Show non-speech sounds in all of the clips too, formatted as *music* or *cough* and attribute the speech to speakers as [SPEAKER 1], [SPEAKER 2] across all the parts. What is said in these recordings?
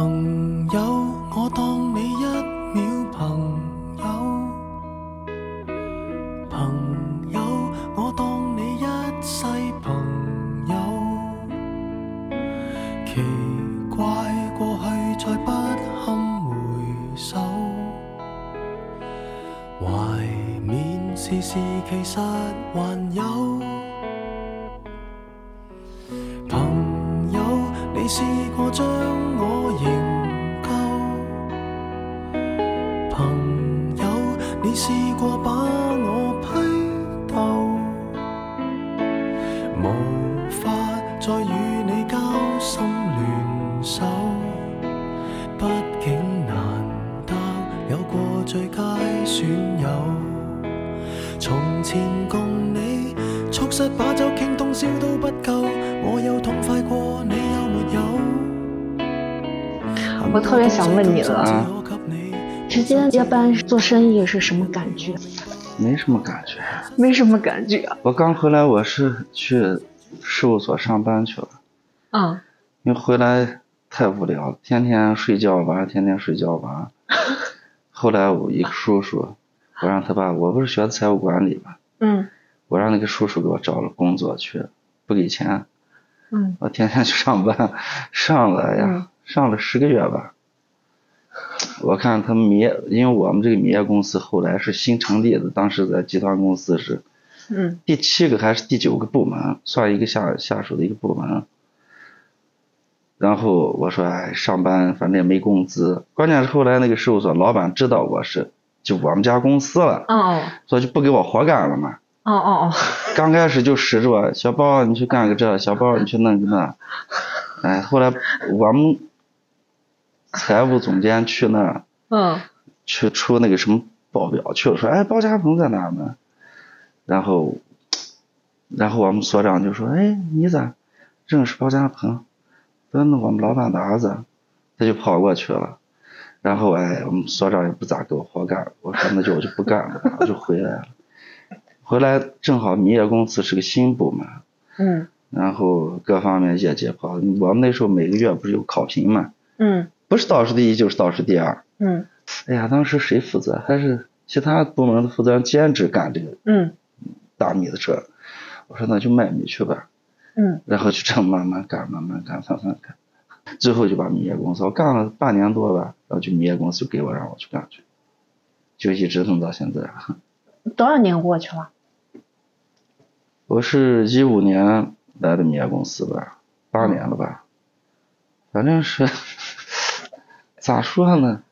[SPEAKER 1] 朋友，我当你一秒朋友，朋友，我当你一世朋友。奇怪，过去再不堪回首，怀缅事事其实还有。朋友，你試過將我營救。朋友，你試過把我批鬥。無法再與你交心聯手，畢竟難得有過最佳損友。從前共你促膝把酒傾通宵都不夠，我有痛快過，你有沒有？
[SPEAKER 2] 我特别想问你了，
[SPEAKER 1] 直
[SPEAKER 2] 直
[SPEAKER 1] 接
[SPEAKER 2] 接接班做生意是什么感觉？
[SPEAKER 3] 没什么感觉。
[SPEAKER 2] 没什么感觉。
[SPEAKER 3] 我刚回来，我是去事务所上班去了，
[SPEAKER 2] 嗯，
[SPEAKER 3] 因为回来太无聊了，天天睡觉玩，天天睡觉玩。后来我一个叔叔，我让他爸，我不是学的财务管理嘛，
[SPEAKER 2] 嗯
[SPEAKER 3] 我让那个叔叔给我找了工作去，不给钱，
[SPEAKER 2] 嗯，
[SPEAKER 3] 我天天去上班，上了呀，
[SPEAKER 2] 嗯
[SPEAKER 3] 上了十个月吧。我看他们米业，因为我们这个米业公司后来是新成立的，当时在集团公司是
[SPEAKER 2] 嗯
[SPEAKER 3] 第七个还是第九个部门，算一个下下属的一个部门。然后我说，哎，上班反正也没工资，关键是后来那个事务所老板知道我是就我们家公司了，
[SPEAKER 2] 哦哦
[SPEAKER 3] 所以就不给我活干了嘛。
[SPEAKER 2] 哦哦，
[SPEAKER 3] 刚开始就使着我，小包你去干个这，小包你去弄个那。哎，后来我们财务总监去那儿
[SPEAKER 2] 嗯
[SPEAKER 3] 去出那个什么报表去了，说哎包家鹏在哪儿呢？然后，然后我们所长就说哎你咋认识包家鹏？说那我们老板的儿子，他就跑过去了。然后哎，我们所长也不咋给我活干，我说那就我就不干了，我就回来了。回来正好米业公司是个新部门，
[SPEAKER 2] 嗯
[SPEAKER 3] 然后各方面业绩也不好。我们那时候每个月不是有考评嘛，
[SPEAKER 2] 嗯
[SPEAKER 3] 不是倒数第一就是倒数第二。
[SPEAKER 2] 嗯
[SPEAKER 3] 哎呀，当时谁负责？还是其他部门的负责人兼职干这个
[SPEAKER 2] 嗯
[SPEAKER 3] 大米的事儿。我说那就卖米去吧，
[SPEAKER 2] 嗯
[SPEAKER 3] 然后就这么慢慢干，慢慢干，慢慢干，最后就把米业公司我干了半年多吧，然后就米业公司就给我让我去干去，就一直弄到现在。
[SPEAKER 2] 嗯，多少年过去了？
[SPEAKER 3] 我是一五年来的米业公司吧，八年了吧，反正是 *laughs* 咋说呢，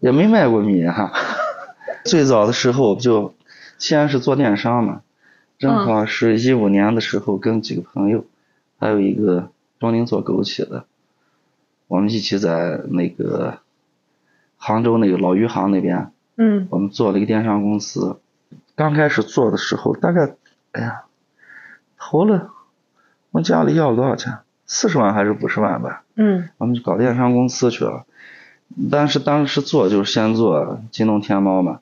[SPEAKER 3] 也没卖过米哈、 *laughs* 最早的时候就先是做电商嘛，正好是一五年的时候跟几个朋友，还有一个中宁做枸杞的，我们一起在那个杭州那个老余杭那边，
[SPEAKER 2] 嗯
[SPEAKER 3] 我们做了一个电商公司，刚开始做的时候，大概，哎呀，投了，问家里要了多少钱？四十万还是五十万吧？
[SPEAKER 2] 嗯
[SPEAKER 3] 我们就搞电商公司去了。但是当时做就是先做京东、天猫嘛。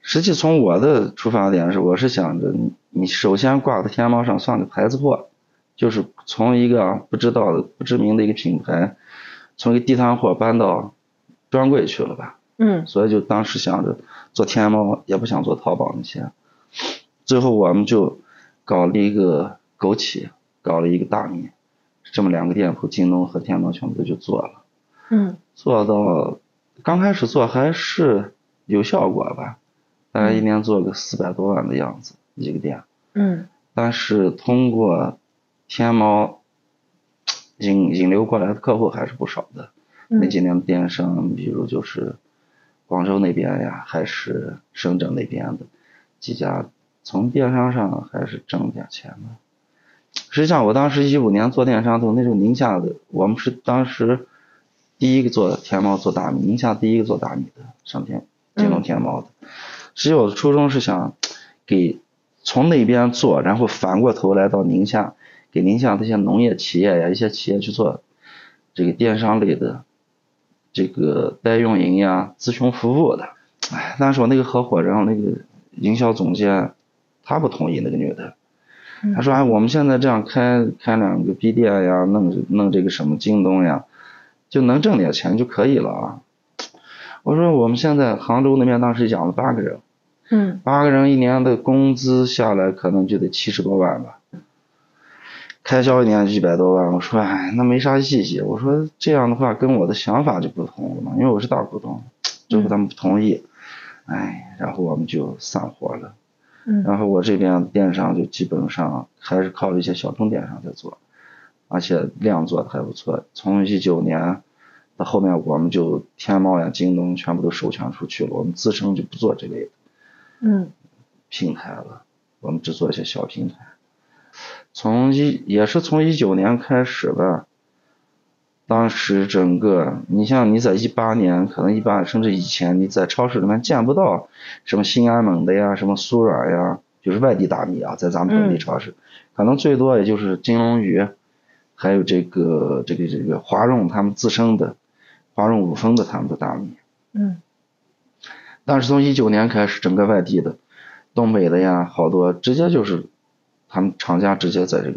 [SPEAKER 3] 实际从我的出发点是，我是想着你你首先挂在天猫上算个牌子货，就是从一个不知道的、不知名的一个品牌，从一个地摊货搬到专柜去了吧。
[SPEAKER 2] 嗯
[SPEAKER 3] 所以就当时想着做天猫，也不想做淘宝那些。最后我们就搞了一个枸杞，搞了一个大米，这么两个店铺，京东和天猫全部就做了。
[SPEAKER 2] 嗯
[SPEAKER 3] 做到刚开始做还是有效果吧，大概一年做个四百多万的样子一个店。
[SPEAKER 2] 嗯
[SPEAKER 3] 但是通过天猫引引流过来的客户还是不少的。那几
[SPEAKER 2] 嗯
[SPEAKER 3] 年的电商，比如就是广州那边呀，还是深圳那边的几家，从电商上还是挣点钱的。实际上，我当时一五年做电商的时候，那时候宁夏的，我们是当时第一个做天猫做大米，宁夏第一个做大米的上天京东天猫的。实际我的初衷是想给从那边做，然后反过头来到宁夏，给宁夏这些农业企业呀、一些企业去做这个电商类的这个代用营呀、咨询服务的。哎，但是我那个合伙人，我那个营销总监，他不同意那个女的。
[SPEAKER 2] 嗯
[SPEAKER 3] 他说：“哎，我们现在这样开开两个 B 店呀，弄弄这个什么京东呀，就能挣点钱就可以了啊。我说我们现在杭州那边当时养了八个人，
[SPEAKER 2] 嗯
[SPEAKER 3] 八个人一年的工资下来可能就得七十多万吧，开销一年就一百多万。我说哎，那没啥意义。我说这样的话跟我的想法就不同了嘛，因为我是大股东，最后他们不同意，哎，然后我们就散伙了。
[SPEAKER 2] 嗯
[SPEAKER 3] 然后我这边电商就基本上还是靠一些小众电商在做，而且量做的还不错。从一九年到后面，我们就天猫呀、京东全部都授权出去了，我们自身就不做这类
[SPEAKER 2] 嗯
[SPEAKER 3] 平台了，我们只做一些小平台。从一也是从一九年开始吧，当时整个你像你在一八年，可能一八甚至以前你在超市里面见不到什么新安盟的呀，什么苏软呀，就是外地大米啊，在咱们本地
[SPEAKER 2] 嗯
[SPEAKER 3] 超市，可能最多也就是金龙鱼，还有这个这个这个华润他们自身的华润五丰的他们的大米。
[SPEAKER 2] 嗯
[SPEAKER 3] 但是从一九年开始，整个外地的、东北的呀，好多直接就是他们厂家直接在这个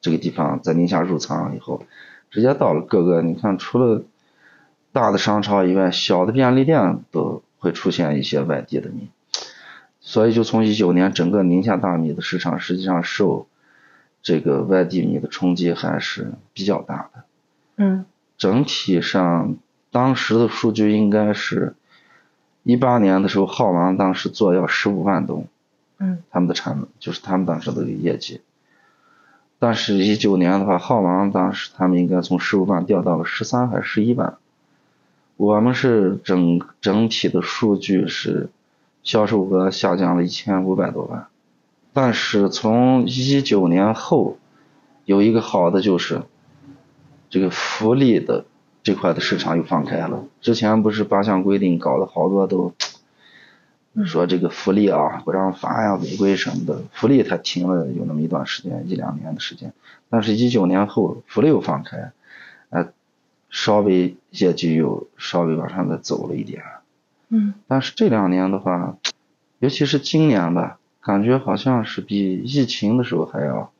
[SPEAKER 3] 这个地方在宁夏入仓以后，直接到了各个你看，除了大的商超以外，小的便利店都会出现一些外地的米。所以就从一九年，整个宁夏大米的市场实际上受这个外地米的冲击还是比较大的。
[SPEAKER 2] 嗯
[SPEAKER 3] 整体上当时的数据应该是，一八年的时候，浩芒当时做要十五万吨，
[SPEAKER 2] 嗯
[SPEAKER 3] 他们的产就是他们当时的业绩。但是，一九年的话，浩芒当时他们应该从十五万掉到了十三还是十一万。我们是整整体的数据是销售额下降了一千五百多万，但是从一九年后有一个好的就是这个福利的这块的市场又放开了。之前不是八项规定搞得好多都
[SPEAKER 2] 嗯
[SPEAKER 3] 说这个福利啊不让罚呀、违规什么的，福利它停了有那么一段时间，一两年的时间。但是，一九年后福利又放开，呃，稍微业绩又稍微往上再走了一点。
[SPEAKER 2] 嗯
[SPEAKER 3] 但是这两年的话，尤其是今年吧，感觉好像是比疫情的时候还要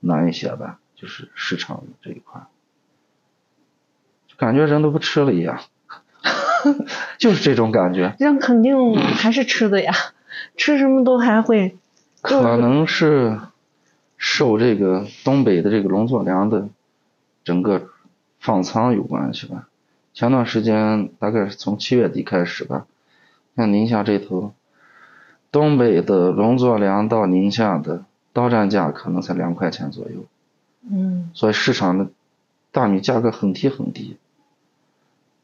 [SPEAKER 3] 难一些吧，就是市场这一块儿，就感觉人都不吃了一样， *laughs* 就是这种感觉。
[SPEAKER 2] 这样肯定还是吃的呀，吃什么都还会，就是
[SPEAKER 3] 可能是受这个东北的这个农作粮的整个放仓有关系吧。前段时间大概是从七月底开始吧，像宁夏这头，东北的农作粮到宁夏的到站价可能才两块钱左右，
[SPEAKER 2] 嗯
[SPEAKER 3] 所以市场的大米价格很低很低。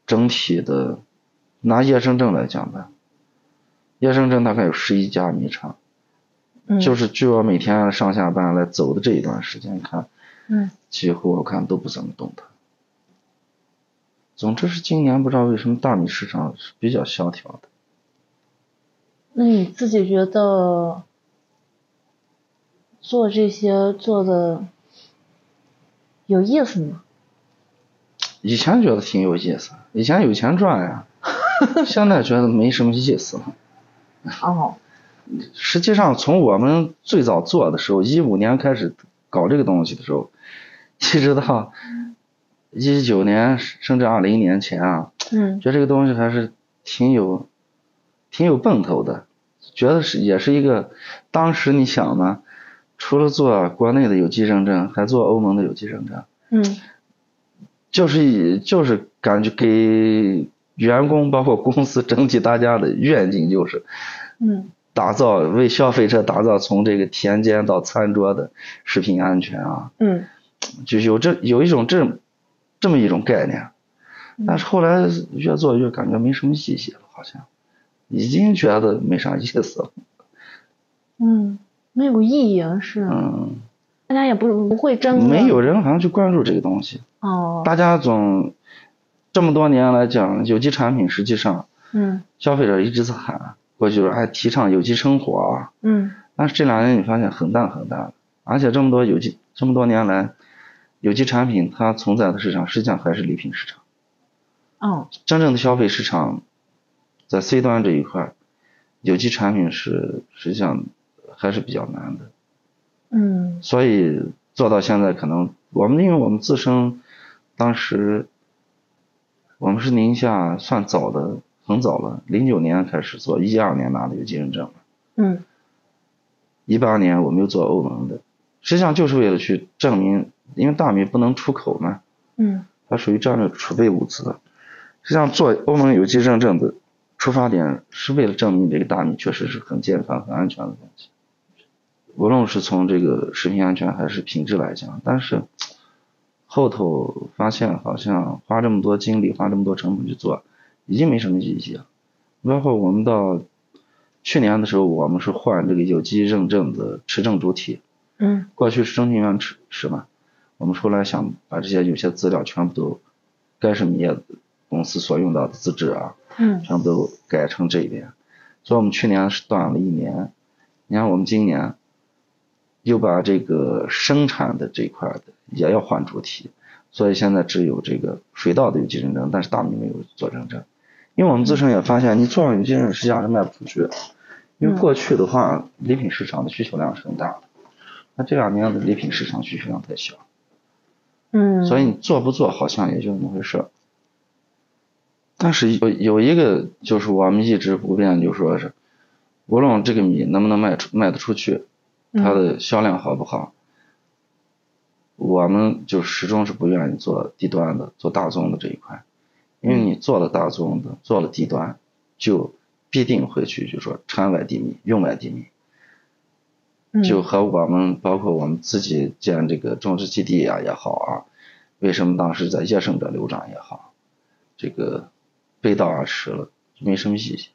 [SPEAKER 3] 整体的拿叶生镇来讲吧，叶生镇大概有十一家米厂。
[SPEAKER 2] 嗯
[SPEAKER 3] 就是据我每天上下班来走的这一段时间看，
[SPEAKER 2] 嗯
[SPEAKER 3] 几乎我看都不怎么动它。总之是今年不知道为什么大米市场是比较萧条的。
[SPEAKER 2] 那你自己觉得做这些做的有意思吗？
[SPEAKER 3] 以前觉得挺有意思，以前有钱赚呀， *laughs* 现在觉得没什么意思了。
[SPEAKER 2] 哦，
[SPEAKER 3] 实际上，从我们最早做的时候，一五年开始搞这个东西的时候，一直到一九年甚至二零年前啊，
[SPEAKER 2] 嗯
[SPEAKER 3] 觉得这个东西还是挺有挺有奔头的，觉得是也是一个当时你想嘛，除了做国内的有机认证，还做欧盟的有机认证，
[SPEAKER 2] 嗯
[SPEAKER 3] 就是以就是感觉给员工包括公司整体大家的愿景就是
[SPEAKER 2] 嗯
[SPEAKER 3] 打造为消费者打造从这个田间到餐桌的食品安全啊，
[SPEAKER 2] 嗯
[SPEAKER 3] 就有这有一种这这么一种概念，
[SPEAKER 2] 嗯
[SPEAKER 3] 但是后来越做越感觉没什么意义了，好像已经觉得没啥意思了。
[SPEAKER 2] 嗯，没有意义啊是，
[SPEAKER 3] 嗯，
[SPEAKER 2] 大家也不不会真的
[SPEAKER 3] 没有人好像去关注这个东西，
[SPEAKER 2] 哦，
[SPEAKER 3] 大家总这么多年来讲，有机产品实际上
[SPEAKER 2] 嗯
[SPEAKER 3] 消费者一直在喊，过去还哎提倡有机生活啊，
[SPEAKER 2] 嗯
[SPEAKER 3] 但是这两年你发现很淡很淡了，而且这么多有机这么多年来，有机产品它存在的市场实际上还是礼品市场。
[SPEAKER 2] 哦
[SPEAKER 3] 真正的消费市场在 C 端这一块儿，有机产品是实际上还是比较难的，
[SPEAKER 2] 嗯
[SPEAKER 3] 所以做到现在可能我们因为我们自身当时我们是宁夏算早的，很早了，零九年开始做，一二年拿的有经营证了，
[SPEAKER 2] 嗯
[SPEAKER 3] 一八年我们又做欧盟的，实际上就是为了去证明，因为大米不能出口嘛，
[SPEAKER 2] 嗯
[SPEAKER 3] 它属于战略储备物资的。实际上，做欧盟有机认证的出发点是为了证明这个大米确实是很健康、很安全的东西，无论是从这个食品安全还是品质来讲。但是后头发现，好像花这么多精力、花这么多成本去做，已经没什么意义了。包括我们到去年的时候，我们是换这个有机认证的持证主体，
[SPEAKER 2] 嗯
[SPEAKER 3] 过去是中信院吃吃嘛，我们后来想把这些有些资料全部都，该是米业公司所用到的资质啊，
[SPEAKER 2] 嗯
[SPEAKER 3] 全部都改成这一边，所以我们去年是断了一年，你看我们今年又把这个生产的这一块的也要换主体，所以现在只有这个水稻的有机认证，但是大米没有做认证，因为我们自身也发现，你做上有机认证实际上是卖不出去，因为
[SPEAKER 2] 嗯
[SPEAKER 3] 过去的话，礼品市场的需求量是很大的。那这两年的礼品市场需求量太小，
[SPEAKER 2] 嗯，
[SPEAKER 3] 所以你做不做好像也就那么回事儿。但是有有一个就是我们一直不变，就说是，无论这个米能不能卖出卖得出去，它的销量好不好，我们就始终是不愿意做低端的，做大宗的这一块，因为你做了大宗的，做了低端，就必定会去就说掺外地米，用外地米。
[SPEAKER 2] 嗯
[SPEAKER 3] 就和我们包括我们自己建这个种植基地呀、也好啊，为什么当时在叶圣者流转也好，这个背道而驰了，没什么意义。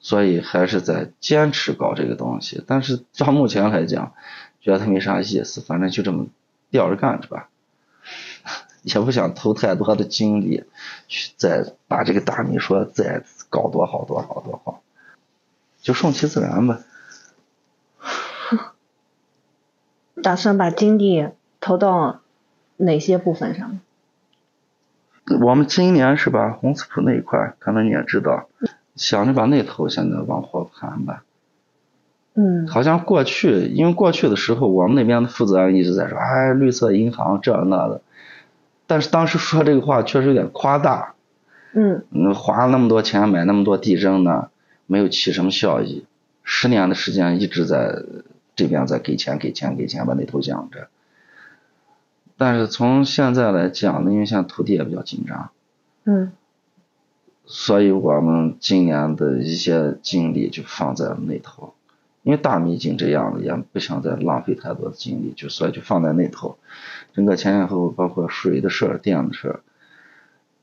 [SPEAKER 3] 所以还是在坚持搞这个东西，但是到目前来讲，觉得它没啥意思，反正就这么吊着干着吧， *laughs* 也不想投太多的精力去再把这个大米说再搞多好多好多好，就顺其自然吧。
[SPEAKER 2] 嗯打算把精力投到哪些部分上？
[SPEAKER 3] 我们今年是把红紫浦那一块，可能你也知道，想着把那头现在往活盘吧。
[SPEAKER 2] 嗯
[SPEAKER 3] 好像过去，因为过去的时候，我们那边的负责人一直在说，哎，绿色银行这那的，但是当时说这个话确实有点夸大，
[SPEAKER 2] 嗯
[SPEAKER 3] 嗯，花那么多钱买那么多地扔呢，没有起什么效益。十年的时间一直在这边在给钱给钱给钱把那头养着，但是从现在来讲呢，因为现在土地也比较紧张。
[SPEAKER 2] 嗯
[SPEAKER 3] 所以我们今年的一些精力就放在那头，因为大米已经这样了，也不想再浪费太多的精力，就所以就放在那头。整个前前后后，包括水的事儿、电的事儿，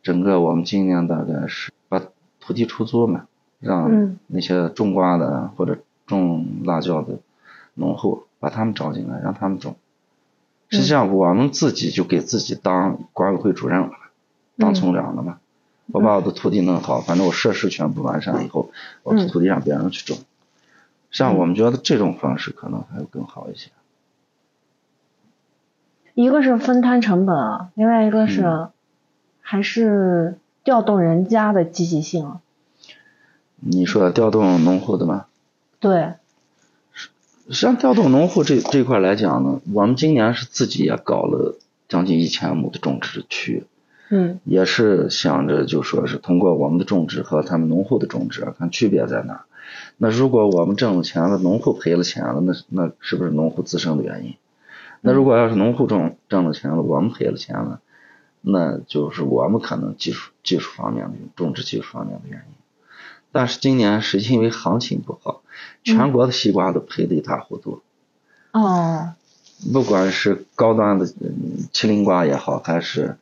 [SPEAKER 3] 整个我们今年大概是把土地出租嘛，让
[SPEAKER 2] 嗯
[SPEAKER 3] 那些种瓜的或者种辣椒的农户把他们招进来，让他们种。实际上，我们自己就给自己当管委会主任了，当村长了嘛。我把我的土地弄好，反正我设施全部完善以后，我的
[SPEAKER 2] 嗯
[SPEAKER 3] 土地让别人去种。像我们觉得这种方式可能还会更好一些。
[SPEAKER 2] 一个是分摊成本啊，另外一个是
[SPEAKER 3] 嗯
[SPEAKER 2] 还是调动人家的积极性。啊
[SPEAKER 3] 你说调动农户的嘛？
[SPEAKER 2] 对，
[SPEAKER 3] 实际上调动农户这这块来讲呢，我们今年是自己也搞了将近一千亩的种植区，
[SPEAKER 2] 嗯
[SPEAKER 3] 也是想着就说是通过我们的种植和他们农户的种植看区别在哪。那如果我们挣了钱了，农户赔了钱了，那那是不是农户自身的原因？那如果要是农户挣挣了钱了，我们赔了钱了，那就是我们可能技术技术方面的种植技术方面的原因。但是今年是因为行情不好，全国的西瓜都赔得一塌糊涂。
[SPEAKER 2] 哦，
[SPEAKER 3] 不管是高端的嗯麒麟瓜也好，还是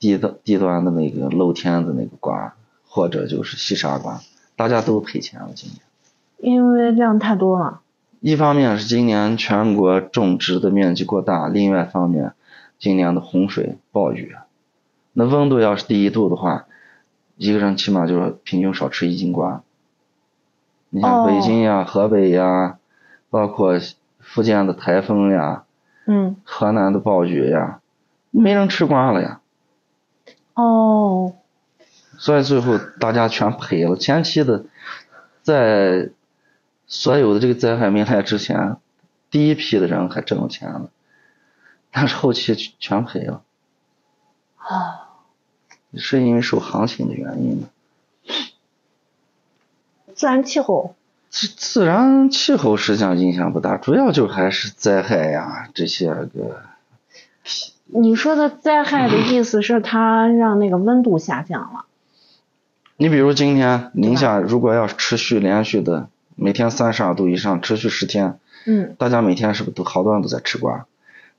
[SPEAKER 3] 低端低端的那个露天的那个瓜，或者就是细沙瓜，大家都赔钱了。今年，
[SPEAKER 2] 因为量太多了。
[SPEAKER 3] 一方面是今年全国种植的面积过大，另外一方面，今年的洪水暴雨，啊那温度要是低一度的话，一个人起码就是平均少吃一斤瓜。你像
[SPEAKER 2] 哦
[SPEAKER 3] 北京呀、河北呀，包括福建的台风呀，
[SPEAKER 2] 嗯
[SPEAKER 3] 河南的暴雨呀，没人吃瓜了呀，
[SPEAKER 2] 哦，
[SPEAKER 3] 所以最后大家全赔了。前期的，在所有的这个灾害没来之前，第一批的人还挣了钱了，但是后期全赔了。
[SPEAKER 2] 啊，
[SPEAKER 3] 是因为受行情的原因呢？
[SPEAKER 2] 自然气候，
[SPEAKER 3] 自自然气候实际上影响不大，主要就还是灾害呀这些个。
[SPEAKER 2] 你说的灾害的意思是它让那个温度下降了，
[SPEAKER 3] 你比如今天零下如果要持续连续的每天三十二度以上持续十天，
[SPEAKER 2] 嗯，
[SPEAKER 3] 大家每天是不是都好多人都在吃瓜？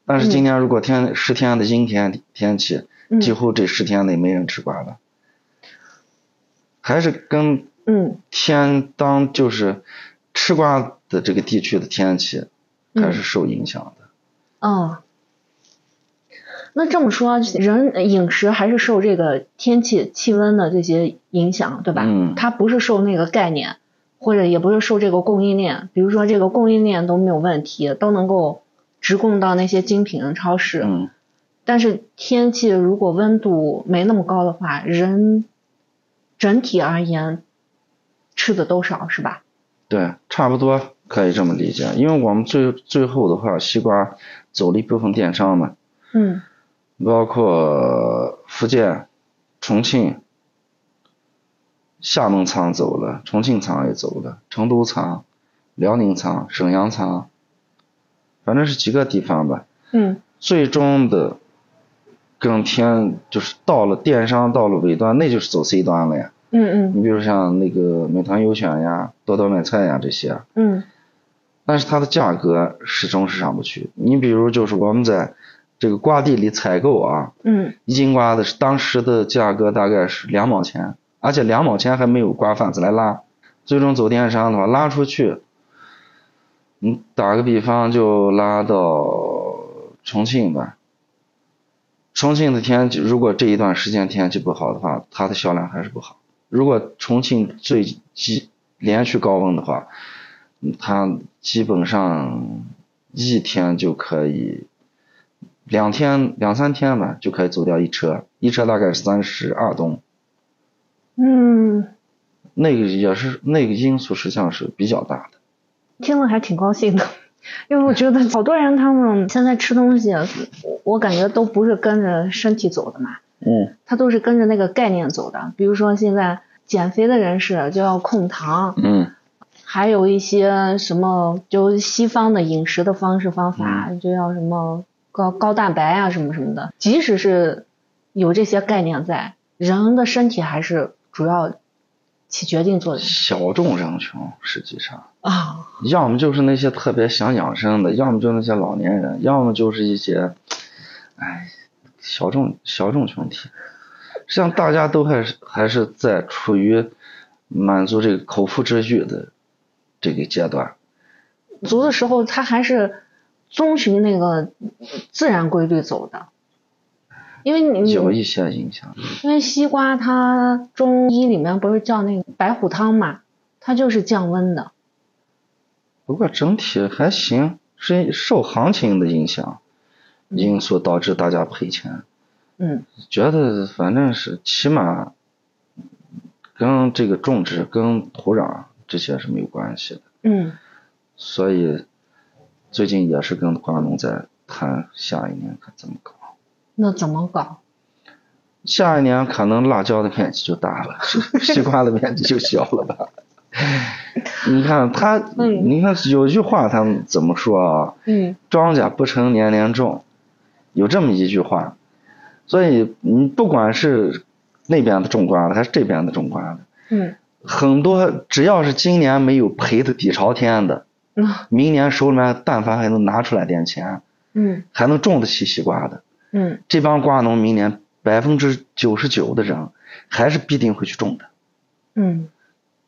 [SPEAKER 3] 但是今天如果天十天的阴天天气，
[SPEAKER 2] 嗯
[SPEAKER 3] 几乎这十天内没人吃瓜了，还是跟
[SPEAKER 2] 嗯
[SPEAKER 3] 天当就是吃瓜的这个地区的天气
[SPEAKER 2] 嗯
[SPEAKER 3] 还是受影响的。
[SPEAKER 2] 哦。那这么说，人饮食还是受这个天气、气温的这些影响，对吧？
[SPEAKER 3] 嗯
[SPEAKER 2] 它不是受那个概念，或者也不是受这个供应链，比如说这个供应链都没有问题，都能够直供到那些精品超市。
[SPEAKER 3] 嗯，
[SPEAKER 2] 但是天气如果温度没那么高的话，人整体而言吃的都少，是吧？
[SPEAKER 3] 对，差不多可以这么理解。因为我们最最后的话，西瓜走了一部分电商嘛，
[SPEAKER 2] 嗯
[SPEAKER 3] 包括福建、重庆、厦门仓走了，重庆仓也走了，成都仓、辽宁仓、沈阳仓，反正是几个地方吧。
[SPEAKER 2] 嗯
[SPEAKER 3] 最终的跟天就是到了电商到了尾端，那就是走 C 端了呀。
[SPEAKER 2] 嗯嗯
[SPEAKER 3] 你比如像那个美团优选呀、多多买菜呀这些，
[SPEAKER 2] 嗯
[SPEAKER 3] 但是它的价格始终是上不去。你比如就是我们在这个瓜地里采购啊，
[SPEAKER 2] 嗯
[SPEAKER 3] 一斤瓜的是当时的价格大概是两毛钱，而且两毛钱还没有瓜贩子来拉，最终走电商的话拉出去，你打个比方就拉到重庆吧，重庆的天气如果这一段时间天气不好的话，它的销量还是不好。如果重庆最基连续高温的话，嗯它基本上一天就可以两天两三天吧，就可以走掉一车，一车大概是三十二吨，
[SPEAKER 2] 嗯，
[SPEAKER 3] 那个也是那个因素实际上是比较大的。
[SPEAKER 2] 听了还挺高兴的，因为我觉得好多人他们现在吃东西，我我感觉都不是跟着身体走的嘛，
[SPEAKER 3] 嗯
[SPEAKER 2] 他都是跟着那个概念走的。比如说现在减肥的人士就要控糖，
[SPEAKER 3] 嗯
[SPEAKER 2] 还有一些什么，就西方的饮食的方式方法，就要什么高高蛋白啊，什么什么的。即使是有这些概念在，人的身体还是主要起决定作用
[SPEAKER 3] 小众人群实际上，
[SPEAKER 2] 啊。
[SPEAKER 3] 要么就是那些特别想养生的，要么就那些老年人，要么就是一些，哎，小众小众群体。实际上，大家都还是还是在处于满足这个口腹之欲的这个阶段。
[SPEAKER 2] 足的时候，他还是遵循那个自然规律走的。因为你
[SPEAKER 3] 有一些影响。
[SPEAKER 2] 因为西瓜它中医里面不是叫那个白虎汤嘛，它就是降温的。
[SPEAKER 3] 不过整体还行，是受行情的影响因素导致大家赔钱。
[SPEAKER 2] 嗯
[SPEAKER 3] 觉得反正是起码跟这个种植、跟土壤这些是没有关系的，
[SPEAKER 2] 嗯
[SPEAKER 3] 所以最近也是跟瓜农在谈下一年可怎么搞。
[SPEAKER 2] 那怎么搞？
[SPEAKER 3] 下一年可能辣椒的面积就大了，西瓜的面积就小了吧？你看他，
[SPEAKER 2] 嗯
[SPEAKER 3] 你看有句话他们怎么说啊？
[SPEAKER 2] 嗯
[SPEAKER 3] 庄稼不成年年种，有这么一句话。所以你不管是那边的种瓜的，还是这边的种瓜的，
[SPEAKER 2] 嗯。
[SPEAKER 3] 很多只要是今年没有赔的底朝天的，
[SPEAKER 2] 嗯
[SPEAKER 3] 明年手里面但凡还能拿出来点钱，
[SPEAKER 2] 嗯
[SPEAKER 3] 还能种得起西瓜的，
[SPEAKER 2] 嗯
[SPEAKER 3] 这帮瓜农明年百分之九十九的人还是必定会去种的。
[SPEAKER 2] 嗯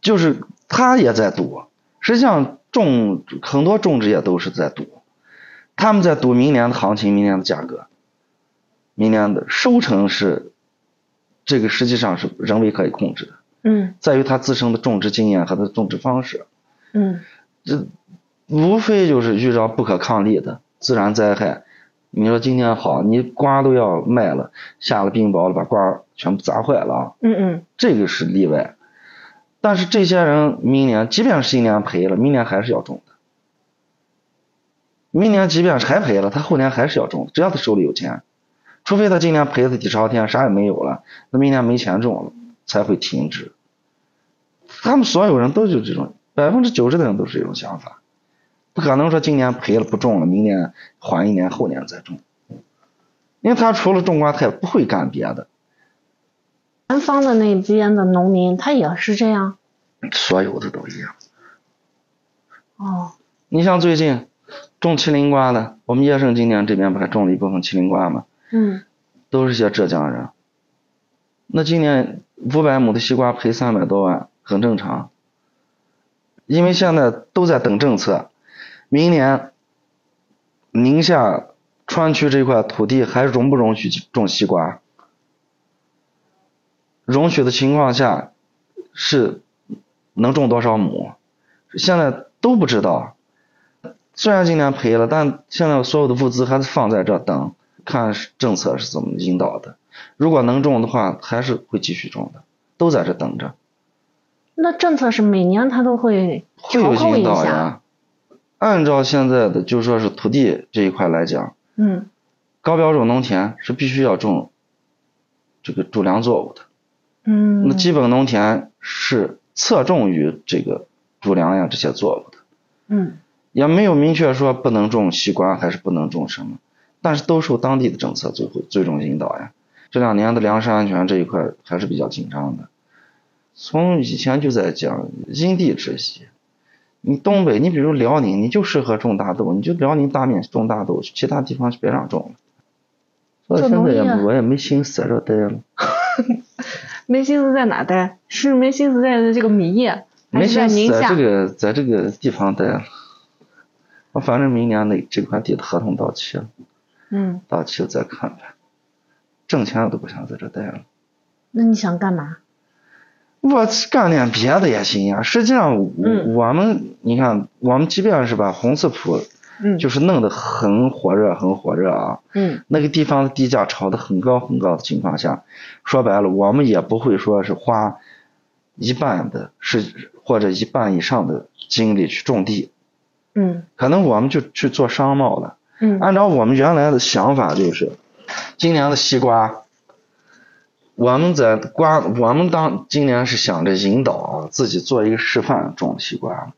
[SPEAKER 3] 就是他也在赌，实际上种很多种植业都是在赌，他们在赌明年的行情、明年的价格、明年的收成是，这个实际上是人为可以控制的，
[SPEAKER 2] 嗯
[SPEAKER 3] 在于他自身的种植经验和他的种植方式，
[SPEAKER 2] 嗯
[SPEAKER 3] 这无非就是遇到不可抗力的自然灾害。你说今天好，你瓜都要卖了，下了冰雹了，把瓜全部砸坏了啊，
[SPEAKER 2] 嗯嗯
[SPEAKER 3] 这个是例外。但是这些人明年，即便是今年赔了，明年还是要种的。明年即便是还赔了，他后年还是要种，只要他手里有钱，除非他今年赔自己朝天，啥也没有了，那明年没钱挣了才会停止。他们所有人都有这种，百分之九十的人都是这种想法，不可能说今年赔了不种了，明年缓一年，后年再种，因为他除了种瓜，他也不会干别的。
[SPEAKER 2] 南方的那边的农民他也是这样
[SPEAKER 3] 所有的都一样。
[SPEAKER 2] 哦，
[SPEAKER 3] 你像最近种麒麟瓜的，我们叶盛今年这边不还种了一部分麒麟瓜吗？
[SPEAKER 2] 嗯，
[SPEAKER 3] 都是些浙江人。那今年五百亩的西瓜赔三百多万，很正常，因为现在都在等政策。明年宁夏川区这块土地还容不容许种西瓜？容许的情况下是能种多少亩？现在都不知道。虽然今年赔了，但现在所有的物资还是放在这儿等，看是政策是怎么引导的。如果能种的话，还是会继续种的，都在这等着，
[SPEAKER 2] 那政策是每年他都会
[SPEAKER 3] 会有
[SPEAKER 2] 调控
[SPEAKER 3] 引
[SPEAKER 2] 一
[SPEAKER 3] 导
[SPEAKER 2] 下，
[SPEAKER 3] 呀。按照现在的就说是土地这一块来讲，
[SPEAKER 2] 嗯，
[SPEAKER 3] 高标准农田是必须要种这个主粮作物的。
[SPEAKER 2] 嗯，
[SPEAKER 3] 那基本农田是侧重于这个主粮呀这些作物的，
[SPEAKER 2] 嗯
[SPEAKER 3] 也没有明确说不能种西瓜还是不能种什么，但是都受当地的政策最后最终引导呀。这两年的粮食安全这一块还是比较紧张的，从以前就在讲因地制宜。你东北，你比如辽宁，你就适合种大豆，你就辽宁大面积种大豆，其他地方别让种了。所以
[SPEAKER 2] 做
[SPEAKER 3] 现在
[SPEAKER 2] 农
[SPEAKER 3] 也
[SPEAKER 2] 业啊
[SPEAKER 3] 我也没心思在这待了。
[SPEAKER 2] 没心思在哪待？是没心思在这个米业，还
[SPEAKER 3] 没
[SPEAKER 2] 是在
[SPEAKER 3] 心思
[SPEAKER 2] 宁
[SPEAKER 3] 在
[SPEAKER 2] 夏？
[SPEAKER 3] 这个在这个地方待了。我反正明年那这块地的合同到期了，
[SPEAKER 2] 嗯，
[SPEAKER 3] 到期了再看吧。挣钱我都不想在这待了，
[SPEAKER 2] 那你想干嘛？
[SPEAKER 3] 我干点别的也行呀。实际上我，
[SPEAKER 2] 嗯
[SPEAKER 3] 我们你看，我们即便是把红色浦
[SPEAKER 2] 嗯，
[SPEAKER 3] 就是弄得很火热，很火热啊，
[SPEAKER 2] 嗯
[SPEAKER 3] 那个地方的地价炒得很高很高的情况下，说白了，我们也不会说是花一半的，是或者一半以上的精力去种地，
[SPEAKER 2] 嗯
[SPEAKER 3] 可能我们就去做商贸了。
[SPEAKER 2] 嗯
[SPEAKER 3] 按照我们原来的想法，就是今年的西瓜，我们在瓜，我们当今年是想着引导啊，自己做一个示范种西瓜。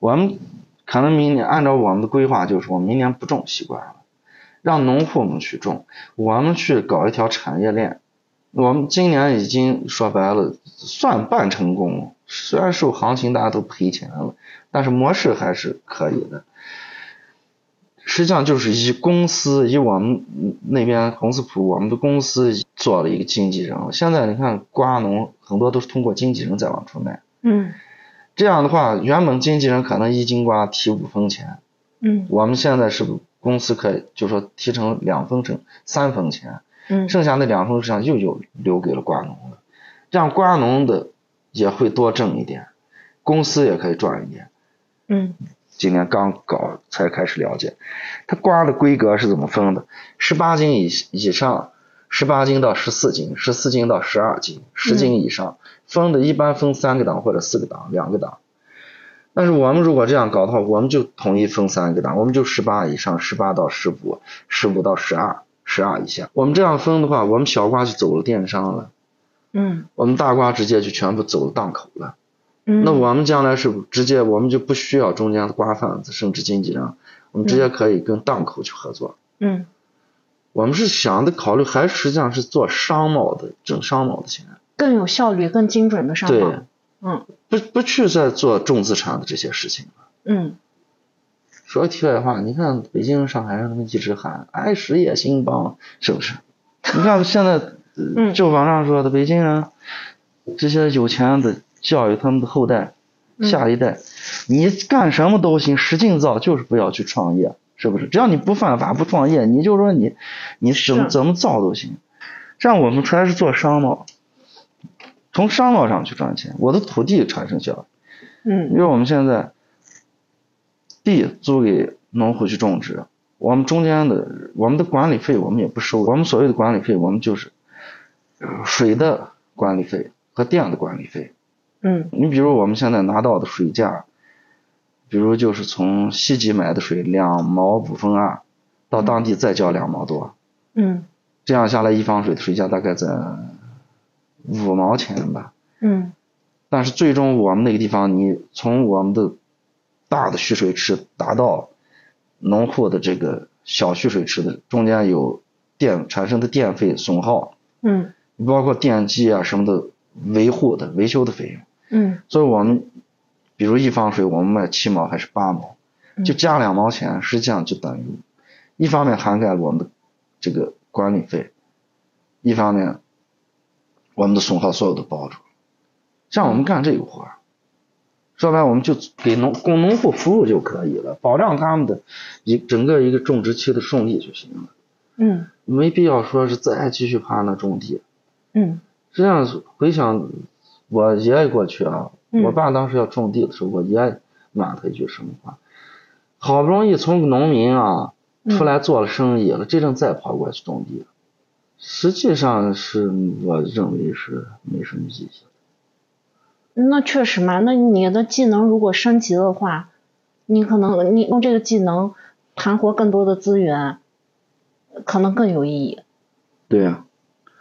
[SPEAKER 3] 我们可能明年按照我们的规划，就是我们明年不种西瓜了，让农户们去种，我们去搞一条产业链。我们今年已经说白了算半成功了，虽然受行情大家都赔钱了，但是模式还是可以的。实际上就是以公司以我们那边红斯普我们的公司做了一个经纪人。现在你看瓜农很多都是通过经纪人在往出卖，
[SPEAKER 2] 嗯
[SPEAKER 3] 这样的话，原本经纪人可能一斤瓜提五分钱，
[SPEAKER 2] 嗯
[SPEAKER 3] 我们现在是公司可以就说提成两分成三分钱，
[SPEAKER 2] 嗯
[SPEAKER 3] 剩下那两分上又有留给了瓜农了，这样瓜农的也会多挣一点，公司也可以赚一点。
[SPEAKER 2] 嗯
[SPEAKER 3] 今年刚搞才开始了解，它瓜的规格是怎么分的？十八斤以以上，十八斤到十四斤，十四斤到十二斤，十斤以上、分的，一般分三个档或者四个档，两个档。但是我们如果这样搞的话，我们就统一分三个档，我们就十八以上，十八到十五，十五到十二，十二以下。我们这样分的话，我们小瓜就走了电商了，
[SPEAKER 2] 嗯
[SPEAKER 3] 我们大瓜直接就全部走了档口了。
[SPEAKER 2] 嗯，
[SPEAKER 3] 那我们将来是直接，我们就不需要中间的瓜贩子甚至经纪人，我们直接可以跟档口去合作。
[SPEAKER 2] 嗯
[SPEAKER 3] 我们是想的考虑，还实际上是做商贸的，挣商贸的钱，
[SPEAKER 2] 更有效率、更精准的上
[SPEAKER 3] 对
[SPEAKER 2] 报。，嗯
[SPEAKER 3] 不不去再做重资产的这些事情了。
[SPEAKER 2] 嗯
[SPEAKER 3] 说题外话，你看北京、上海他们一直喊“爱实业兴邦”，是不是？ *laughs* 你看现在，呃
[SPEAKER 2] 嗯
[SPEAKER 3] 就网上说的北京人，这些有钱的教育他们的后代、
[SPEAKER 2] 嗯
[SPEAKER 3] 下一代，你干什么都行，使劲造，就是不要去创业，是不是？只要你不犯法、不创业，你就说你，你怎么
[SPEAKER 2] 是
[SPEAKER 3] 怎么造都行。这样我们才是做商贸，从商贸上去赚钱。我的土地产生效益。因
[SPEAKER 2] 嗯
[SPEAKER 3] 为我们现在地租给农户去种植，我们中间的我们的管理费我们也不收，我们所谓的管理费，我们就是呃水的管理费和电的管理费。
[SPEAKER 2] 嗯
[SPEAKER 3] 你比如我们现在拿到的水价，比如就是从西吉买的水两毛五分二，到当地再交两毛多，
[SPEAKER 2] 嗯
[SPEAKER 3] 这样下来一方水的水价大概在五毛钱吧。
[SPEAKER 2] 嗯
[SPEAKER 3] 但是最终我们那个地方，你从我们的大的蓄水池达到农户的这个小蓄水池的中间有电产生的电费损耗，
[SPEAKER 2] 嗯
[SPEAKER 3] 包括电机啊什么的维护的维修的费用。
[SPEAKER 2] 嗯
[SPEAKER 3] 所以我们比如一方水，我们卖七毛还是八毛，就
[SPEAKER 2] 嗯
[SPEAKER 3] 加两毛钱，实际上就等于一方面涵盖了我们的这个管理费，一方面我们的损耗所有都包住，让我们干这个活儿。说白，了，我们就给农供农户服务就可以了，保障他们的一整个一个种植期的顺利就行了，
[SPEAKER 2] 嗯
[SPEAKER 3] 没必要说是再继续爬那种地。
[SPEAKER 2] 嗯
[SPEAKER 3] 实际上回想我爷爷过去啊，
[SPEAKER 2] 嗯
[SPEAKER 3] 我爸当时要种地的时候，我爷爷骂他一句什么话？好不容易从农民啊
[SPEAKER 2] 嗯
[SPEAKER 3] 出来做了生意了，这阵再跑过来去种地，实际上是我认为是没什么意义。
[SPEAKER 2] 那确实嘛，那你的技能如果升级的话，你可能你用这个技能盘活更多的资源，可能更有意义。
[SPEAKER 3] 对呀、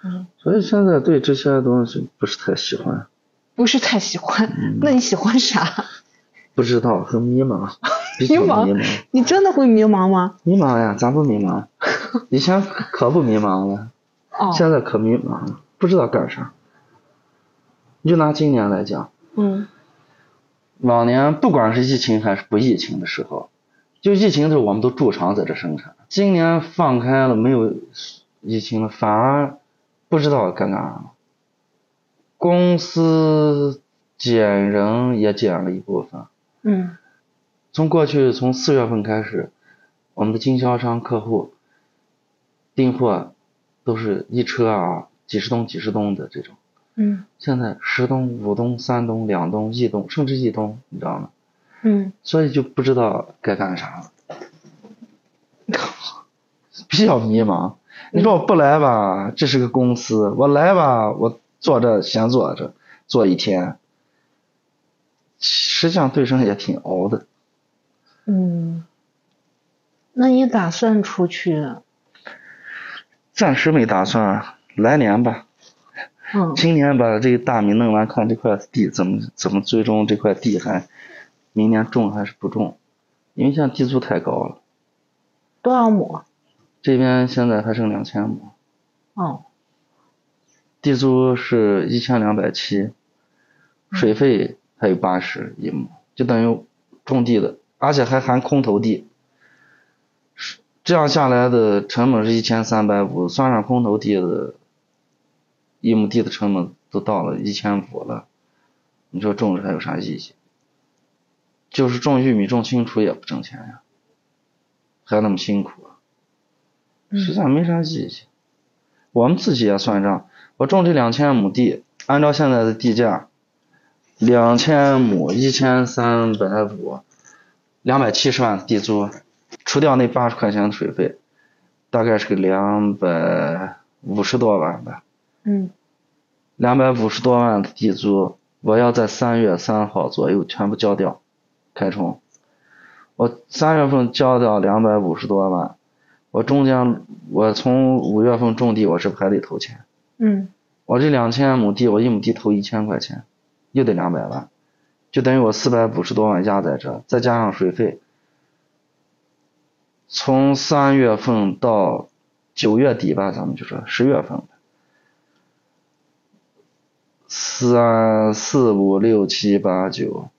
[SPEAKER 2] 嗯，
[SPEAKER 3] 所以现在对这些东西不是太喜欢，
[SPEAKER 2] 不是太喜
[SPEAKER 3] 嗯
[SPEAKER 2] 欢，那你喜欢啥？
[SPEAKER 3] 不知道很
[SPEAKER 2] *laughs*
[SPEAKER 3] 迷茫，比较
[SPEAKER 2] 迷茫
[SPEAKER 3] 迷茫，
[SPEAKER 2] 你真的会迷茫吗？
[SPEAKER 3] 迷茫呀，咱不迷茫， *laughs* 以前可不迷茫了。
[SPEAKER 2] 哦，
[SPEAKER 3] 现在可迷茫了，不知道干啥。你就拿今年来讲，
[SPEAKER 2] 嗯
[SPEAKER 3] 往年不管是疫情还是不疫情的时候，就疫情的时候我们都驻场在这生产，今年放开了没有疫情了，反而不知道干干啥了。公司减人也减了一部分，
[SPEAKER 2] 嗯
[SPEAKER 3] 从过去从四月份开始，我们的经销商客户订货都是一车啊，几十吨几十吨的这种。
[SPEAKER 2] 嗯
[SPEAKER 3] 现在十吨、五吨、三吨、两吨、一吨，甚至一吨，你知道吗？
[SPEAKER 2] 嗯，
[SPEAKER 3] 所以就不知道该干啥了， *laughs* 比较迷茫。你说我不来吧，这是个公司；我来吧，我坐着闲坐着坐一天，实际上对生也挺熬的。
[SPEAKER 2] 嗯，那你打算出去？
[SPEAKER 3] 暂时没打算，来年吧，
[SPEAKER 2] 嗯
[SPEAKER 3] 今年把这个大米弄完，看这块地怎么怎么最终这块地还明年种还是不种，因为现在地租太高了，
[SPEAKER 2] 多少亩？
[SPEAKER 3] 这边现在还剩两千亩，
[SPEAKER 2] 哦，
[SPEAKER 3] 地租是一千两百七，水费还有八十一亩，就等于种地的，而且还含空投地。是这样下来的成本是一千三百五，算上空投地的，一亩地的成本都到了一千五了，你说种着还有啥意义？就是种玉米、种青储也不挣钱呀，还那么辛苦。啊
[SPEAKER 2] 嗯
[SPEAKER 3] 实际上没啥意义。我们自己也算账，我种这两千亩地，按照现在的地价，两千亩一千三百五，两百七十万的地租，除掉那八十块钱的水费，大概是个两百五十多万吧。
[SPEAKER 2] 嗯
[SPEAKER 3] 两百五十多万的地租，我要在三月三号左右全部交掉，开冲。我三月份交掉两百五十多万，我中间我从五月份种地，我是不是还得投钱？
[SPEAKER 2] 嗯
[SPEAKER 3] 我这两千亩地，我一亩地投一千块钱，又得两百万，就等于我四百五十多万压在这，再加上水费，从三月份到九月底吧，咱们就说十月份吧，三四五六七八九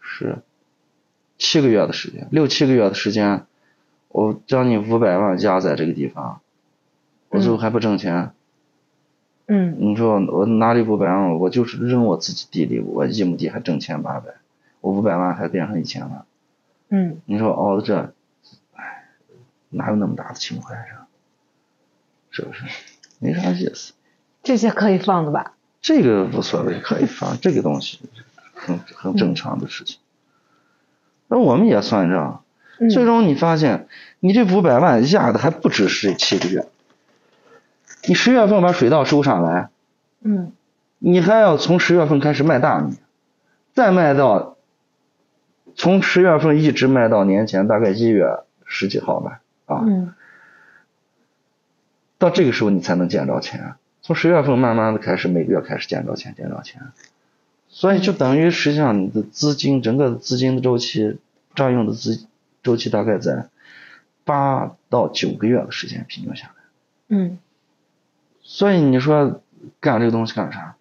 [SPEAKER 3] 十，七个月的时间，六七个月的时间，我将近五百万压在这个地方，我最后还不挣钱。
[SPEAKER 2] 嗯
[SPEAKER 3] 你说我哪里五百万？我就是扔我自己地里，我一亩地还挣千八百，我五百万还变成一千万。
[SPEAKER 2] 嗯
[SPEAKER 3] 你说熬到这，哎，哪有那么大的情怀上？是不是？没啥意思。
[SPEAKER 2] 这些可以放的吧？
[SPEAKER 3] 这个无所谓，可以放，这个东西很很正常的事情。那我们也算账，
[SPEAKER 2] 嗯
[SPEAKER 3] 最终你发现，你这五百万压的还不止是七个月，你十月份把水稻收上来。
[SPEAKER 2] 嗯
[SPEAKER 3] 你还要从十月份开始卖大米，再卖到从十月份一直卖到年前大概一月十几号吧，啊，
[SPEAKER 2] 嗯
[SPEAKER 3] 到这个时候你才能见着钱。从十月份慢慢的开始，每个月开始见着钱，见着钱，所以就等于实际上你的资金整个资金的周期，占用的资周期大概在八到九个月的时间平均下来。
[SPEAKER 2] 嗯
[SPEAKER 3] 所以你说干这个东西干啥？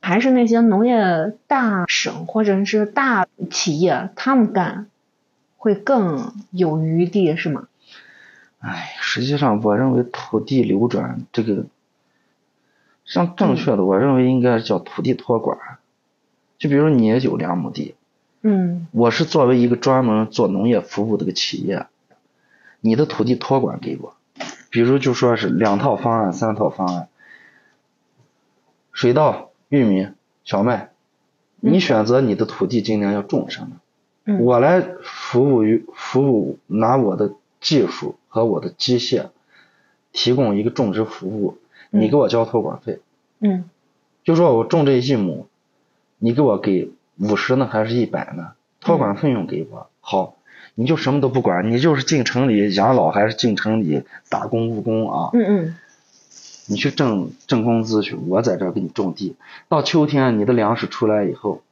[SPEAKER 2] 还是那些农业大省或者是大企业，他们干会更有余地，是吗？
[SPEAKER 3] 哎，实际上我认为土地流转这个，像正确的，我认为应该叫土地托管。就比如你也有两亩地，
[SPEAKER 2] 嗯
[SPEAKER 3] 我是作为一个专门做农业服务的一个企业，你的土地托管给我，比如就说是两套方案、三套方案，水稻、玉米、小麦，你
[SPEAKER 2] 嗯
[SPEAKER 3] 选择你的土地今年要种什么。
[SPEAKER 2] 嗯
[SPEAKER 3] 我来服务于服务，拿我的技术和我的机械提供一个种植服务，
[SPEAKER 2] 嗯
[SPEAKER 3] 你给我交托管费，
[SPEAKER 2] 嗯
[SPEAKER 3] 就说我种这一亩，你给我给五十呢还是一百呢？托管费用给我，好，你就什么都不管，你就是进城里养老还是进城里打工务工啊？
[SPEAKER 2] 嗯嗯
[SPEAKER 3] 你去挣挣工资去，我在这儿给你种地。到秋天你的粮食出来以后，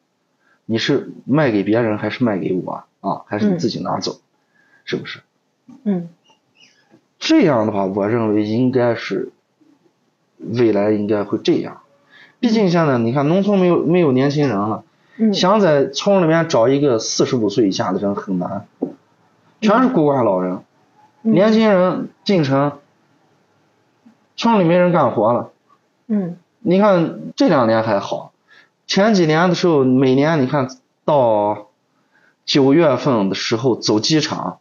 [SPEAKER 3] 你是卖给别人还是卖给我啊？还是你自己拿走？是不是？
[SPEAKER 2] 嗯
[SPEAKER 3] 这样的话，我认为应该是未来应该会这样。毕竟现在你看，农村没有没有年轻人了，
[SPEAKER 2] 嗯，
[SPEAKER 3] 想在村里面找一个四十五岁以下的人很难，全是孤寡老人。
[SPEAKER 2] 嗯
[SPEAKER 3] 年轻人进城，村里没人干活了。
[SPEAKER 2] 嗯
[SPEAKER 3] 你看这两年还好，前几年的时候，每年你看到九月份的时候走机场，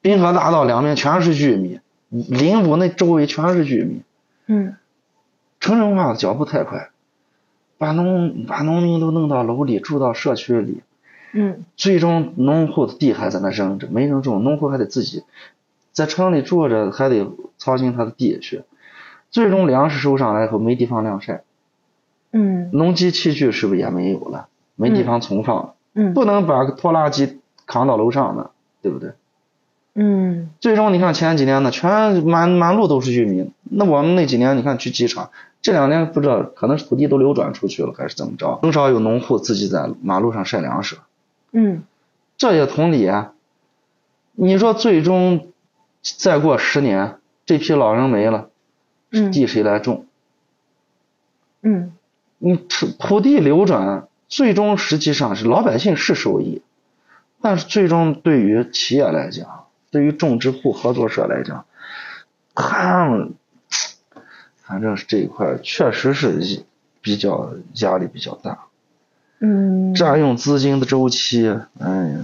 [SPEAKER 3] 滨河大道两边全是玉米，林武那周围全是玉米。
[SPEAKER 2] 嗯
[SPEAKER 3] 城镇化的脚步太快，把农把农民都弄到楼里，住到社区里，
[SPEAKER 2] 嗯
[SPEAKER 3] 最终农户的地还在那扔着，没人种，农户还得自己在城里住着，还得操心他的地去。最终粮食收上来以后，没地方晾晒。
[SPEAKER 2] 嗯
[SPEAKER 3] 农机器具是不是也没有了？没地方存放了，
[SPEAKER 2] 嗯
[SPEAKER 3] 不能把拖拉机扛到楼上呢，对不对？
[SPEAKER 2] 嗯
[SPEAKER 3] 最终你看前几年呢，全满满路都是玉米。那我们那几年你看去机场，这两年不知道可能是土地都流转出去了，还是怎么着，很少有农户自己在马路上晒粮食。
[SPEAKER 2] 嗯
[SPEAKER 3] 这也同理啊。你说最终再过十年，这批老人没了，
[SPEAKER 2] 嗯
[SPEAKER 3] 地谁来种？
[SPEAKER 2] 嗯
[SPEAKER 3] 你土土地流转，最终实际上是老百姓是受益，但是最终对于企业来讲，对于种植户合作社来讲，他们反正是这一块确实是比较压力比较大，
[SPEAKER 2] 嗯，
[SPEAKER 3] 占用资金的周期，哎呀，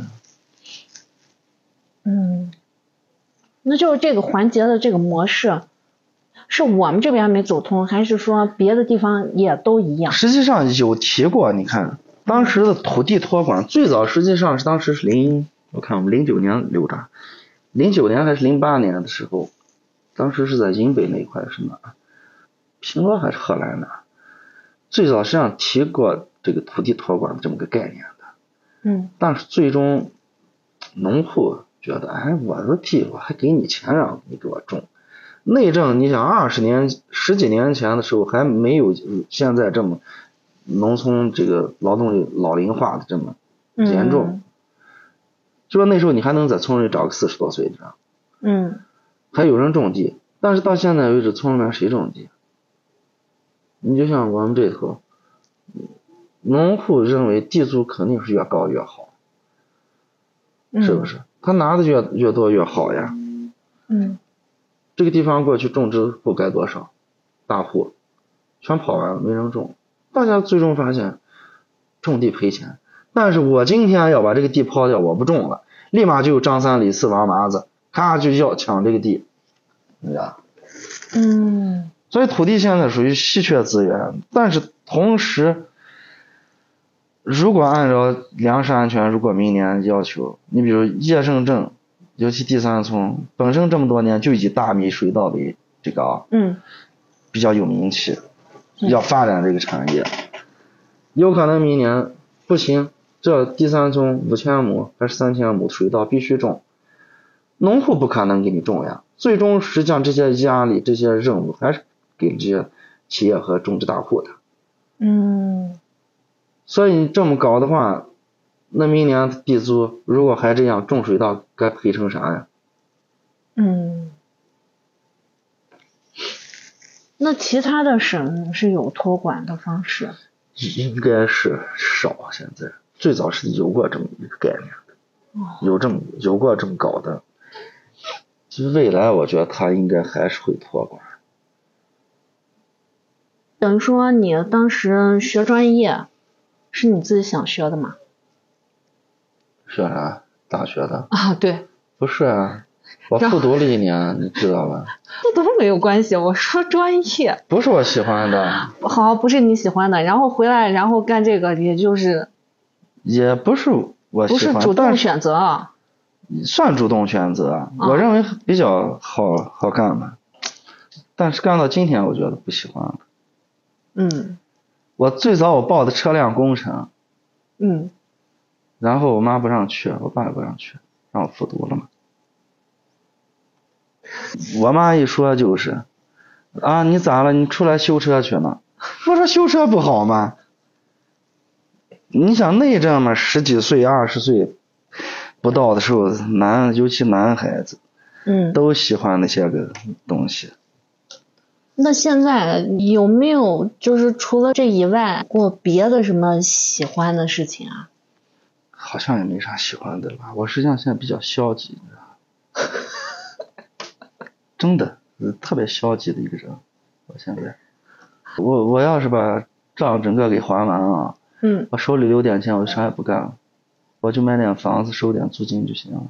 [SPEAKER 2] 嗯，那就是这个环节的这个模式，是我们这边没走通，还是说别的地方也都一样？
[SPEAKER 3] 实际上有提过，你看当时的土地托管最早实际上是当时是零，我看我们零九年流的，零九年还是零八年的时候，当时是在英北那一块是哪儿？平罗还是荷兰哪儿？最早实际上提过这个土地托管的这么个概念的，
[SPEAKER 2] 嗯
[SPEAKER 3] 但是最终农户觉得，哎，我的地我还给你钱让你给我种。内政，你想二十年、十几年前的时候还没有现在这么农村这个劳动力老龄化的这么
[SPEAKER 2] 嗯
[SPEAKER 3] 严重，就说那时候你还能在村里找个四十多岁的人，
[SPEAKER 2] 嗯
[SPEAKER 3] 还有人种地，但是到现在为止，村里面谁种地？你就像我们这头，农户认为地租肯定是越高越好，
[SPEAKER 2] 嗯，
[SPEAKER 3] 是不？是？他拿的越越多越好呀。
[SPEAKER 2] 嗯
[SPEAKER 3] 这个地方过去种植户该多少，大户全跑完了，没人种。大家最终发现，种地赔钱。但是我今天要把这个地抛掉，我不种了，立马就有张三李四王麻子，咔就要抢这个地，对吧？
[SPEAKER 2] 嗯
[SPEAKER 3] 所以土地现在属于稀缺资源，但是同时，如果按照粮食安全，如果明年要求，你比如叶盛镇，尤其第三村，本身这么多年就以大米、水稻为这个啊
[SPEAKER 2] 嗯
[SPEAKER 3] 比较有名气，
[SPEAKER 2] 嗯
[SPEAKER 3] 要发展这个产业，有可能明年不行，这第三村五千亩还是三千亩水稻必须种，农户不可能给你种呀，最终实际上这些压力、这些任务还是给这些企业和中资大户的。
[SPEAKER 2] 嗯
[SPEAKER 3] 所以你这么搞的话，那明年地租如果还这样重水稻，该赔成啥呀？
[SPEAKER 2] 嗯。那其他的省是有托管的方式，
[SPEAKER 3] 应该是少，啊现在最早是有过这么一个概念
[SPEAKER 2] 哦，
[SPEAKER 3] 有这么有过这么搞的。其实未来我觉得他应该还是会托管，
[SPEAKER 2] 等于说你当时学专业是你自己想学的吗？
[SPEAKER 3] 学啥大学的？
[SPEAKER 2] 啊，对，
[SPEAKER 3] 不是啊，我
[SPEAKER 2] 然后
[SPEAKER 3] 复读了一年，你知道吧？
[SPEAKER 2] *laughs* 这都没有关系。我说专业
[SPEAKER 3] 不是我喜欢的，
[SPEAKER 2] 好，不是你喜欢的，然后回来然后干这个，也就是
[SPEAKER 3] 也不是我
[SPEAKER 2] 不
[SPEAKER 3] 喜
[SPEAKER 2] 是
[SPEAKER 3] 欢，
[SPEAKER 2] 主
[SPEAKER 3] 但
[SPEAKER 2] 动哦选择啊。
[SPEAKER 3] 算主动选择，啊我认为比较好好干吧。但是干到今天，我觉得不喜欢了。
[SPEAKER 2] 嗯
[SPEAKER 3] 我最早我报的车辆工程，
[SPEAKER 2] 嗯
[SPEAKER 3] 然后我妈不让去，我爸也不让去，让我复读了嘛。我妈一说就是，啊，你咋了？你出来修车去了？ *laughs* 我说修车不好吗？你想那阵嘛，十几岁、二十岁不到的时候，男尤其男孩子，
[SPEAKER 2] 嗯，
[SPEAKER 3] 都喜欢那些个东西。
[SPEAKER 2] 那现在有没有就是除了这以外，过别的什么喜欢的事情啊？
[SPEAKER 3] 好像也没啥喜欢的吧。我实际上现在比较消极，你知道吗？ *laughs* 真的，呃特别消极的一个人。我现在，我我要是把账整个给还完啊，
[SPEAKER 2] 嗯
[SPEAKER 3] 我手里留点钱，我就啥也不干了，我就买点房子，收点租金就行了。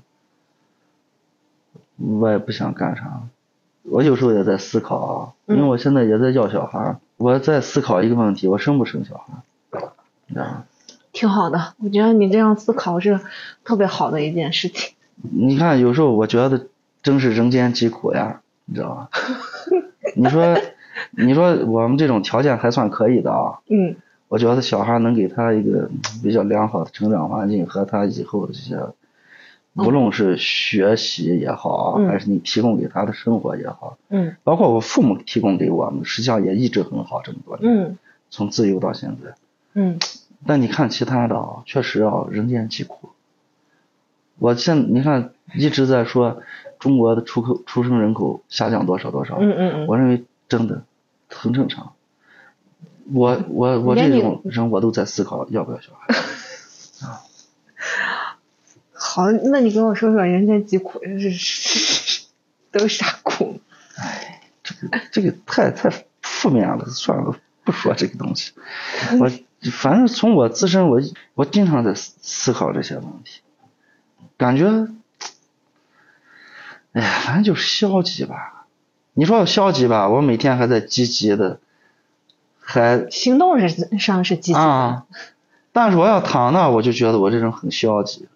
[SPEAKER 3] 我也不想干啥了。我有时候也在思考啊，因为我现在也在要小孩儿，我在思考一个问题：我生不生小孩儿？你知道吗？
[SPEAKER 2] 挺好的，我觉得你这样思考是特别好的一件事情。
[SPEAKER 3] 你看，有时候我觉得真是人间疾苦呀，你知道
[SPEAKER 2] *laughs*
[SPEAKER 3] 吧？你说，你说我们这种条件还算可以的啊，
[SPEAKER 2] 嗯
[SPEAKER 3] 我觉得小孩能给他一个嗯比较良好的成长环境和他以后的这些，无论是学习也好，啊
[SPEAKER 2] 嗯
[SPEAKER 3] 还是你提供给他的生活也好，
[SPEAKER 2] 嗯
[SPEAKER 3] 包括我父母提供给我们，实际上也一直很好，这么多年，
[SPEAKER 2] 嗯
[SPEAKER 3] 从自由到现在。
[SPEAKER 2] 嗯
[SPEAKER 3] 但你看其他的啊，确实啊，人间疾苦。我现你看一直在说中国的出口出生人口下降多少多少，
[SPEAKER 2] 嗯嗯嗯，
[SPEAKER 3] 我认为真的很正常。我我我
[SPEAKER 2] 连
[SPEAKER 3] 这
[SPEAKER 2] 你
[SPEAKER 3] 种人我都在思考要不要小孩，
[SPEAKER 2] 好，那你跟我说说人间疾苦是是都是啥苦？
[SPEAKER 3] *laughs* 这个太太负面了，算了，不说这个东西。我反正从我自身，我我经常在思思考这些问题，感觉，哎呀，反正就是消极吧。你说我消极吧，我每天还在积极的，还
[SPEAKER 2] 行动是上是积极的，
[SPEAKER 3] 啊，但是我要躺那，我就觉得我这人很消极。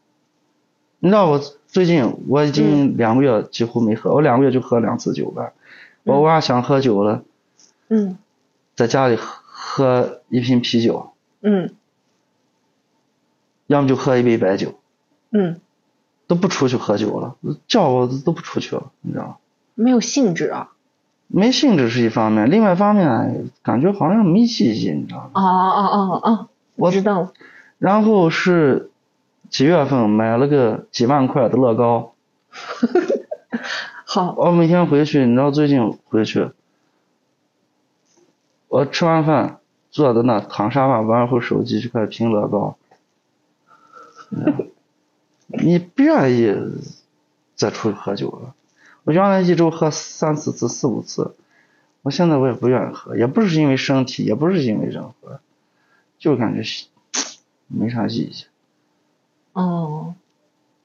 [SPEAKER 3] 你知道我最近我已经两个月几乎没喝，我两个月就喝两次酒吧。我
[SPEAKER 2] 嗯
[SPEAKER 3] 偶尔想喝酒了，
[SPEAKER 2] 嗯
[SPEAKER 3] 在家里喝喝一瓶啤酒，
[SPEAKER 2] 嗯
[SPEAKER 3] 要么就喝一杯白酒，
[SPEAKER 2] 嗯，
[SPEAKER 3] 都不出去喝酒了，叫我都不出去了，你知道吗？
[SPEAKER 2] 没有兴致啊。
[SPEAKER 3] 没兴致是一方面，另外一方面感觉好像没意义，你知道吗？
[SPEAKER 2] 哦哦哦哦，我
[SPEAKER 3] 我
[SPEAKER 2] 知道了。
[SPEAKER 3] 然后是几月份买了个几万块的乐高，
[SPEAKER 2] 好，
[SPEAKER 3] 我每哦天回去，你知道最近回去，我吃完饭坐在那躺沙发玩会儿手机，就开始拼乐高。嗯你不愿意再出去喝酒了。我原来一周喝三四次、四五次，我现在我也不愿意喝，也不是因为身体，也不是因为任何，就感觉没啥意义。
[SPEAKER 2] 哦，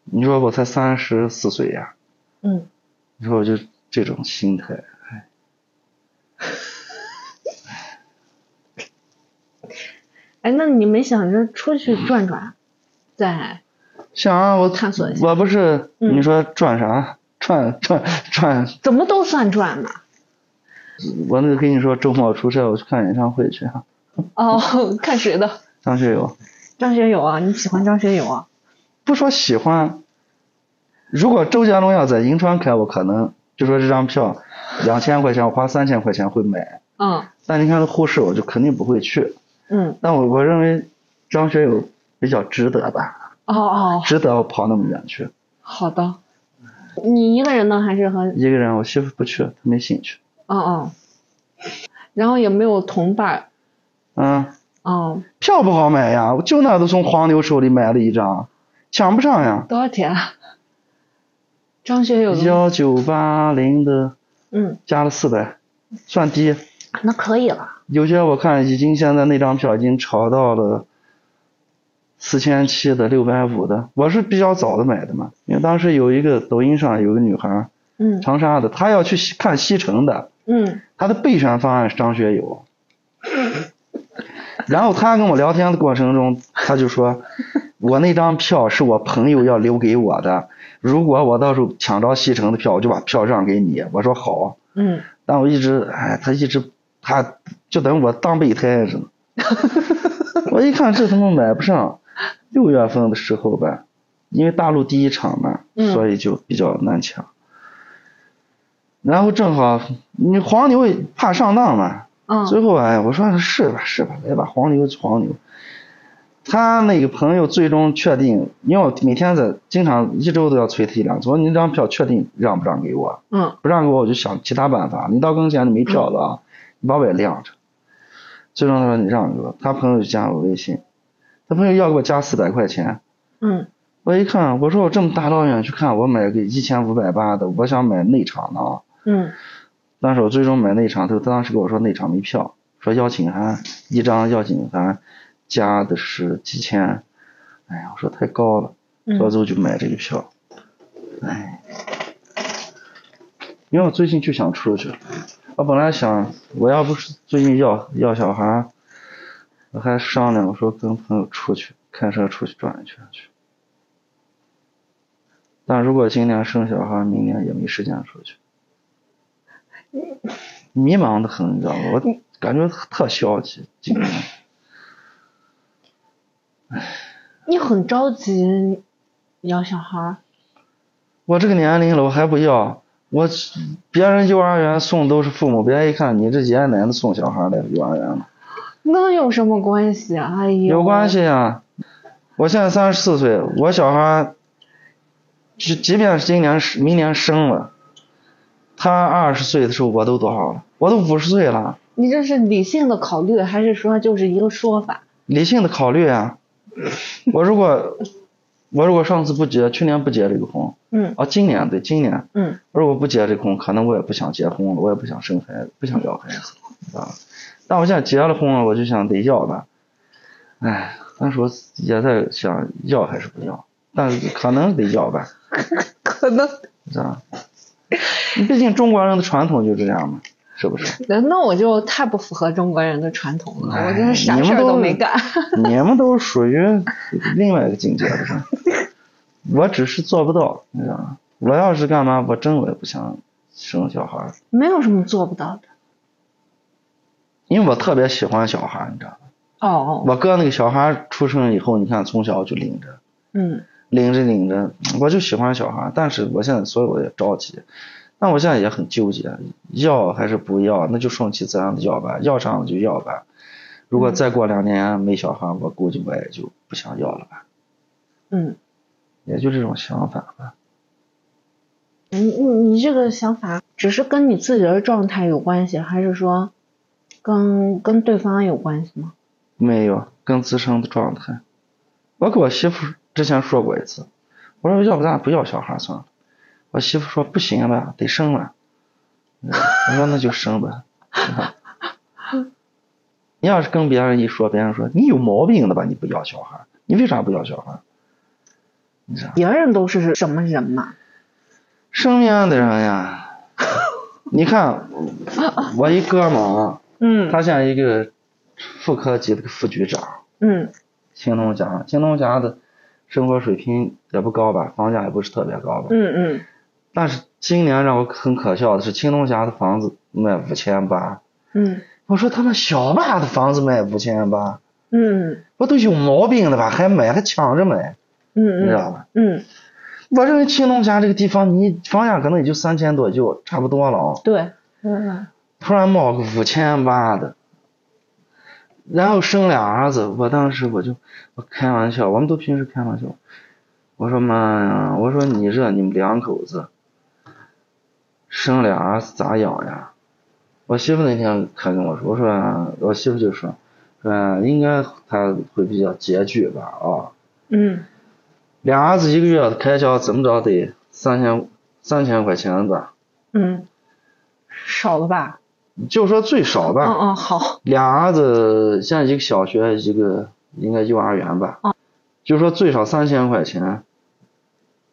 [SPEAKER 3] 你说我才三十四岁呀、
[SPEAKER 2] 嗯，
[SPEAKER 3] 你说我就这种心态，
[SPEAKER 2] 哎，那你没想着出去转转，再
[SPEAKER 3] 想啊，我
[SPEAKER 2] 探索一下
[SPEAKER 3] 我不是
[SPEAKER 2] 嗯
[SPEAKER 3] 你说转啥？ *laughs* 转转转，
[SPEAKER 2] 怎么都算转吧？
[SPEAKER 3] 我那个跟你说，周末出差我去看演唱会去啊，
[SPEAKER 2] 哦，看谁的？
[SPEAKER 3] 张学友。
[SPEAKER 2] 张学友啊，你喜欢张学友啊？
[SPEAKER 3] 不说喜欢，如果周杰伦要在银川开，我可能就说这张票两千块钱，我花三千块钱会买。
[SPEAKER 2] 嗯
[SPEAKER 3] 但你看这护士，我就肯定不会去。
[SPEAKER 2] 嗯，
[SPEAKER 3] 但我我认为张学友比较值得吧，
[SPEAKER 2] 哦哦，
[SPEAKER 3] 值得我跑那么远去。
[SPEAKER 2] 好的。你一个人呢，还是和
[SPEAKER 3] 一个人，我媳妇不去，她没兴趣。
[SPEAKER 2] 嗯嗯，然后也没有同伴儿，
[SPEAKER 3] 嗯，
[SPEAKER 2] 嗯，
[SPEAKER 3] 票不好买呀，我就那都从黄牛手里买了一张，抢不上呀。
[SPEAKER 2] 多少钱啊？张学友的吗，
[SPEAKER 3] 幺九八零的
[SPEAKER 2] 嗯，
[SPEAKER 3] 加了四百，算低。
[SPEAKER 2] 那可以了。
[SPEAKER 3] 有些我看已经现在那张票已经炒到了四千七的、六百五的。我是比较早的买的嘛，因为当时有一个抖音上有个女孩儿，
[SPEAKER 2] 嗯
[SPEAKER 3] 长沙的，她要去西看西城的，
[SPEAKER 2] 嗯
[SPEAKER 3] 她的备选方案是张学友。然后她跟我聊天的过程中，她就说：“我那张票是我朋友要留给我的，如果我到时候抢着西城的票，我就把票让给你。”我说好。啊
[SPEAKER 2] 嗯，
[SPEAKER 3] 但我一直，哎，他一直，他就等我当备胎似的。 *laughs* 我一看这他妈买不上，六月份的时候吧，因为大陆第一场嘛，
[SPEAKER 2] 嗯
[SPEAKER 3] 所以就比较难抢。然后正好你黄牛也怕上当嘛，
[SPEAKER 2] 嗯
[SPEAKER 3] 最后哎，我说是吧是吧，来吧，黄牛就黄牛。他那个朋友最终确定，因为我每天在经常一周都要催他一两次，我说你这张票确定让不让给我？
[SPEAKER 2] 嗯
[SPEAKER 3] 不让给我，我就想其他办法。你到跟前你没票了啊，你把我也晾着。最终他说你让给我，他朋友就加我微信，他朋友要给我加四百块钱，
[SPEAKER 2] 嗯
[SPEAKER 3] 我一看，我说我这么大老远去看，我买个一千五百八的，我想买内场的啊。
[SPEAKER 2] 嗯
[SPEAKER 3] 但是我最终买内场，他当时跟我说内场没票，说邀请函一张邀请函加的是几千，哎呀，我说太高了。到
[SPEAKER 2] 嗯
[SPEAKER 3] 时候就买这个票。哎，因为我最近就想出去，我本来想，我要不是最近要要小孩儿，我还商量我说跟朋友出去开车出去转一圈去。但如果今年生小孩儿，明年也没时间出去，迷茫的很，你知道吗？我感觉特消极，今年。
[SPEAKER 2] 你很着急要小孩儿，
[SPEAKER 3] 我这个年龄了，我还不要？我别人幼儿园送都是父母，别一看你这爷爷奶奶送小孩来幼儿园了，
[SPEAKER 2] 那有什么关系啊？哎呦，
[SPEAKER 3] 有关。系呀、我现在三十四岁，我小孩，即即便是今年是明年生了，他二十岁的时候我都多少了？我都五十岁了，
[SPEAKER 2] 你这是理性的考虑，还是说就是一个说法？
[SPEAKER 3] 理性的考虑啊。我如果我如果上次不结，去年不结这个婚，
[SPEAKER 2] 嗯
[SPEAKER 3] 啊，今年对今年，
[SPEAKER 2] 嗯
[SPEAKER 3] 我说我不结这婚，可能我也不想结婚了，我也不想生孩子，不想要孩子啊。但我现在结了婚了，我就想得要吧。哎，但是我也在想要还是不要，但是可能得要吧，
[SPEAKER 2] 可能。
[SPEAKER 3] 是吧？ *laughs* 毕竟中国人的传统就这样嘛，是不是？
[SPEAKER 2] 那那我就太不符合中国人的传统了，
[SPEAKER 3] 哎
[SPEAKER 2] 我真是啥事儿都没干。
[SPEAKER 3] 你们都属于另外一个境界的人，我只是做不到，你知道吗？我要是干嘛，我真我也不想生小孩儿，
[SPEAKER 2] *laughs* 没有什么做不到的。
[SPEAKER 3] 因为我特别喜欢小孩儿，你知道吗？
[SPEAKER 2] 哦哦，
[SPEAKER 3] 我哥那个小孩出生以后，你看从小就领着，
[SPEAKER 2] 嗯
[SPEAKER 3] 领着领着，我就喜欢小孩，但是我现在所以我也着急，但我现在也很纠结，要还是不要，那就顺其自然的要吧，要上了就要吧。如果再过两年没小孩，我估计我也就不想要了吧，
[SPEAKER 2] 嗯，
[SPEAKER 3] 也就这种想法吧。
[SPEAKER 2] 你你你这个想法只是跟你自己的状态有关系，还是说跟跟对方有关系吗？
[SPEAKER 3] 没有，跟自身的状态。我给我媳妇之前说过一次，我说要不咱不要小孩算了。我媳妇说不行了，得生了。我说那就生吧。 *laughs* 你要是跟别人一说，别人说你有毛病的吧？你不要小孩，你为啥不要小孩？你知道，
[SPEAKER 2] 别人都是什么人嘛？
[SPEAKER 3] 身边的人呀，你看我一哥们儿，啊
[SPEAKER 2] 嗯
[SPEAKER 3] 他现在一个副科级的副局长，
[SPEAKER 2] 嗯
[SPEAKER 3] 青龙峡，青龙峡的生活水平也不高吧，房价也不是特别高吧。
[SPEAKER 2] 嗯嗯
[SPEAKER 3] 但是今年让我很可笑的是，青龙峡的房子卖五千八，
[SPEAKER 2] 嗯
[SPEAKER 3] 我说他们小坝的房子卖五千八，
[SPEAKER 2] 嗯
[SPEAKER 3] 我都有毛病了吧？还买，还抢着买，
[SPEAKER 2] 嗯
[SPEAKER 3] 你知
[SPEAKER 2] 嗯
[SPEAKER 3] 道吧？
[SPEAKER 2] 嗯
[SPEAKER 3] 我认为青龙峡这个地方，你房价可能也就三千多，就差不多了啊。
[SPEAKER 2] 对，嗯，
[SPEAKER 3] 突然冒个五千八的，然后生俩儿子，我当时我就我开玩笑，我们都平时开玩笑，我说妈呀，我说你这你们两口子生俩儿子咋养呀？我媳妇那天可跟我说，我说我媳妇就说，说应该他会比较拮据吧啊。
[SPEAKER 2] 嗯，
[SPEAKER 3] 俩儿子一个月的开销怎么着得三千三千块钱吧，
[SPEAKER 2] 嗯，少了吧？
[SPEAKER 3] 就说最少
[SPEAKER 2] 嗯
[SPEAKER 3] 吧。
[SPEAKER 2] 嗯，好，
[SPEAKER 3] 俩儿子现在一个小学，一个应该幼儿园吧，就说最少三千块钱，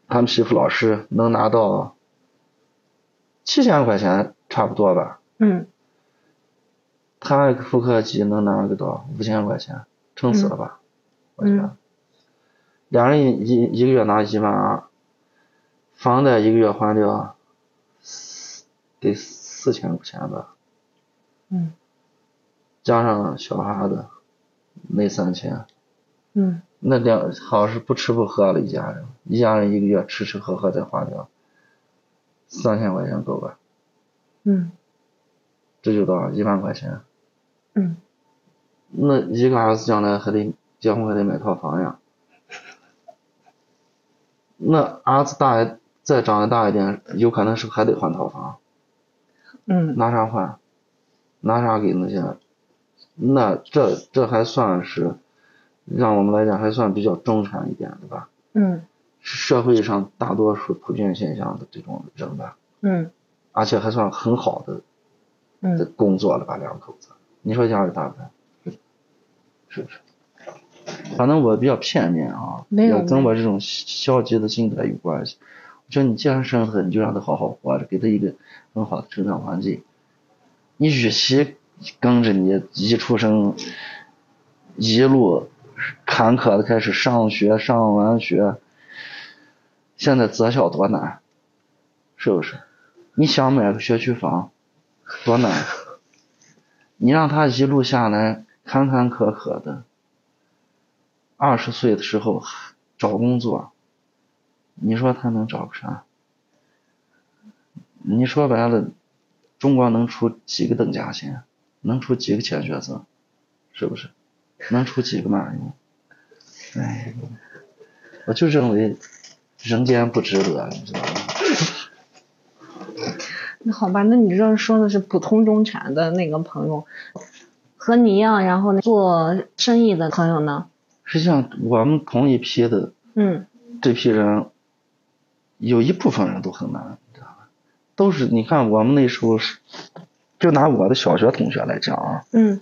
[SPEAKER 3] 他们媳妇老师能拿到七千块钱差不多吧，
[SPEAKER 2] 嗯
[SPEAKER 3] 他一个副科级能拿个到五千块钱，撑死了吧，我觉得。俩人一一一个月拿一万二，房贷一个月还掉四得四千块钱吧，
[SPEAKER 2] 嗯
[SPEAKER 3] 加上小孩的那三千，
[SPEAKER 2] 嗯
[SPEAKER 3] 那两好像是不吃不喝了，一家人一家人一个月吃吃喝喝再花掉三千块钱够吧？
[SPEAKER 2] 嗯
[SPEAKER 3] 这就到一万块钱，
[SPEAKER 2] 嗯，
[SPEAKER 3] 那一个儿子将来还得结婚还得买套房呀。那儿子大一再长得大一点，有可能是不是还得换套房？
[SPEAKER 2] 嗯
[SPEAKER 3] 拿啥换？拿啥给那些？那这这还算是，让我们来讲还算比较中产一点，对吧？
[SPEAKER 2] 嗯
[SPEAKER 3] 是社会上大多数普遍现象的这种人吧，
[SPEAKER 2] 嗯
[SPEAKER 3] 而且还算很好的的
[SPEAKER 2] 嗯，
[SPEAKER 3] 工作了吧，两口子，你说压力大不大？是不是？反正我比较片面啊，
[SPEAKER 2] 没有
[SPEAKER 3] 也跟
[SPEAKER 2] 没有
[SPEAKER 3] 我这种消极的性格有关系。我觉得你既然生了他，你就让他好好活着，给他一个很好的成长环境。你与其跟着你一出生一路坎坷的开始上学，上完学，现在择校多难，是不是？你想买个学区房，
[SPEAKER 2] *laughs*
[SPEAKER 3] 多难！你让他一路下来坎坎坷坷的，二十岁的时候找工作，你说他能找个啥？你说白了，中国能出几个邓稼先？能出几个钱学森？是不是？能出几个马云？哎，我就认为人间不值得，你知道吗？
[SPEAKER 2] 那好吧，那你这说的是普通中产的那个朋友，和你一样，然后呢做生意的朋友呢？
[SPEAKER 3] 实际上，我们同一批的
[SPEAKER 2] 嗯
[SPEAKER 3] 这批人，有一部分人都很难，你知道吧？都是你看我们那时候是，就拿我的小学同学来讲啊，
[SPEAKER 2] 嗯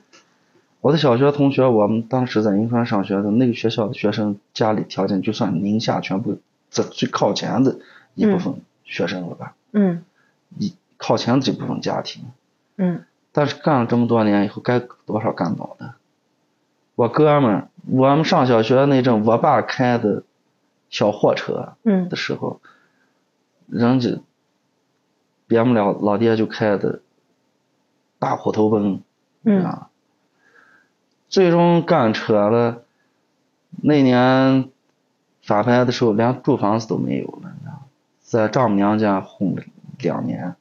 [SPEAKER 3] 我的小学同学，我们当时在银川上学的那个学校的学生，家里条件就算宁夏全部在最靠前的一部分学生了吧，
[SPEAKER 2] 嗯
[SPEAKER 3] 一靠前这部分家庭，
[SPEAKER 2] 嗯
[SPEAKER 3] 但是干了这么多年以后，该多少干到的。我哥们儿，我们上小学那阵，我爸开的小货车，
[SPEAKER 2] 嗯
[SPEAKER 3] 的时候，人家别不了老爹就开的大虎头奔，
[SPEAKER 2] 嗯
[SPEAKER 3] 啊，最终干扯了。那年法拍的时候，连住房子都没有了，你知道吗在丈母娘家混了两年，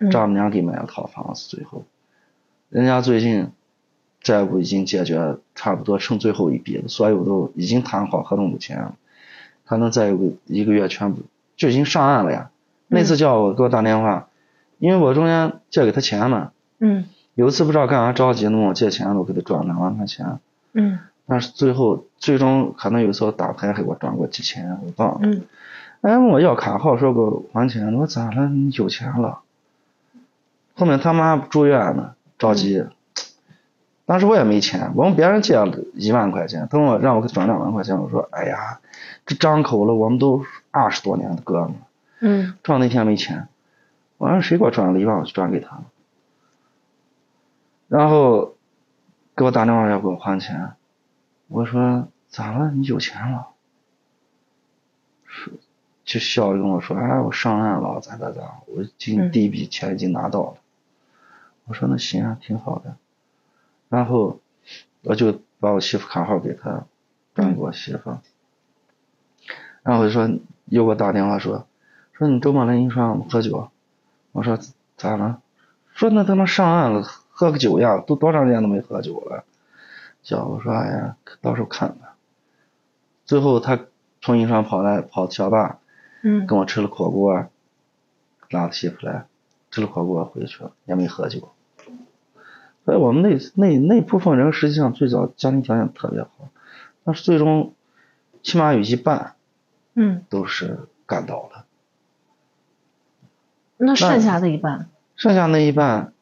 [SPEAKER 2] 嗯
[SPEAKER 3] 丈母娘给买了套房子，最后人家最近债务已经解决，差不多剩最后一笔了，所有都已经谈好合同的钱了，他能再有个一个月全部就已经上岸了呀。
[SPEAKER 2] 嗯
[SPEAKER 3] 那次叫我给我打电话，因为我中间借给他钱嘛，
[SPEAKER 2] 嗯
[SPEAKER 3] 有一次不知道干啥着急弄我借钱了，我给他转两万块钱，
[SPEAKER 2] 嗯
[SPEAKER 3] 但是最后最终可能有时候打牌给我转过几千，我忘了。
[SPEAKER 2] 嗯
[SPEAKER 3] 哎，问我要卡号，说给我还钱，我说咋了？你有钱了？后面他妈住院呢，着急。当时我也没钱，我问别人借了一万块钱，他问我让我给他转两万块钱，我说哎呀，这张口了，我们都二十多年的哥们儿。
[SPEAKER 2] 嗯
[SPEAKER 3] 正好那天没钱，我让谁给我转了一万，我就转给他了。然后给我打电话要给我还钱，我说咋了？你有钱了？是，就笑着跟我说：“哎，我上岸了，咋咋咋，我今
[SPEAKER 2] 嗯
[SPEAKER 3] 第一笔钱已经拿到了。我说：“那行啊，挺好的。”然后我就把我媳妇卡号给他，转给我媳妇。然后我就说：“又给我打电话说，说你周末来银川我们喝酒，我说咋了？说那他妈上岸了，喝个酒呀，都多长时间都没喝酒了。小子说哎呀，到时候看吧。最后他从银川跑来跑桥坝，
[SPEAKER 2] 嗯
[SPEAKER 3] 跟我吃了火锅，拉着媳妇来吃了火锅回去了，也没喝酒。所以我们那那那部分人实际上最早家庭条件特别好，但是最终起码有一半
[SPEAKER 2] 嗯，
[SPEAKER 3] 都是干倒了，
[SPEAKER 2] 那剩下的一半，
[SPEAKER 3] 剩下那一半，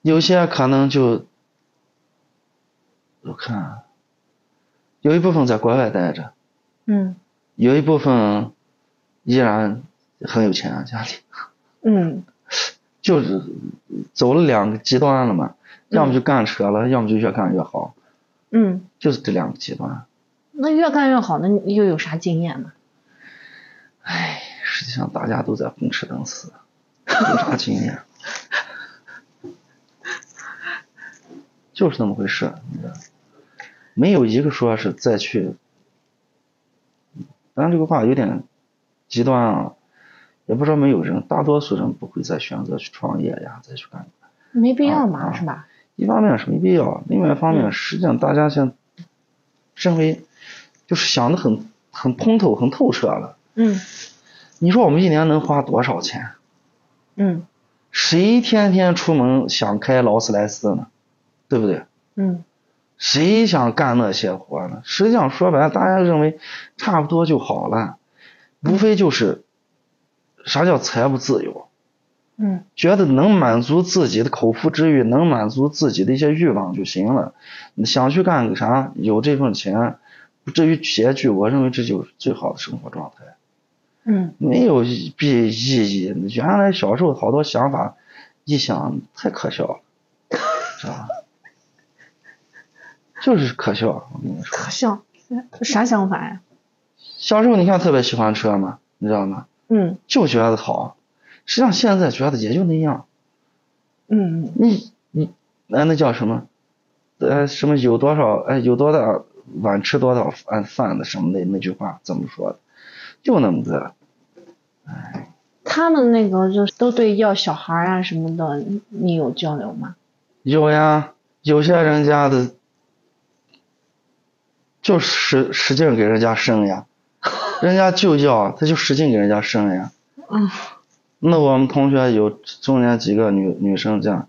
[SPEAKER 3] 有些可能就我看啊，有一部分在国外待着，
[SPEAKER 2] 嗯
[SPEAKER 3] 有一部分依然很有钱、啊，家里
[SPEAKER 2] 嗯
[SPEAKER 3] 就是走了两个极端了嘛，要么就干折了，要么就越干越好，
[SPEAKER 2] 嗯，
[SPEAKER 3] 就是这两个极端。
[SPEAKER 2] 那越干越好，那你又有啥经验呢？
[SPEAKER 3] 唉，实际上大家都在混吃等死，有啥经验？就是那么回事，你知道没有一个说是再去。当然，这个话有点极端啊，也不是说没有人，大多数人不会再选择去创业呀，再去干。
[SPEAKER 2] 没必要嘛，
[SPEAKER 3] 啊啊
[SPEAKER 2] 是吧？
[SPEAKER 3] 一方面是没必要，另外一方面，
[SPEAKER 2] 嗯
[SPEAKER 3] 实际上大家现在认为就是想的很很通透、很透彻了。
[SPEAKER 2] 嗯
[SPEAKER 3] 你说我们一年能花多少钱？
[SPEAKER 2] 嗯
[SPEAKER 3] 谁天天出门想开劳斯莱斯呢？对不对？
[SPEAKER 2] 嗯
[SPEAKER 3] 谁想干那些活呢？实际上说白了，大家认为差不多就好了，无非就是啥叫财务自由，
[SPEAKER 2] 嗯
[SPEAKER 3] 觉得能满足自己的口腹之欲，能满足自己的一些欲望就行了。你想去干个啥，有这份钱，至于拮据，我认为这就是最好的生活状态。
[SPEAKER 2] 嗯
[SPEAKER 3] 没有意必意义。原来小时候好多想法，一想太可笑了，知道吧？ *laughs* 就是可笑，我跟你说。
[SPEAKER 2] 可笑，啥想法呀？
[SPEAKER 3] 小时候你看特别喜欢车嘛，你知道吗？
[SPEAKER 2] 嗯
[SPEAKER 3] 就觉得好，实际上现在觉得也就那样。
[SPEAKER 2] 嗯嗯
[SPEAKER 3] 你你哎，那叫什么？呃，什么有多少哎有多大碗吃多少饭饭的什么的那句话怎么说的？就那么个。
[SPEAKER 2] 他们那个就是都对要小孩啊什么的，你你有交流吗？
[SPEAKER 3] 有呀，有些人家的就使使劲给人家生呀，人家就要，他就使劲给人家生呀。
[SPEAKER 2] 嗯
[SPEAKER 3] *laughs* 那我们同学有中间几个女女生这样，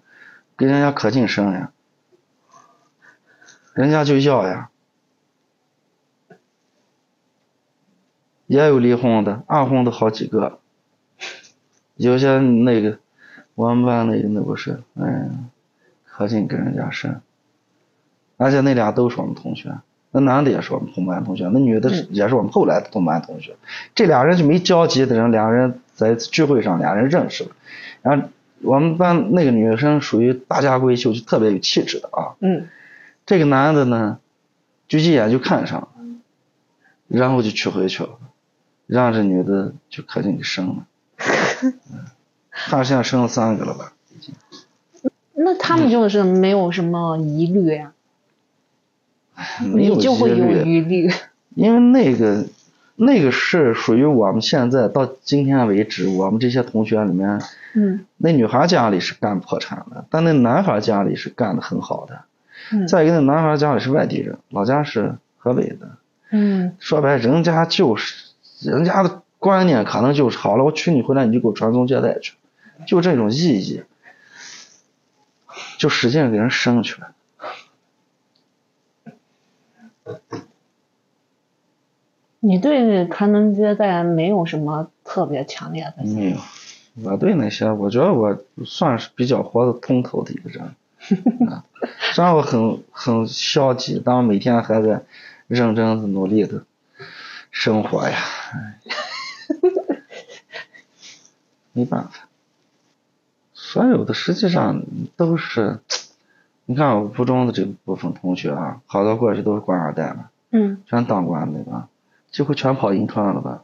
[SPEAKER 3] 给人家可劲生呀，人家就要呀。也有离婚的，二婚的好几个，有些那个我们班那个那不是，哎呀，可劲给人家生，而且那俩都是我们同学，那男的也是我们同班同学，那女的是
[SPEAKER 2] 嗯
[SPEAKER 3] 也是我们后来的同班同学，这俩人就没交集的人，俩人在聚会上俩人认识了，然后我们班那个女生属于大家闺秀，就特别有气质的啊，
[SPEAKER 2] 嗯
[SPEAKER 3] 这个男的呢，就一眼就看上了，然后就娶回去了，让这女的就可劲给生
[SPEAKER 2] *laughs*
[SPEAKER 3] 了，嗯他现在生了三个了吧？
[SPEAKER 2] 那他们就是没有什么疑虑呀、
[SPEAKER 3] 没有
[SPEAKER 2] 你就会
[SPEAKER 3] 几率
[SPEAKER 2] 有疑虑。
[SPEAKER 3] 因为那个那个是属于我们现在到今天为止，我们这些同学里面，
[SPEAKER 2] *laughs* 嗯
[SPEAKER 3] 那女孩家里是干破产的，但那男孩家里是干的很好的。
[SPEAKER 2] 嗯
[SPEAKER 3] 再一个，那男孩家里是外地人，老家是河北的，
[SPEAKER 2] 嗯
[SPEAKER 3] 说白了，人家就是人家的观念可能就是好了，我娶你回来你就给我传宗接代去，就这种意义，就使劲给人生去了。
[SPEAKER 2] 你对传宗接代没有什么特别强烈的，
[SPEAKER 3] 没有，我对那些，我觉得我算是比较活得通透的一个人。啊，虽然我很很消极，但我每天还在认真的努力的生活呀，唉没办法。所有的实际上都是，你看我初中的这部分同学啊，好多过去都是官二代嘛，
[SPEAKER 2] 嗯
[SPEAKER 3] 全当官的吧，几乎全跑银川了吧，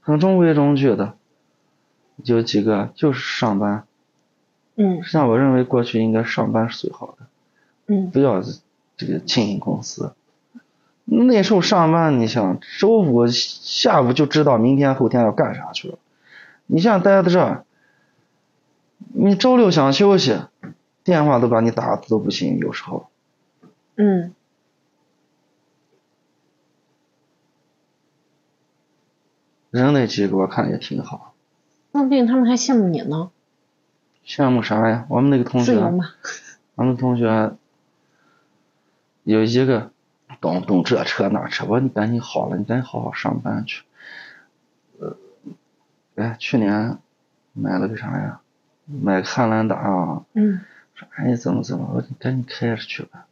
[SPEAKER 3] 很中规中矩的，有几个就是上班。
[SPEAKER 2] 嗯
[SPEAKER 3] 实际上，我认为过去应该上班是最好的，
[SPEAKER 2] 嗯
[SPEAKER 3] 不要这个经营公司，那时候上班，你想周五下午就知道明天后天要干啥去了。你现在待在这儿，你周六想休息，电话都把你打的都不行，有时候。
[SPEAKER 2] 嗯
[SPEAKER 3] 人类其实我看也挺好，
[SPEAKER 2] 说不定他们还羡慕你呢，
[SPEAKER 3] 羡慕啥呀？我们那个同
[SPEAKER 2] 自
[SPEAKER 3] 学，啊
[SPEAKER 2] 由嘛。
[SPEAKER 3] 我们同学有一个懂懂这车那车，我说你赶紧好了，你赶紧好好上班去。呃，哎，去年买了个啥呀？买个汉兰达啊。
[SPEAKER 2] 嗯
[SPEAKER 3] 说哎怎么怎么，我说你赶紧开着去吧。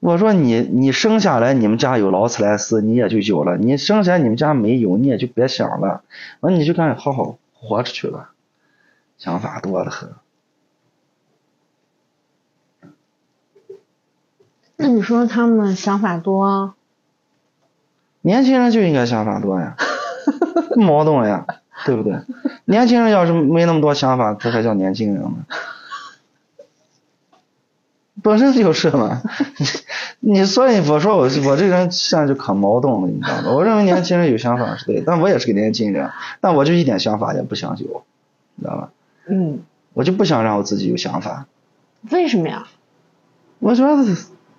[SPEAKER 3] 我说你你生下来你们家有劳斯莱斯你也就有了，你生下来你们家没有你也就别想了，我说你就赶紧好好活着去吧，想法多得很。
[SPEAKER 2] 那你说他们想法多，啊
[SPEAKER 3] 年轻人就应该想法多呀， *laughs* 矛盾呀，对不对？年轻人要是没那么多想法，他还叫年轻人吗？ *laughs* 本身就是嘛， *laughs* 你你所以我说我我这人现在就可矛盾了，你知道吗？我认为年轻人有想法是对，但我也是个年轻人，但我就一点想法也不想有，你知道吧？
[SPEAKER 2] 嗯，
[SPEAKER 3] 我就不想让我自己有想法，
[SPEAKER 2] 为什么呀？
[SPEAKER 3] 我觉得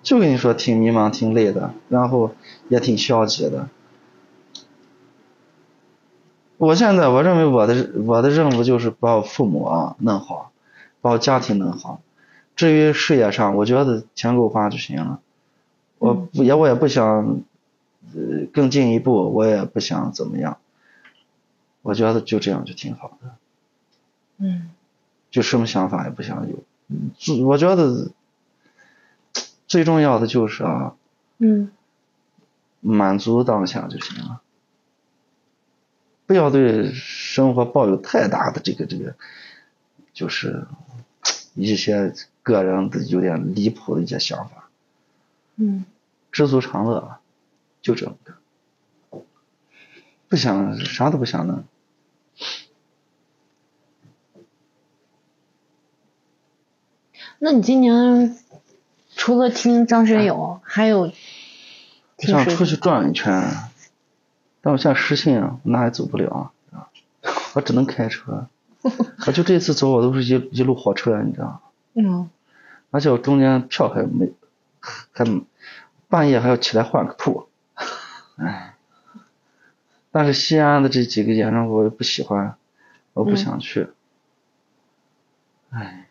[SPEAKER 3] 就跟你说挺迷茫、挺累的，然后也挺消极的。我现在我认为我的我的任务就是把我父母啊弄好，把我家庭弄好。至于事业上，我觉得钱够花就行了。我不也我也不想，呃，更进一步，我也不想怎么样。我觉得就这样就挺好的。
[SPEAKER 2] 嗯
[SPEAKER 3] 就什么想法也不想有。嗯最我觉得最重要的就是啊，
[SPEAKER 2] 嗯
[SPEAKER 3] 满足当下就行了，不要对生活抱有太大的这个这个，就是一些个人的有点离谱的一些想法，
[SPEAKER 2] 嗯，
[SPEAKER 3] 知足常乐啊，就这么个，不想啥都不想弄。
[SPEAKER 2] 那你今年除了听张学友，还有
[SPEAKER 3] 我
[SPEAKER 2] 听
[SPEAKER 3] 想
[SPEAKER 2] 谁
[SPEAKER 3] 出去转一圈，但我现在失信啊，我哪也走不了啊， *laughs* 我只能开车。我就这次走，我都是一一路火车，你知道吗，
[SPEAKER 2] 嗯，
[SPEAKER 3] 而且我中间票还没，还半夜还要起来换个铺，唉。但是西安的这几个演唱会我也不喜欢，我不
[SPEAKER 2] 嗯
[SPEAKER 3] 想去，唉。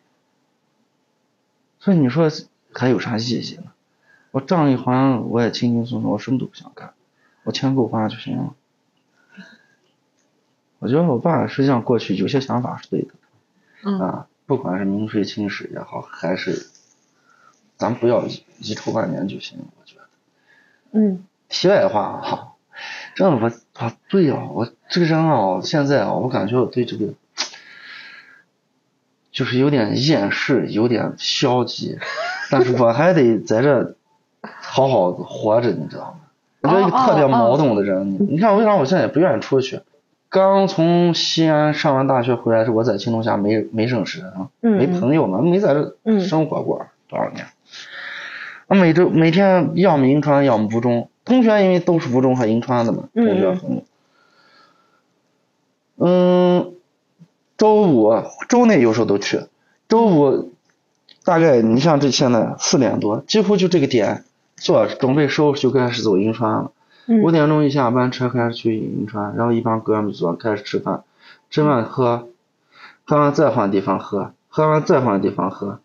[SPEAKER 3] 所以你说还有啥意义呢？我账一还，我也轻轻松松，我什么都不想干，我钱够花就行了。我觉得我爸实际上过去有些想法是对的，
[SPEAKER 2] 嗯
[SPEAKER 3] 啊，不管是名垂青史也好，还是咱不要遗臭万年就行。我觉得。
[SPEAKER 2] 嗯
[SPEAKER 3] 题外话啊，真的我我对啊，我这个人啊，现在啊，我感觉我对这个就是有点厌世，有点消极，但是我还得在这好好活着，你知道吗？我觉得一个特别矛盾的人，你你看为啥我现在也不愿意出去？刚从西安上完大学回来时，我在青铜峡没没认识人，
[SPEAKER 2] 嗯，
[SPEAKER 3] 没朋友嘛，没在这
[SPEAKER 2] 嗯
[SPEAKER 3] 生活过多少年。我每周每天要么银川，要么吴中。同学因为都是吴中和银川的嘛，同
[SPEAKER 2] 嗯
[SPEAKER 3] 学
[SPEAKER 2] 嗯
[SPEAKER 3] 朋友。嗯，周五周内有时候都去，周五大概你像这现在四点多，几乎就这个点坐准备收拾就开始走银川了。
[SPEAKER 2] 嗯
[SPEAKER 3] 五点钟一下班，车开始去银川，然后一帮哥们儿坐开始吃饭，吃饭喝，喝完再换地方喝，喝完再换地方喝，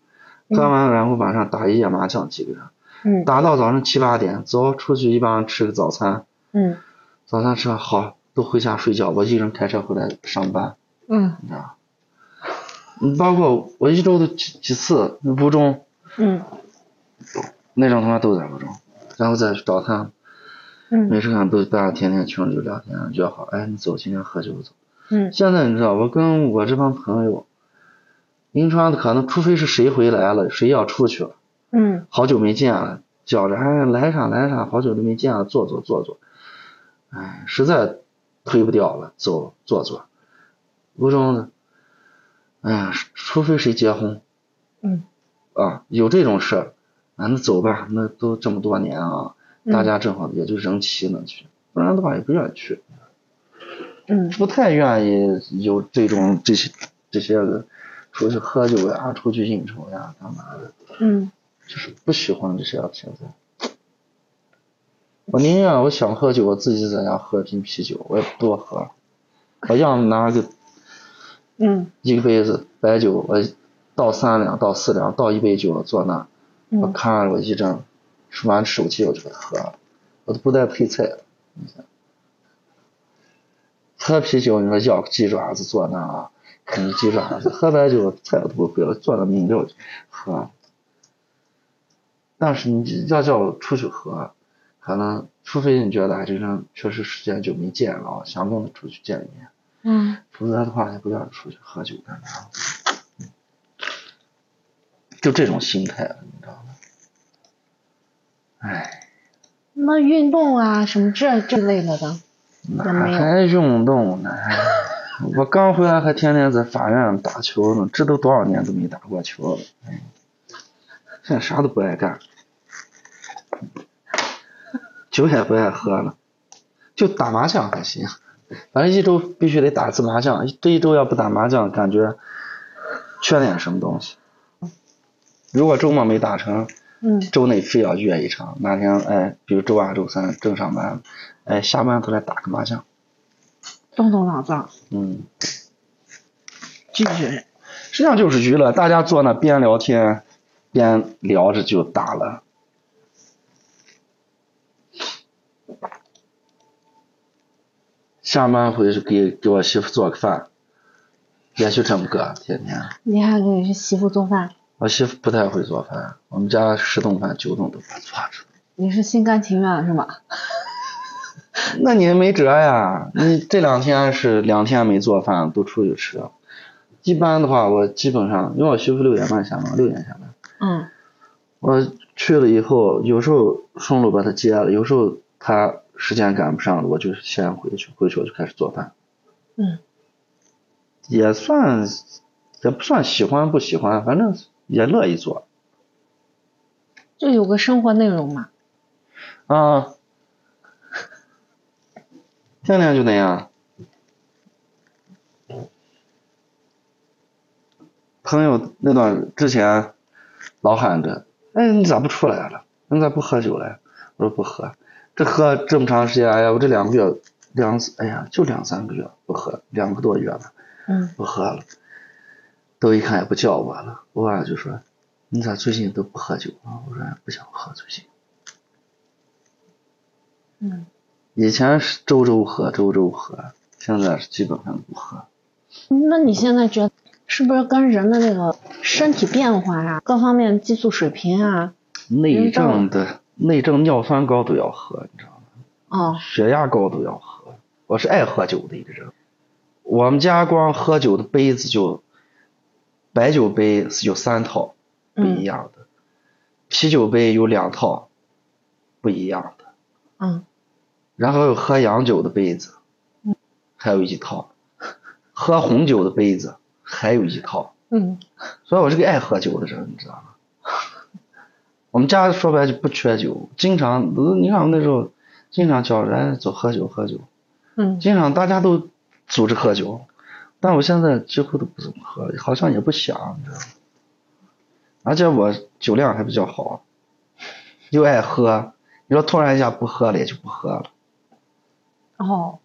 [SPEAKER 3] 喝完然后晚上打一夜麻将，几个人
[SPEAKER 2] 嗯
[SPEAKER 3] 打到早上七八点，走出去一帮人吃个早餐，
[SPEAKER 2] 嗯
[SPEAKER 3] 早餐吃完好都回家睡觉，我一人开车回来上班，
[SPEAKER 2] 嗯
[SPEAKER 3] 你知道吗？嗯包括我一周都几几次吴中
[SPEAKER 2] 嗯
[SPEAKER 3] 那种他妈都在吴中，然后再去找他没
[SPEAKER 2] 嗯
[SPEAKER 3] 事干都大家天天情侣聊天约好，哎，你走，今天喝酒走。
[SPEAKER 2] 嗯
[SPEAKER 3] 现在你知道，我跟我这帮朋友，银川的可能，除非是谁回来了，谁要出去了，
[SPEAKER 2] 嗯
[SPEAKER 3] 好久没见了，叫着哎来啥来啥，好久都没见了，坐坐坐坐。哎，实在推不掉了，走坐坐。吴中呢，哎呀，除非谁结婚，
[SPEAKER 2] 嗯
[SPEAKER 3] 啊，有这种事儿，啊，那走吧，那都这么多年啊，
[SPEAKER 2] 嗯
[SPEAKER 3] 大家正好也就人齐能去，不然的话也不愿意去。
[SPEAKER 2] 嗯
[SPEAKER 3] 不太愿意有这种这些这些个出去喝酒呀、出去应酬呀、干嘛的，
[SPEAKER 2] 嗯
[SPEAKER 3] 就是不喜欢这些现在。我宁愿我想喝酒，我自己在家喝瓶啤酒，我也不多喝。我要么拿个
[SPEAKER 2] 嗯
[SPEAKER 3] 一杯子白酒，我倒三两、倒四两、倒一杯酒，我坐那，我
[SPEAKER 2] 嗯
[SPEAKER 3] 看我一阵，玩手机我就给它喝了，我都不带配菜的。你想，喝啤酒你说要个鸡爪子坐那啊，啃个鸡爪子；喝白酒菜都不会了，坐那饮料就喝。但是你要叫我出去喝，可能除非你觉得哎这人确实时间久没见了啊，想跟他出去见一面，
[SPEAKER 2] 嗯
[SPEAKER 3] 否则的话也不愿意出去喝酒干啥。就这种心态了，你知道吗？哎。
[SPEAKER 2] 那运动啊什么这这类的的，也没
[SPEAKER 3] 哪
[SPEAKER 2] 有
[SPEAKER 3] 还运动呢？哎我刚回来还天天在法院打球呢，这都多少年都没打过球了。哎，现在啥都不爱干，酒也不爱喝了，就打麻将还行。反正一周必须得打一次麻将，这一周要不打麻将，感觉缺点什么东西。如果周末没打成，
[SPEAKER 2] 嗯
[SPEAKER 3] 周内非要约一场，哪天哎，比如周二、周三正上班，哎，下班回来打个麻将，
[SPEAKER 2] 动动脑子，
[SPEAKER 3] 嗯，
[SPEAKER 2] 拒绝。
[SPEAKER 3] 实际上就是娱乐，大家坐那边聊天边聊着就打了。下班回去给给我媳妇做个饭，也就这么个，天天。
[SPEAKER 2] 你还给媳妇做饭，
[SPEAKER 3] 我媳妇不太会做饭，我们家十顿饭九顿都不做出
[SPEAKER 2] 你是心甘情愿是吧？
[SPEAKER 3] 那你没辙呀，你这两天是两天没做饭，都出去吃。一般的话，我基本上因为我媳妇六点半下班，六点下班，
[SPEAKER 2] 嗯
[SPEAKER 3] 我呃去了以后，有时候顺路把她接了，有时候她时间赶不上了，我就先回去，回去我就开始做饭，
[SPEAKER 2] 嗯
[SPEAKER 3] 也算也不算喜欢不喜欢，反正也乐意做
[SPEAKER 2] 就有个生活内容嘛。
[SPEAKER 3] 啊。天天就那样，朋友那段之前老喊着：“哎，你咋不出来了？你咋不喝酒了？”我说：“不喝，这喝这么长时间，哎呀，我这两个月两，哎呀，就两三个月不喝，两个多月了
[SPEAKER 2] 嗯
[SPEAKER 3] 不喝了。”都一看也不叫我了，我爸就说：“你咋最近都不喝酒了？”我说：“哎不想喝最近。
[SPEAKER 2] 嗯
[SPEAKER 3] 以前是周周喝，周周喝，现在是基本上不喝。”
[SPEAKER 2] 那你现在觉得是不是跟人的那个身体变化呀、各方面激素水平啊，
[SPEAKER 3] 内政的内政尿酸高都要喝，你知道吗？
[SPEAKER 2] 哦，
[SPEAKER 3] 血压高都要喝。我是爱喝酒的一个人，我们家光喝酒的杯子就白酒杯是有三套不
[SPEAKER 2] 嗯
[SPEAKER 3] 一样的，啤酒杯有两套不一样的，
[SPEAKER 2] 嗯
[SPEAKER 3] 然后有喝洋酒的杯子，还有一套， *laughs* 喝红酒的杯子还有一套。
[SPEAKER 2] 嗯
[SPEAKER 3] 所以我是个爱喝酒的人，你知道吗？ *laughs* 我们家说白了就不缺酒，经常都你看我们那时候经常叫人走喝酒喝酒，
[SPEAKER 2] 嗯
[SPEAKER 3] 经常大家都组织喝酒，但我现在几乎都不怎么喝了，好像也不想，你知道吗？而且我酒量还比较好，又爱喝，你说突然一下不喝了也就不喝了。
[SPEAKER 2] 哦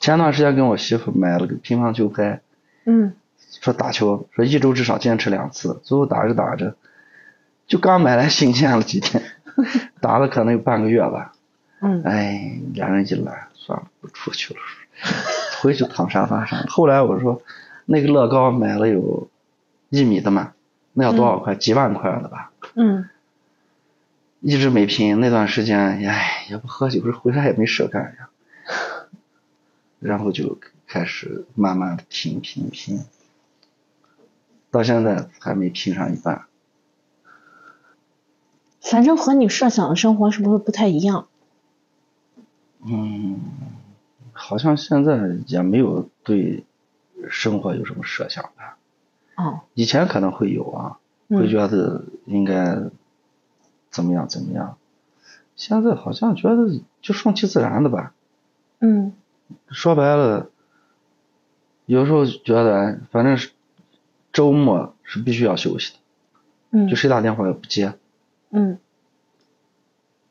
[SPEAKER 3] 前段时间跟我媳妇买了个乒乓球拍，
[SPEAKER 2] 嗯
[SPEAKER 3] 说打球，说一周至少坚持两次，最后打着打着，就刚买来新鲜了几天，打了可能有半个月吧。
[SPEAKER 2] 嗯
[SPEAKER 3] 哎，两人一懒，算了，不出去了，回去躺沙发上。后来我说，那个乐高买了有一米的嘛，那要多少块？几万块了吧？
[SPEAKER 2] 嗯
[SPEAKER 3] 一直没拼，那段时间，哎，也不喝酒，这回来也没事干呀。然后就开始慢慢的拼拼拼，到现在还没拼上一半。
[SPEAKER 2] 反正和你设想的生活是不是不太一样？
[SPEAKER 3] 嗯，好像现在也没有对生活有什么设想吧。
[SPEAKER 2] 哦，
[SPEAKER 3] 以前可能会有啊，
[SPEAKER 2] 嗯
[SPEAKER 3] 会觉得应该怎么样怎么样。现在好像觉得就顺其自然的吧。
[SPEAKER 2] 嗯
[SPEAKER 3] 说白了，有时候觉得哎反正是周末是必须要休息的，
[SPEAKER 2] 嗯
[SPEAKER 3] 就谁打电话也不接，
[SPEAKER 2] 嗯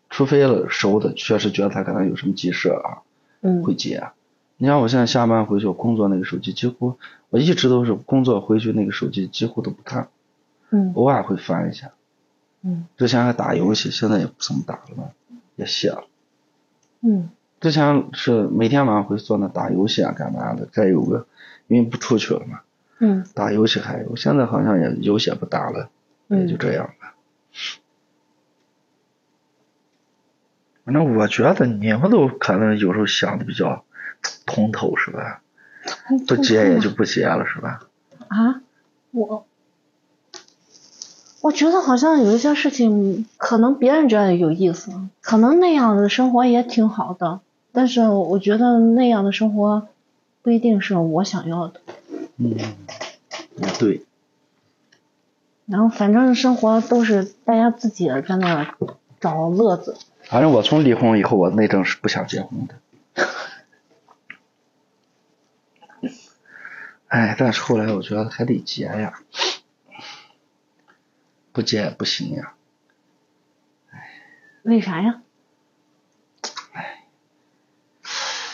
[SPEAKER 3] 除非了熟的，确实觉得他可能有什么急事啊
[SPEAKER 2] 嗯
[SPEAKER 3] 会接。啊你像我现在下班回去，我工作那个手机几乎我一直都是工作回去那个手机几乎都不看，
[SPEAKER 2] 嗯
[SPEAKER 3] 偶尔会翻一下。
[SPEAKER 2] 嗯
[SPEAKER 3] 之前还打游戏，现在也不怎么打了，也卸了。
[SPEAKER 2] 嗯
[SPEAKER 3] 之前是每天晚上会坐那打游戏啊，干嘛的？再有个，因为不出去了嘛，
[SPEAKER 2] 嗯
[SPEAKER 3] 打游戏还有。现在好像也游戏也不打了，也就
[SPEAKER 2] 嗯
[SPEAKER 3] 这样了。
[SPEAKER 4] 反正我觉得你们都可能有时候想的比较通透，是吧？
[SPEAKER 3] 不接也就不接了，是吧？
[SPEAKER 2] 啊，我我觉得好像有一些事情，可能别人觉得有意思，可能那样的生活也挺好的，但是我觉得那样的生活不一定是我想要的。
[SPEAKER 3] 嗯，也对。
[SPEAKER 2] 然后反正生活都是大家自己在那儿找乐子，
[SPEAKER 3] 反正我从离婚以后，我那阵是不想结婚的。哎，但是后来我觉得还得结呀，不结也不行呀。
[SPEAKER 2] 为啥呀？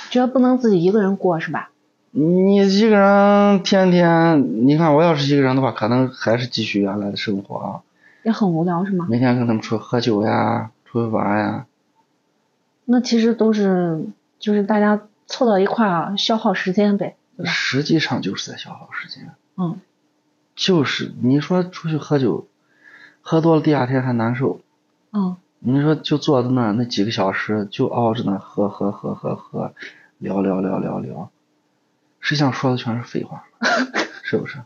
[SPEAKER 2] 觉得不能自己一个人过是吧？
[SPEAKER 3] 你一个人天天，你看我要是一个人的话，可能还是继续原来的生活啊，
[SPEAKER 2] 也很无聊是吗？
[SPEAKER 3] 每天跟他们出去喝酒呀，出去玩呀。
[SPEAKER 2] 那其实都是就是大家凑到一块儿消耗时间呗。对吧
[SPEAKER 3] 实际上就是在消耗时间，
[SPEAKER 2] 嗯
[SPEAKER 3] 就是你说出去喝酒，喝多了第二天还难受，
[SPEAKER 2] 嗯
[SPEAKER 3] 你说就坐在那儿那几个小时，就熬着那儿喝喝喝喝喝，聊聊聊聊聊，实际上说的全是废话，是不是？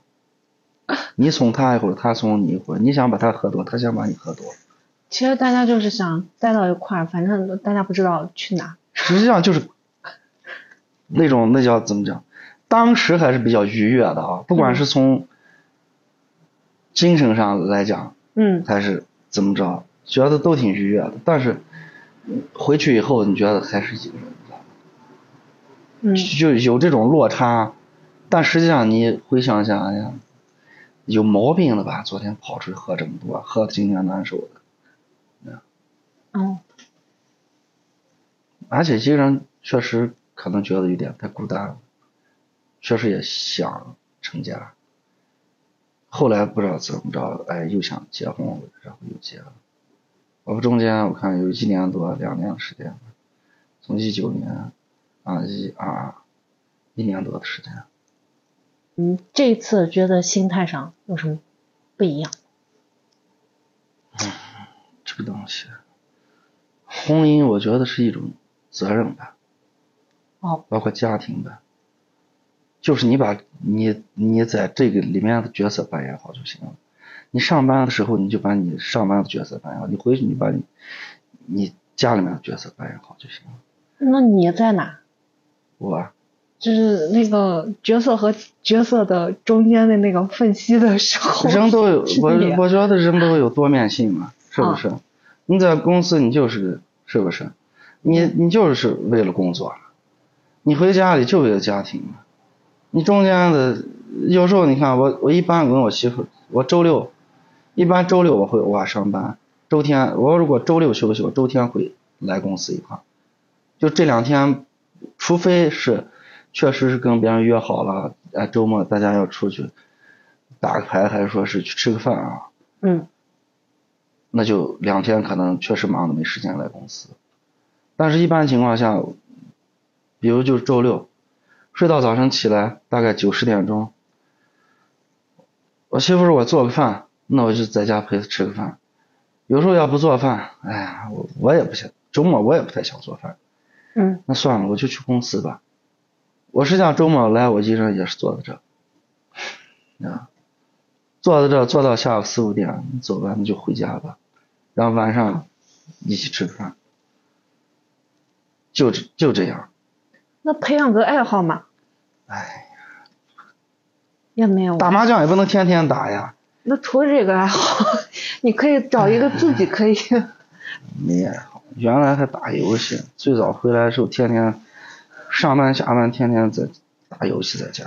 [SPEAKER 3] 你怂他一会儿，他怂你一会儿，你想把他喝多，他想把你喝多，
[SPEAKER 2] 其实大家就是想待到一块儿，反正大家不知道去哪。
[SPEAKER 3] 实际上就是那种那叫怎么讲？当时还是比较愉悦的啊，不管是从精神上来讲，
[SPEAKER 2] 嗯
[SPEAKER 3] 还是怎么着，觉得都挺愉悦的。但是回去以后，你觉得还是一个人的。
[SPEAKER 2] 嗯
[SPEAKER 3] 就有这种落差，但实际上你回想一下，哎呀，有毛病了吧？昨天跑出去喝这么多，喝的今天难受的，
[SPEAKER 2] 哦
[SPEAKER 3] 而且一个人确实可能觉得有点太孤单了，确实也想成家，后来不知道怎么着，哎，又想结婚了，然后又结了，我们中间我看有一年多两年的时间，从一九年啊一二一年多的时间。
[SPEAKER 2] 嗯，这次觉得心态上有什么不一样？
[SPEAKER 3] 这个东西，婚姻我觉得是一种责任吧，
[SPEAKER 2] 哦，
[SPEAKER 3] 包括家庭吧，就是你把你你在这个里面的角色扮演好就行了。你上班的时候你就把你上班的角色扮演好，你回去你把你你家里面的角色扮演好就行了。
[SPEAKER 2] 那你在哪？
[SPEAKER 3] 我啊
[SPEAKER 2] 就是那个角色和角色的中间的那个缝隙的时 *laughs* 候，
[SPEAKER 3] 人都有
[SPEAKER 2] 区
[SPEAKER 3] 我
[SPEAKER 2] 别
[SPEAKER 3] 我觉得人都有多面性嘛，是不是？你在公司你就是是不是？你你就是为了工作，你回家里就为了家庭嘛。你中间的有时候你看我我一般跟我媳妇，我周六一般周六我会偶尔上班，周天我如果周六休息，我周天会来公司一趟。就这两天，除非是确实是跟别人约好了，哎，周末大家要出去打个牌，还是说是去吃个饭啊，
[SPEAKER 2] 嗯
[SPEAKER 3] 那就两天可能确实忙的没时间来公司。但是，一般情况下，比如就是周六，睡到早上起来大概九十点钟，我媳妇说我做个饭，那我就在家陪她吃个饭。有时候要不做饭，哎呀，我我也不想，周末我也不太想做饭。
[SPEAKER 2] 嗯
[SPEAKER 3] 那算了，我就去公司吧。我实际上周末来，我一人也是坐在这，啊，坐在这坐到下午四五点，走吧，那就回家吧，然后晚上一起吃饭，就这就这样，
[SPEAKER 2] 那培养个爱好嘛，
[SPEAKER 3] 哎，
[SPEAKER 2] 也没有。
[SPEAKER 3] 打麻将也不能天天打呀，
[SPEAKER 2] 那除了这个爱好，你可以找一个自己可以
[SPEAKER 3] 没爱好。原来还打游戏，最早回来的时候天天上班下班，天天在打游戏，在家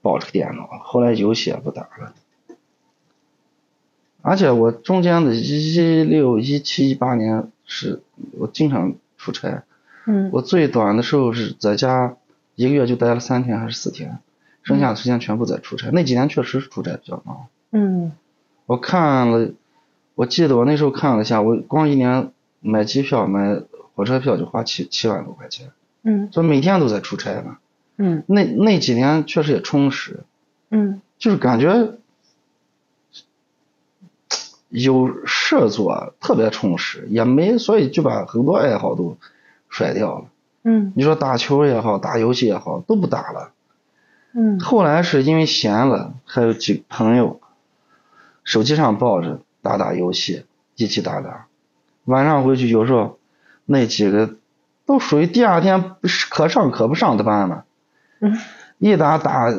[SPEAKER 3] 抱着个电脑。后来游戏也不打了，而且我中间的一六、一七、一八年是我经常出差，
[SPEAKER 2] *laughs* 嗯
[SPEAKER 3] 我最短的时候是在家一个月就待了三天还是四天，剩下的时间全部在出差。那几年确实是出差比较忙。
[SPEAKER 2] 嗯
[SPEAKER 3] 我看了，我记得我那时候看了一下，我光一年买机票、买火车票就花七七万多块钱，
[SPEAKER 2] 嗯
[SPEAKER 3] 所以每天都在出差嘛。
[SPEAKER 2] 嗯
[SPEAKER 3] 那那几年确实也充实，
[SPEAKER 2] 嗯
[SPEAKER 3] 就是感觉有事儿做，特别充实，也没所以就把很多爱好都甩掉了。
[SPEAKER 2] 嗯
[SPEAKER 3] 你说打球也好，打游戏也好，都不打了。
[SPEAKER 2] 嗯
[SPEAKER 3] 后来是因为闲了，还有几个朋友，手机上抱着打打游戏，一起打打。晚上回去有时候，那几个都属于第二天不是可上可不上的班了，
[SPEAKER 2] 嗯
[SPEAKER 3] 一打打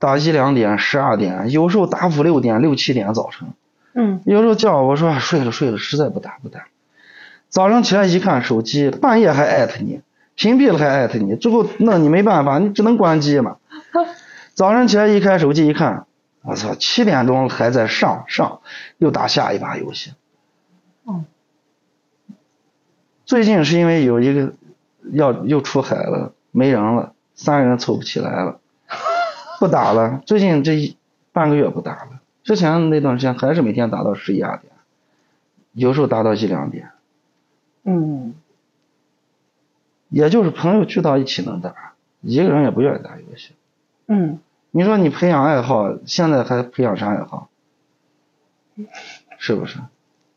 [SPEAKER 3] 打一两点、十二点，有时候打五六点、六七点早晨，
[SPEAKER 2] 嗯
[SPEAKER 3] 有时候叫我说哎睡了睡了，实在不打不打。早上起来一看手机，半夜还艾特你，屏蔽了还艾特你，最后那你没办法，你只能关机嘛。早上起来一开手机一看，我操，七点钟还在上上，又打下一把游戏。
[SPEAKER 2] 哦
[SPEAKER 3] 最近是因为有一个要又出海了，没人了，三个人凑不起来了，不打了。最近这一半个月不打了，之前那段时间还是每天打到十一二点，有时候打到一两点。
[SPEAKER 2] 嗯
[SPEAKER 3] 也就是朋友聚到一起能打，一个人也不愿意打游戏。
[SPEAKER 2] 嗯
[SPEAKER 3] 你说你培养爱好，现在还培养啥爱好？是不是？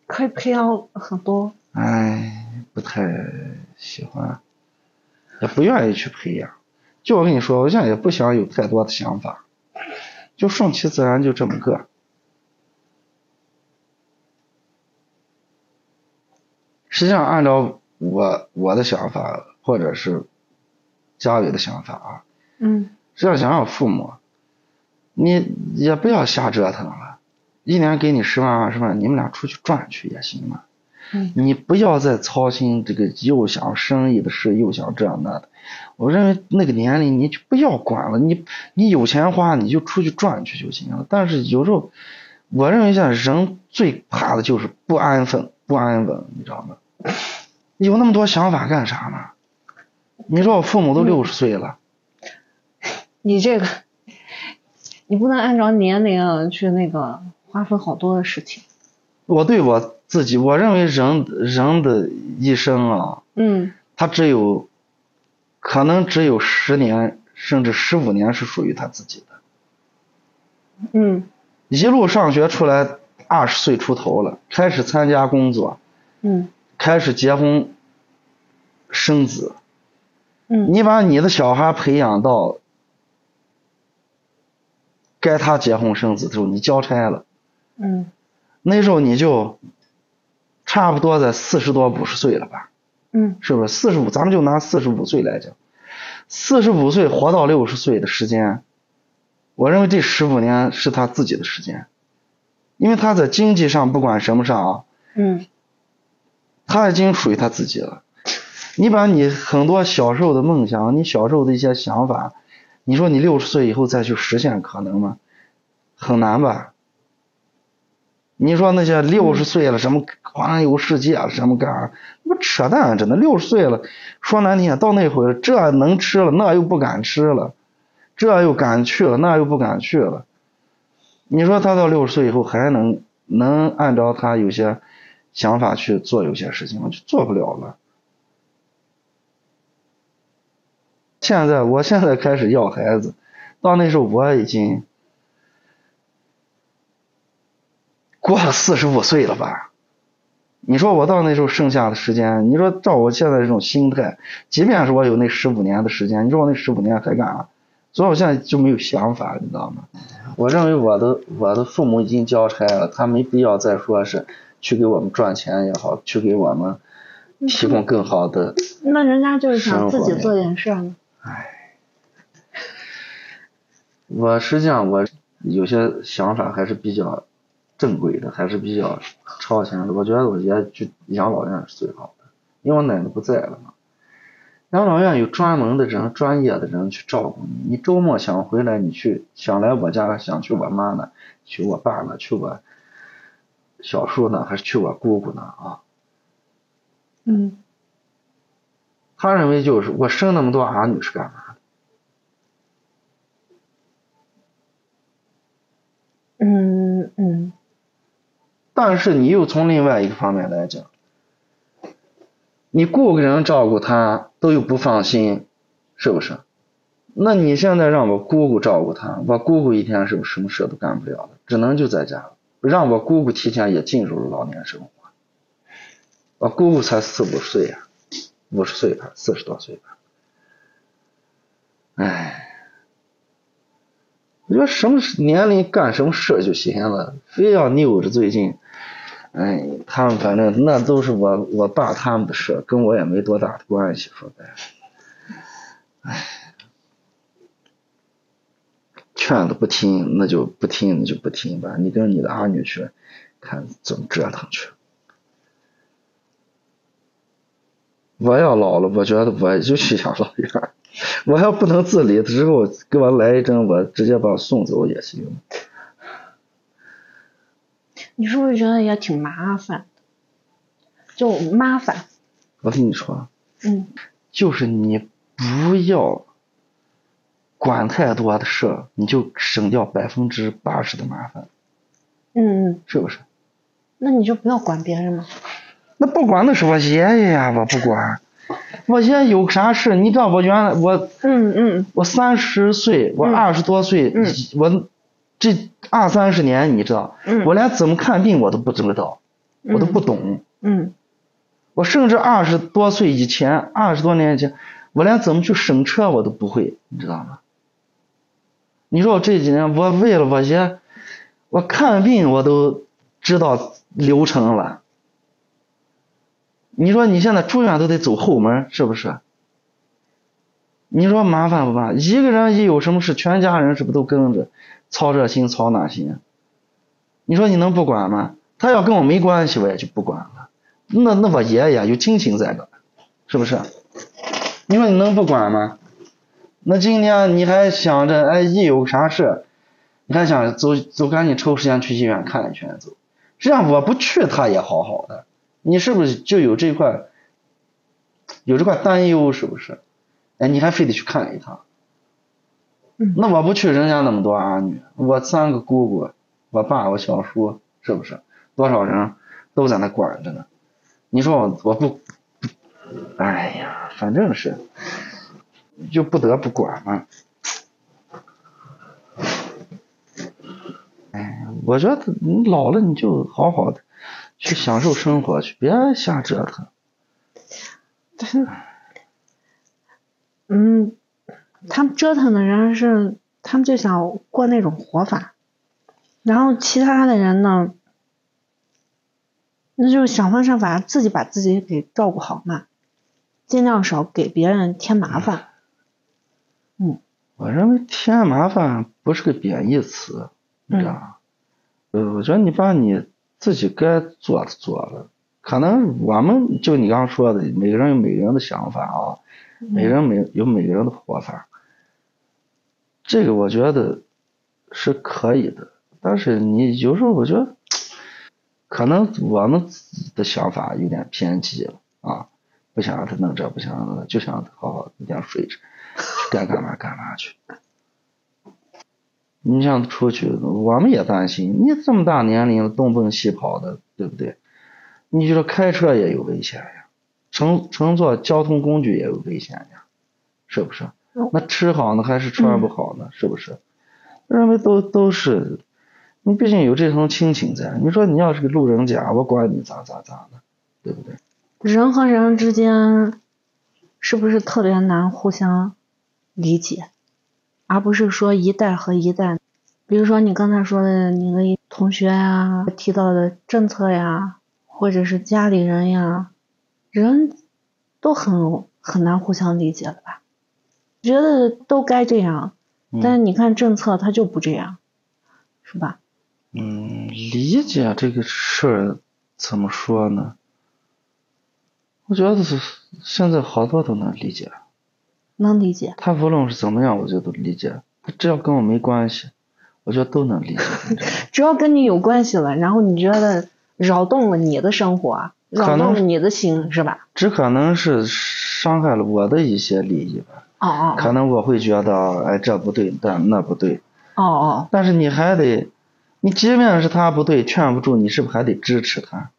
[SPEAKER 2] 可以培养很多
[SPEAKER 3] 哎，不太喜欢，也不愿意去培养。就我跟你说，我现在也不想有太多的想法，就顺其自然，就这么个。实际上，按照我我的想法，或者是家里的想法啊，
[SPEAKER 2] 嗯
[SPEAKER 3] 实际上想想父母，你也不要瞎折腾了，一年给你十万二十万，你们俩出去转去也行嘛。
[SPEAKER 2] 嗯
[SPEAKER 3] 你不要再操心这个又想生意的事，又想这样那的。我认为那个年龄你就不要管了，你你有钱花你就出去转去就行了。但是有时候，我认为现在人最怕的就是不安分、不安稳，你知道吗？有那么多想法干啥呢？你说我父母都六十岁了，
[SPEAKER 2] 你这个，你不能按照年龄去那个划分好多的事情。
[SPEAKER 3] 我对我自己，我认为人人的一生啊，
[SPEAKER 2] 嗯
[SPEAKER 3] 他只有可能只有十年甚至十五年是属于他自己的。
[SPEAKER 2] 嗯
[SPEAKER 3] 一路上学出来，二十岁出头了，开始参加工作，
[SPEAKER 2] 嗯
[SPEAKER 3] 开始结婚生子。
[SPEAKER 2] 嗯
[SPEAKER 3] 你把你的小孩培养到该他结婚生子的时候，你交差了。
[SPEAKER 2] 嗯
[SPEAKER 3] 那时候你就差不多在四十多五十岁了吧？
[SPEAKER 2] 嗯
[SPEAKER 3] 是不是？四十五，咱们就拿四十五岁来讲，四十五岁活到六十岁的时间，我认为这十五年是他自己的时间，因为他在经济上不管什么上啊，
[SPEAKER 2] 嗯
[SPEAKER 3] 他已经属于他自己了。你把你很多小时候的梦想，你小时候的一些想法，你说你六十岁以后再去实现，可能吗？很难吧？你说那些六十岁了什么环游世界啊，什么干啊？那不扯淡啊，真的。六十岁了，说难听点，到那会儿这能吃了，那又不敢吃了，这又敢去了，那又不敢去了。你说他到六十岁以后还能能按照他有些想法去做有些事情吗？就做不了了。现在，我现在开始要孩子，到那时候我已经过了四十五岁了吧？你说我到那时候剩下的时间，你说照我现在这种心态，即便是我有那十五年的时间，你说我那十五年还干啥？所以我现在就没有想法，你知道吗？我认为我的我的父母已经交差了，他没必要再说是去给我们赚钱也好，去给我们提供更好的。
[SPEAKER 2] 那人家就是想自己
[SPEAKER 3] 生活
[SPEAKER 2] 做点事儿呢。
[SPEAKER 3] 我实际上我有些想法还是比较正规的，还是比较超前的。我觉得我爷去养老院是最好的，因为我奶奶不在了嘛。养老院有专门的人、专业的人去照顾你。你周末想回来，你去想来我家，想去我妈那，去我爸那，去我小叔那，还是去我姑姑那啊？
[SPEAKER 2] 嗯
[SPEAKER 3] 他认为就是我生那么多儿女是干嘛？
[SPEAKER 2] 嗯嗯
[SPEAKER 3] 但是你又从另外一个方面来讲，你雇个人照顾他都又不放心，是不是？那你现在让我姑姑照顾他，我姑姑一天是不是什么事都干不了的，只能就在家，让我姑姑提前也进入了老年生活。我姑姑才四五十岁呀、五十岁吧，四十多岁吧。唉，我觉得什么年龄干什么事就行了，非要拗着最近。哎，他们反正那都是我我爸他们的事，跟我也没多大的关系。说白了，哎，劝的不听，那就不听，那就不听吧。你跟你的儿女去看怎么折腾去。我要老了，我觉得我就去养老院儿。我要不能自理之后，给我来一针，我直接把我送走也行。
[SPEAKER 2] 你是不是觉得也挺麻烦的？就麻烦，
[SPEAKER 3] 我跟你说，
[SPEAKER 2] 嗯
[SPEAKER 3] 就是你不要管太多的事儿，你就省掉百分之八十的麻烦，
[SPEAKER 2] 嗯嗯，
[SPEAKER 3] 是不是？
[SPEAKER 2] 那你就不要管别人嘛。
[SPEAKER 3] 那不管那是我爷爷呀，我不管。我爷爷有啥事？你知道我原来我
[SPEAKER 2] 嗯嗯
[SPEAKER 3] 我三十岁，我
[SPEAKER 2] 嗯
[SPEAKER 3] 二十多岁，
[SPEAKER 2] 嗯
[SPEAKER 3] 我这二三十年，你知道，
[SPEAKER 2] 嗯，
[SPEAKER 3] 我连怎么看病我都不知道，我都不懂。
[SPEAKER 2] 嗯
[SPEAKER 3] 我甚至二十多岁以前，二十多年以前，我连怎么去省车我都不会，你知道吗？你说我这几年，我为了我爷，我看病我都知道流程了。你说你现在住院都得走后门，是不是？你说麻烦不麻烦？一个人一有什么事，全家人是不是都跟着操这心操那心？你说你能不管吗？他要跟我没关系，我也就不管了。那那我爷爷有亲情在的，是不是？你说你能不管吗？那今天你还想着，哎，一有啥事，你还想着走走，赶紧抽时间去医院看一圈走。实际上我不去，他也好好的。你是不是就有这块，有这块担忧，是不是？哎，你还非得去看一趟
[SPEAKER 2] 嗯。
[SPEAKER 3] 那我不去，人家那么多儿女，我三个姑姑，我爸，我小叔，是不是？多少人都在那管着呢。你说我我不，哎呀，反正是就不得不管嘛。哎，我觉得你老了你就好好的去享受生活去，别瞎折腾。
[SPEAKER 2] *laughs* 嗯，他们折腾的人是他们就想过那种活法，然后其他的人呢，那就是想方设法自己把自己给照顾好嘛，尽量少给别人添麻烦。
[SPEAKER 3] 我认为添麻烦不是个贬义词，你知道吗？呃，我觉得你把你自己该做的做了，可能我们就你刚刚说的，每个人有每个人的想法啊，每个人每有每个人的活法，这个我觉得是可以的。但是你有时候我觉得，可能我们自己的想法有点偏激了啊，不想让他弄这，不想让他弄那，就想让他好好一点睡着，去该干嘛干嘛去。你想出去，我们也担心。你这么大年龄了，东奔西跑的，对不对？你就说开车也有危险呀，乘乘坐交通工具也有危险呀，是不是
[SPEAKER 2] 嗯？
[SPEAKER 3] 那吃好呢，还是穿不好呢？是不是？认为都都是，你毕竟有这层亲情在。你说你要是个路人甲，我管你咋咋咋的，对不对？
[SPEAKER 2] 人和人之间是不是特别难互相理解，而不是说一代和一代？比如说你刚才说的你的同学呀、提到的政策呀，或者是家里人呀，人都很很难互相理解的吧？觉嗯得都该这样，但是你看政策它就不这样，是吧？
[SPEAKER 3] 嗯，理解这个事儿怎么说呢？我觉得是现在好多都能理解，
[SPEAKER 2] 能理解。
[SPEAKER 3] 他无论是怎么样，我觉得都理解。他只要跟我没关系，我觉得都能理解。 *laughs* 你知道吗
[SPEAKER 2] 只要跟你有关系了，然后你觉得扰动了你的生活，
[SPEAKER 3] 可
[SPEAKER 2] 扰
[SPEAKER 3] 能
[SPEAKER 2] 动了你的心，是吧？
[SPEAKER 3] 只可能是伤害了我的一些利益吧。
[SPEAKER 2] 哦哦
[SPEAKER 3] 可能我会觉得，哎，这不对，但那不对。
[SPEAKER 2] 哦哦，
[SPEAKER 3] 但是你还得，你即便是他不对，劝不住，你是不是还得支持他？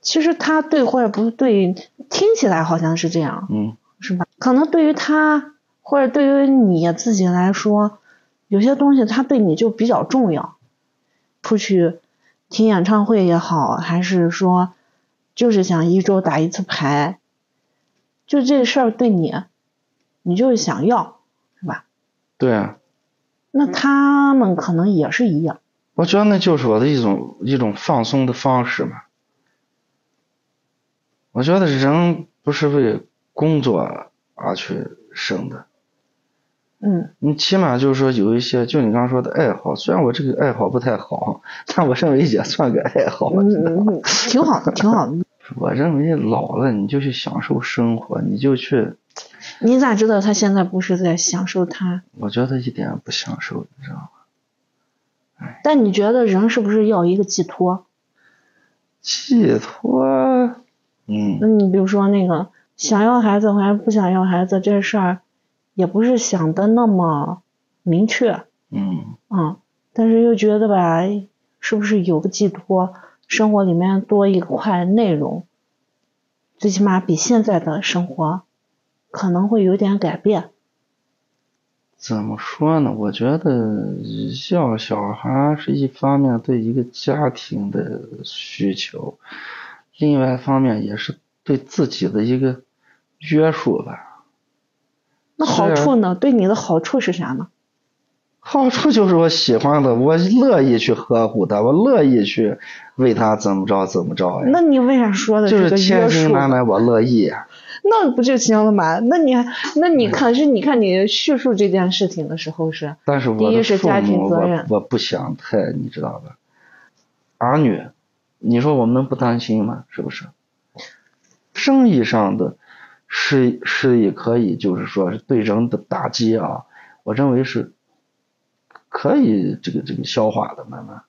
[SPEAKER 2] 其实他对或者不对，听起来好像是这样，
[SPEAKER 3] 嗯，
[SPEAKER 2] 是吧？可能对于他或者对于你自己来说，有些东西他对你就比较重要。出去听演唱会也好，还是说就是想一周打一次牌，就这事儿对你，你就是想要，是吧？
[SPEAKER 3] 对啊，
[SPEAKER 2] 那他们可能也是一样，
[SPEAKER 3] 我觉得那就是我的一种一种放松的方式嘛。我觉得人不是为工作而去生的，
[SPEAKER 2] 嗯，
[SPEAKER 3] 你起码就是说有一些，就你刚刚说的爱好。虽然我这个爱好不太好，但我认为也算个爱好。
[SPEAKER 2] 嗯嗯嗯，挺好的，挺好的。
[SPEAKER 3] 我认为老了你就去享受生活，你就去，
[SPEAKER 2] 你咋知道他现在不是在享受他？
[SPEAKER 3] 我觉得一点也不享受，你知道吗？
[SPEAKER 2] 但你觉得人是不是要一个寄托？
[SPEAKER 3] 寄托，嗯
[SPEAKER 2] 那你比如说那个想要孩子还是不想要孩子这事儿，也不是想的那么明确啊、
[SPEAKER 3] 嗯，
[SPEAKER 2] 嗯但是又觉得吧，是不是有个寄托，生活里面多一块内容，最起码比现在的生活可能会有点改变。
[SPEAKER 3] 怎么说呢？我觉得要小孩儿是一方面对一个家庭的需求，另外一方面也是对自己的一个约束吧。
[SPEAKER 2] 那好
[SPEAKER 3] 是
[SPEAKER 2] 处呢？对你的好处是啥呢？
[SPEAKER 3] 好处就是我喜欢的，我乐意去呵护他，我乐意去为他怎么着怎么着呀。
[SPEAKER 2] 那你为啥说的
[SPEAKER 3] 就
[SPEAKER 2] 这
[SPEAKER 3] 是
[SPEAKER 2] 个
[SPEAKER 3] 千
[SPEAKER 2] 约
[SPEAKER 3] 金
[SPEAKER 2] 束？
[SPEAKER 3] 难买我乐意啊呀。
[SPEAKER 2] 那不就行了嘛？那你那
[SPEAKER 3] 嗯
[SPEAKER 2] 你可是你看你叙述这件事情的时候是，
[SPEAKER 3] 但是我
[SPEAKER 2] 第一
[SPEAKER 3] 的
[SPEAKER 2] 是
[SPEAKER 3] 父
[SPEAKER 2] 家庭
[SPEAKER 3] 母，
[SPEAKER 2] 责任
[SPEAKER 3] 我我不想太，你知道吧？儿女，你说我们能不担心吗？是不是？生意上的是是也可以，就是说是对人的打击啊，我认为是可以这个这个消化的，慢慢。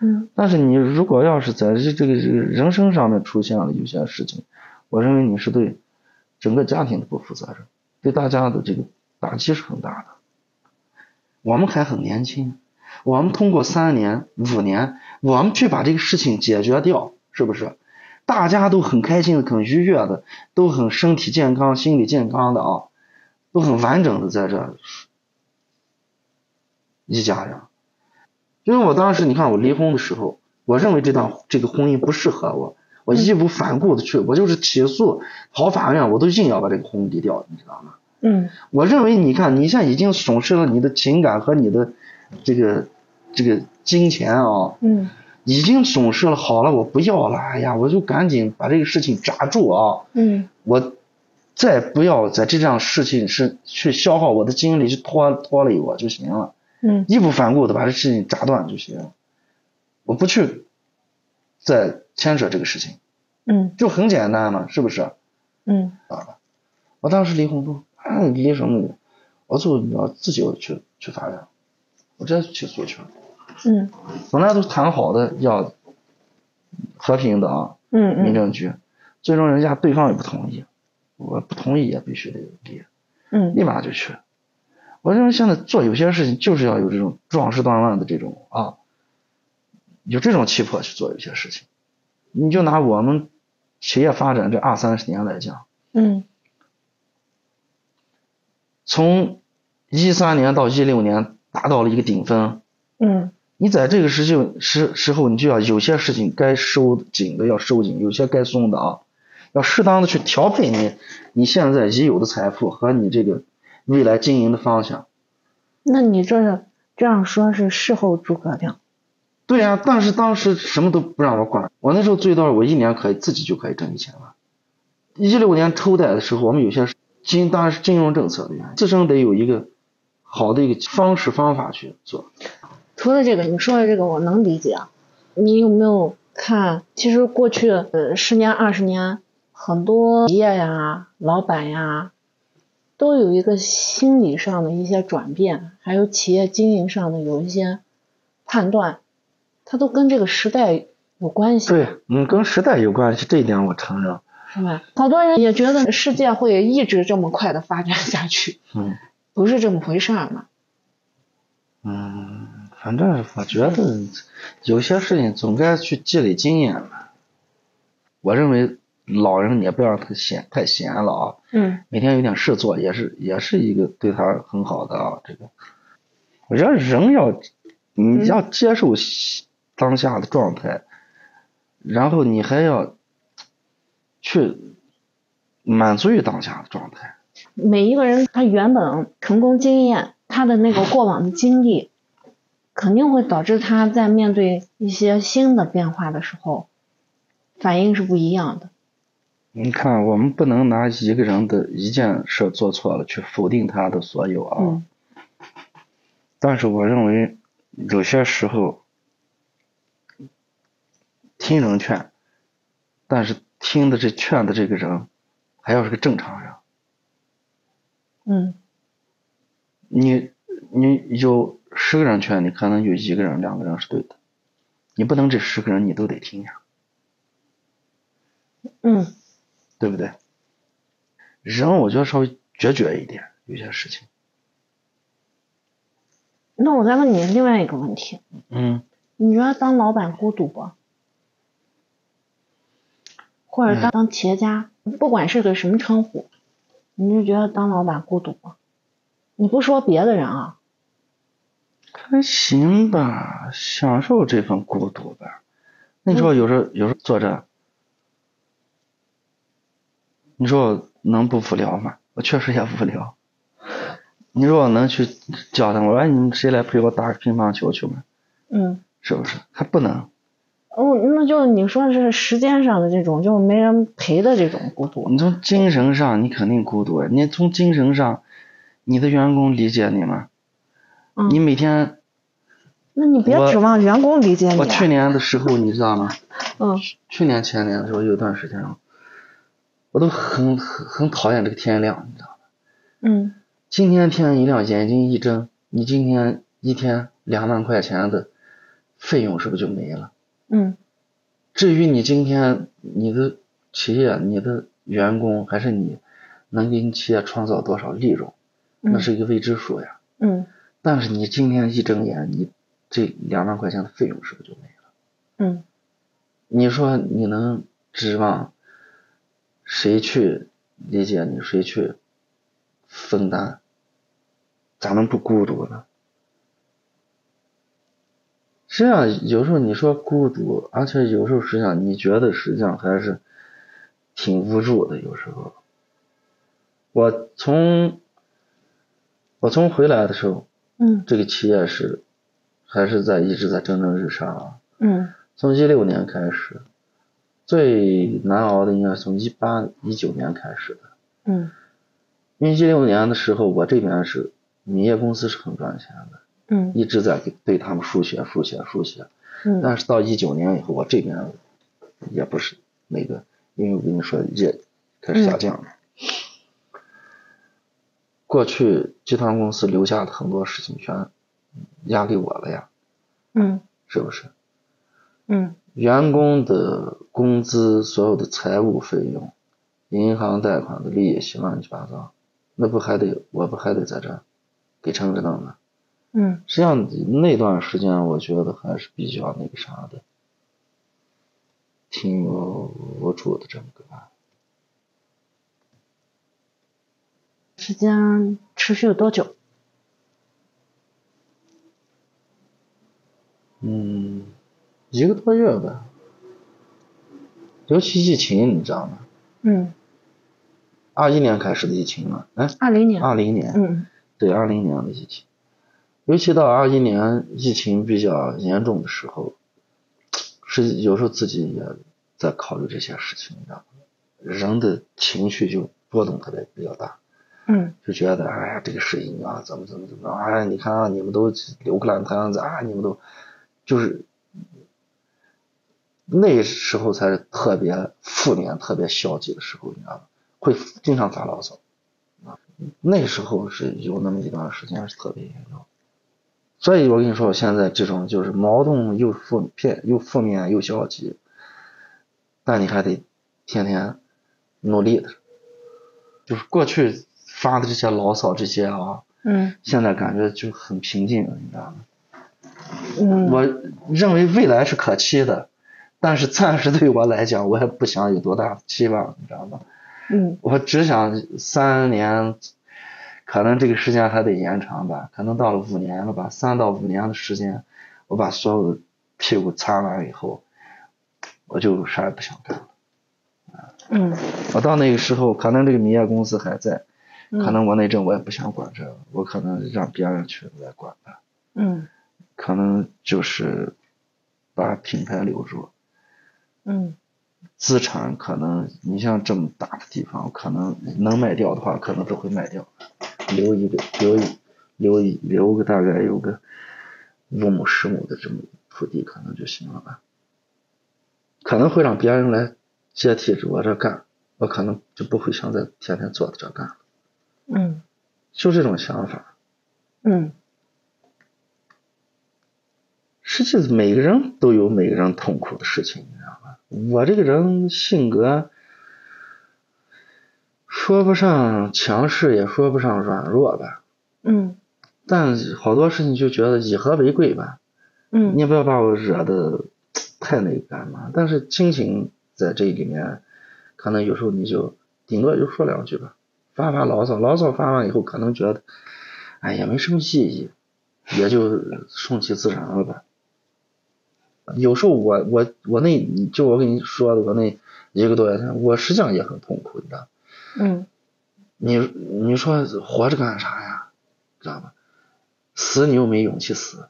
[SPEAKER 2] 嗯
[SPEAKER 3] 但是你如果要是在这这个这个人生上面出现了有些事情，我认为你是对整个家庭的不负责任，对大家的这个打击是很大的。我们还很年轻，我们通过三年、五年，我们去把这个事情解决掉，是不是？大家都很开心的、很愉悦的，都很身体健康、心理健康的啊，都很完整的在这一家人。因为我当时你看我离婚的时候，我认为这段这个婚姻不适合我，我义无反顾的去，我就是起诉跑法院，我都硬要把这个婚离掉，你知道吗？
[SPEAKER 2] 嗯
[SPEAKER 3] 我认为你看你现在已经损失了你的情感和你的这个这个金钱啊、
[SPEAKER 2] 嗯
[SPEAKER 3] 已经损失了。好了，我不要了，哎呀，我就赶紧把这个事情抓住啊！
[SPEAKER 2] 嗯
[SPEAKER 3] 我再不要在这样事情是去消耗我的精力，去拖拖累我就行了。
[SPEAKER 2] 嗯
[SPEAKER 3] 义无反顾的把这事情砸断就行，我不去再牵扯这个事情，
[SPEAKER 2] 嗯
[SPEAKER 3] 就很简单嘛，是不是？
[SPEAKER 2] 嗯
[SPEAKER 3] 我当时离婚不，啊，离什么离？我就我自己我去去法院，我直接起诉去了。
[SPEAKER 2] 嗯
[SPEAKER 3] 本来都谈好的要和平的啊，民
[SPEAKER 2] 嗯
[SPEAKER 3] 政局，最终人家对方也不同意，我不同意也必须得离，
[SPEAKER 2] 嗯
[SPEAKER 3] 立马就去。我认为现在做有些事情就是要有这种壮士断腕的这种啊，有这种气魄去做有些事情。你就拿我们企业发展这二三十年来讲，
[SPEAKER 2] 嗯
[SPEAKER 3] 从一三年到一六年达到了一个顶峰，
[SPEAKER 2] 嗯
[SPEAKER 3] 你在这个时就时时候，你就要有些事情该收紧的要收紧，有些该松的啊，要适当的去调配你你现在已有的财富和你这个未来经营的方向。
[SPEAKER 2] 那你这是这样说是事后诸葛亮，
[SPEAKER 3] 对呀、但是当时什么都不让我管，我那时候最多我一年可以自己就可以挣一千万。一六年抽贷的时候，我们有些金当然是金融政策的原因，自身得有一个好的一个方式方法去做。
[SPEAKER 2] 除了这个，你说的这个我能理解啊。你有没有看？其实过去呃十年、二十年，很多企业呀、老板呀，都有一个心理上的一些转变，还有企业经营上的有一些判断，它都跟这个时代有关系，
[SPEAKER 4] 对，嗯，跟时代有关系，这一点我承认。
[SPEAKER 2] 是吧？好多人也觉得世界会一直这么快的发展下去，
[SPEAKER 4] 嗯
[SPEAKER 2] 不是这么回事儿嘛？
[SPEAKER 3] 嗯，反正我觉得有些事情总该去积累经验吧。我认为老人也不要太闲太闲了啊，
[SPEAKER 2] 嗯
[SPEAKER 3] 每天有点事做，也是也是一个对他很好的啊。这个，我觉得人要
[SPEAKER 2] 嗯
[SPEAKER 3] 你要接受西当下的状态，然后你还要去满足于当下的状态。
[SPEAKER 2] 每一个人他原本成功经验，他的那个过往的经历，肯定会导致他在面对一些新的变化的时候，反应是不一样的。
[SPEAKER 3] 你看，我们不能拿一个人的一件事做错了去否定他的所有啊。
[SPEAKER 2] 嗯
[SPEAKER 3] 但是我认为有些时候听人劝，但是听的这劝的这个人还要是个正常人。
[SPEAKER 2] 嗯
[SPEAKER 3] 你你有十个人劝你，可能有一个人、两个人是对的，你不能这十个人你都得听呀，
[SPEAKER 2] 嗯
[SPEAKER 3] 对不对？人我觉得稍微决绝一点，有些事情，
[SPEAKER 2] 那我再问你另外一个问题，
[SPEAKER 3] 嗯，
[SPEAKER 2] 你觉得当老板孤独不？或者当当企业家，不管是个什么称呼，你就觉得当老板孤独不？你不说别的人啊，
[SPEAKER 3] 还行吧，享受这份孤独吧。那你说有时候有时候坐着，你说我能不无聊吗？我确实也无聊。你说我能去叫他们，我说哎你们谁来陪我打个乒乓球去吗？
[SPEAKER 2] 嗯，
[SPEAKER 3] 是不是？还不能。
[SPEAKER 2] 哦，那就是你说的是时间上的这种，就是没人陪的这种孤独。
[SPEAKER 3] 你从精神上你肯定孤独呀，你从精神上，你的员工理解你吗？
[SPEAKER 2] 嗯
[SPEAKER 3] 你每天，
[SPEAKER 2] 那你别
[SPEAKER 3] 我
[SPEAKER 2] 指望员工理解你、啊。
[SPEAKER 3] 我去年的时候你知道吗？
[SPEAKER 2] 嗯
[SPEAKER 3] 去年前年的时候有一段时间，啊我都很很很讨厌这个天亮，你知道吗？
[SPEAKER 2] 嗯
[SPEAKER 3] 今天天一亮，眼睛一睁，你今天一天两万块钱的费用是不是就没了？
[SPEAKER 2] 嗯
[SPEAKER 3] 至于你今天你的企业、你的员工还是你能给你企业创造多少利润，
[SPEAKER 2] 嗯
[SPEAKER 3] 那是一个未知数呀。
[SPEAKER 2] 嗯
[SPEAKER 3] 但是你今天一睁眼，你这两万块钱的费用是不是就没了？
[SPEAKER 2] 嗯
[SPEAKER 3] 你说你能指望谁去理解你，谁去分担？咋能不孤独呢？实际上，有时候你说孤独，而且有时候实际上你觉得实际上还是挺无助的。有时候，我从我从回来的时候，
[SPEAKER 2] 嗯
[SPEAKER 3] 这个企业是还是在一直在蒸蒸日上啊。
[SPEAKER 2] 嗯
[SPEAKER 3] 从一六年开始，最难熬的应该是从一八一九年开始的，
[SPEAKER 2] 嗯
[SPEAKER 3] 因为一六年的时候我这边是米业公司是很赚钱的，
[SPEAKER 2] 嗯
[SPEAKER 3] 一直在给对他们输血输血输血，
[SPEAKER 2] 嗯
[SPEAKER 3] 但是到一九年以后，我这边也不是那个，因为我跟你说业开始下降了。过去集团公司留下的很多事情全压给我了呀，
[SPEAKER 2] 嗯
[SPEAKER 3] 是不是？
[SPEAKER 2] 嗯
[SPEAKER 3] 员工的工资、所有的财务费用、银行贷款的利息，乱七八糟，那不还得我不还得在这儿给撑着弄呢？
[SPEAKER 2] 嗯
[SPEAKER 3] 实际上那段时间，我觉得还是比较那个啥的，挺有无助的这么个吧。
[SPEAKER 2] 时间持续了多久？
[SPEAKER 3] 嗯，一个多月吧，尤其疫情，你知道吗？
[SPEAKER 2] 嗯，
[SPEAKER 3] 二一年开始的疫情嘛，哎，
[SPEAKER 2] 二零年。
[SPEAKER 3] 二零年，
[SPEAKER 2] 嗯
[SPEAKER 3] 对，二零年的疫情，尤其到二一年疫情比较严重的时候，是有时候自己也在考虑这些事情，你知道吗？人的情绪就波动特别比较大，
[SPEAKER 2] 嗯
[SPEAKER 3] 就觉得哎呀这个事情啊怎么怎么怎么哎你看啊你们都留克兰特样子啊你们都就是那时候才是特别负面、特别消极的时候，你知道吗？会经常发牢骚。啊，那时候是有那么一段时间是特别严重，所以我跟你说，我现在这种就是矛盾又负面、又负面又消极，但你还得天天努力的，就是过去发的这些牢骚这些啊，
[SPEAKER 2] 嗯
[SPEAKER 3] 现在感觉就很平静了，你知道吗？
[SPEAKER 2] 嗯，
[SPEAKER 3] 我认为未来是可期的，但是暂时对我来讲，我也不想有多大的期望，你知道吗？
[SPEAKER 2] 嗯
[SPEAKER 3] 我只想三年，可能这个时间还得延长吧，可能到了五年了吧，三到五年的时间，我把所有的屁股擦完以后，我就啥也不想干了。
[SPEAKER 2] 嗯
[SPEAKER 3] 我到那个时候，可能这个米业公司还在，
[SPEAKER 2] 嗯，
[SPEAKER 3] 可能我那阵我也不想管这个，我可能让别人去来管吧。
[SPEAKER 2] 嗯
[SPEAKER 3] 可能就是把品牌留住，
[SPEAKER 2] 嗯
[SPEAKER 3] 资产可能你像这么大的地方，可能能卖掉的话，可能都会卖掉，留一个留一留一留个大概有个五亩十亩的这么土地可能就行了吧，可能会让别人来接替着我这干，我可能就不会想再天天坐在这干了，
[SPEAKER 2] 嗯
[SPEAKER 3] 就这种想法。
[SPEAKER 2] 嗯
[SPEAKER 3] 实际每个人都有每个人痛苦的事情，你知道吧？我这个人性格说不上强势，也说不上软弱吧，
[SPEAKER 2] 嗯
[SPEAKER 3] 但好多事情就觉得以和为贵吧。
[SPEAKER 2] 嗯
[SPEAKER 3] 你也不要把我惹得太那个干嘛。但是亲情在这里面，可能有时候你就顶多也就说两句吧，发发牢骚，牢骚发完以后，可能觉得，哎，也没什么意义，也就顺其自然了吧。有时候我我我那就我跟你说的，我那一个多月前，我实际上也很痛苦，你知道吗。
[SPEAKER 2] 嗯
[SPEAKER 3] 你你说活着干啥呀？知道吧？死你又没勇气死，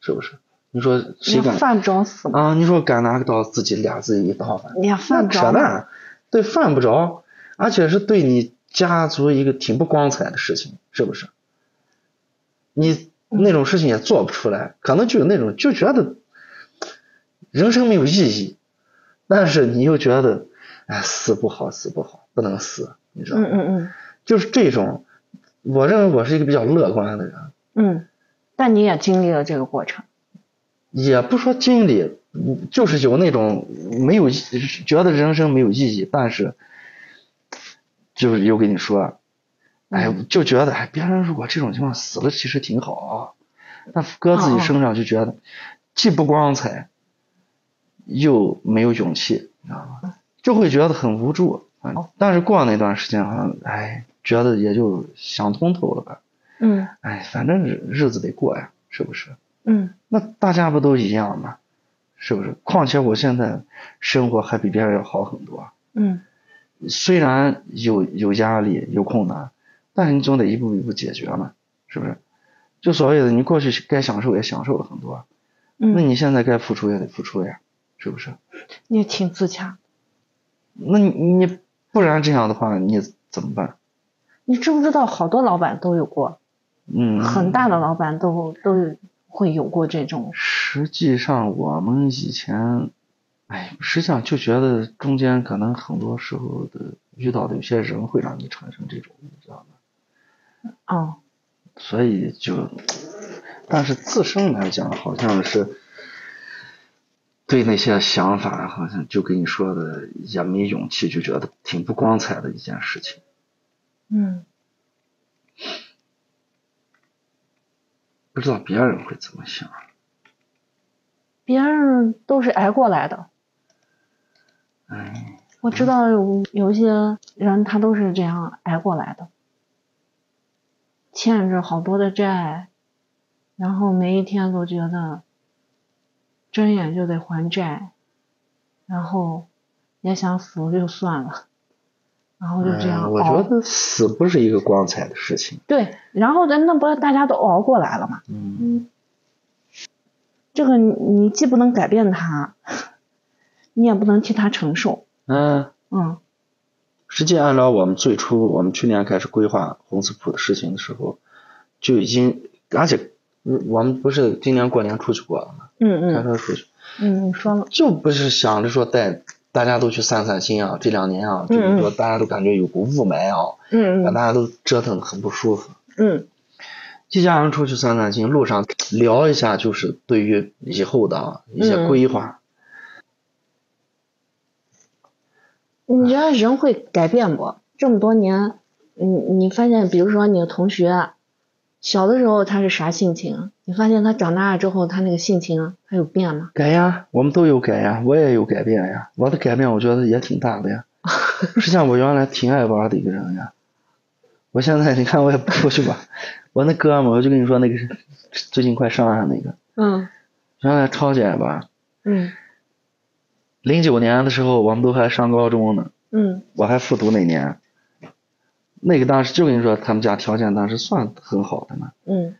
[SPEAKER 3] 是不是？你说谁
[SPEAKER 2] 也
[SPEAKER 3] 敢
[SPEAKER 2] 犯不着死嘛，
[SPEAKER 3] 啊？你说敢拿刀自己俩自己一刀吧？
[SPEAKER 2] 也
[SPEAKER 3] 那
[SPEAKER 2] 犯不
[SPEAKER 3] 扯
[SPEAKER 2] 着啊嘛，
[SPEAKER 3] 淡，对，犯不着，而且是对你家族一个挺不光彩的事情，是不是？
[SPEAKER 2] 嗯
[SPEAKER 3] 你那种事情也做不出来，可能就有那种就觉得人生没有意义，但是你又觉得，哎，死不好，死不好，不能死，你知道
[SPEAKER 2] 嗯
[SPEAKER 3] 吗？
[SPEAKER 2] 嗯
[SPEAKER 3] 就是这种，我认为我是一个比较乐观的人，
[SPEAKER 2] 嗯嗯，但你也经历了这个过程，
[SPEAKER 3] 也不说经历，嗯就是有那种没有意觉得人生没有意义，但是就是又跟你说，哎，就觉得哎，别人如果这种情况死了其实挺好，但搁自己身上就觉得既不光彩，又没有勇气，你知道吗？就会觉得很无助。反正但是过了那段时间，好像哎，觉得也就想通透了吧。
[SPEAKER 2] 嗯
[SPEAKER 3] 哎，反正日日子得过呀，是不是？
[SPEAKER 2] 嗯
[SPEAKER 3] 那大家不都一样吗？是不是？况且我现在生活还比别人要好很多，啊
[SPEAKER 2] 嗯
[SPEAKER 3] 虽然有有压力、有困难，但是你总得一步一步解决嘛，是不是？就所谓的你过去该享受也享受了很多，啊那
[SPEAKER 2] 嗯，
[SPEAKER 3] 你现在该付出也得付出呀，是不是？
[SPEAKER 2] 你也挺自洽，
[SPEAKER 3] 那你你不然这样的话你怎么办？
[SPEAKER 2] 你知不知道好多老板都有过，
[SPEAKER 3] 嗯，
[SPEAKER 2] 很大的老板都都有会有过这种，
[SPEAKER 3] 实际上，我们以前，哎，实际上就觉得中间可能很多时候的遇到的有些人会让你产生这种，你知道吗？
[SPEAKER 2] 哦，
[SPEAKER 3] 所以就，但是自身来讲，好像是对那些想法，好像就跟你说的也没勇气，就觉得挺不光彩的一件事情。
[SPEAKER 2] 嗯
[SPEAKER 3] 不知道别人会怎么想。，
[SPEAKER 2] 别人都是挨过来的，
[SPEAKER 3] 哎，
[SPEAKER 2] 我知道有有一些人他都是这样挨过来的，欠着好多的债，然后每一天都觉得睁眼就得还债，然后也想死就算了，然后就这样熬。哦
[SPEAKER 3] 嗯我觉得死不是一个光彩的事情。
[SPEAKER 2] 对，然后咱那不大家都熬过来了嘛，
[SPEAKER 3] 嗯
[SPEAKER 2] 嗯，这个你你既不能改 *laughs* 变他，你也不能替他承受，
[SPEAKER 3] 嗯，
[SPEAKER 2] 嗯，
[SPEAKER 3] 实际按照我们最初我们去年开始规划红寺谱的事情的时候，就已经，而且嗯我们不是今年过年出去过了吗？
[SPEAKER 2] 嗯
[SPEAKER 3] 开
[SPEAKER 2] 嗯
[SPEAKER 3] 车出去，
[SPEAKER 2] 嗯，你说了，
[SPEAKER 3] 就不是想着说带大家都去散散心啊，这两年啊，就
[SPEAKER 2] 嗯
[SPEAKER 3] 是说大家都感觉有股雾霾啊，
[SPEAKER 2] 嗯
[SPEAKER 3] 把
[SPEAKER 2] 嗯
[SPEAKER 3] 大家都折腾得很不舒服。
[SPEAKER 2] 嗯
[SPEAKER 3] 一家人出去散散心，路上聊一下，就是对于以后的啊一些
[SPEAKER 2] 嗯
[SPEAKER 3] 规划。
[SPEAKER 2] 你觉得人会改变不？这么多年，你你发现，比如说你的同学，小的时候他是啥性情，啊你发现他长大了之后，他那个性情他有变吗？
[SPEAKER 3] 改呀，我们都有改呀，我也有改变呀。我的改变我觉得也挺大的呀。实际上我原来挺爱玩的一个人呀，我现在你看我也不出去玩，我那哥们儿我就跟你说那个是最近快上岸那个，
[SPEAKER 2] 嗯
[SPEAKER 3] 原来超级爱玩。
[SPEAKER 2] 嗯
[SPEAKER 3] 零九年的时候我们都还上高中呢，
[SPEAKER 2] 嗯
[SPEAKER 3] 我还复读那年，那个当时就跟你说，他们家条件当时算很好的呢。
[SPEAKER 2] 嗯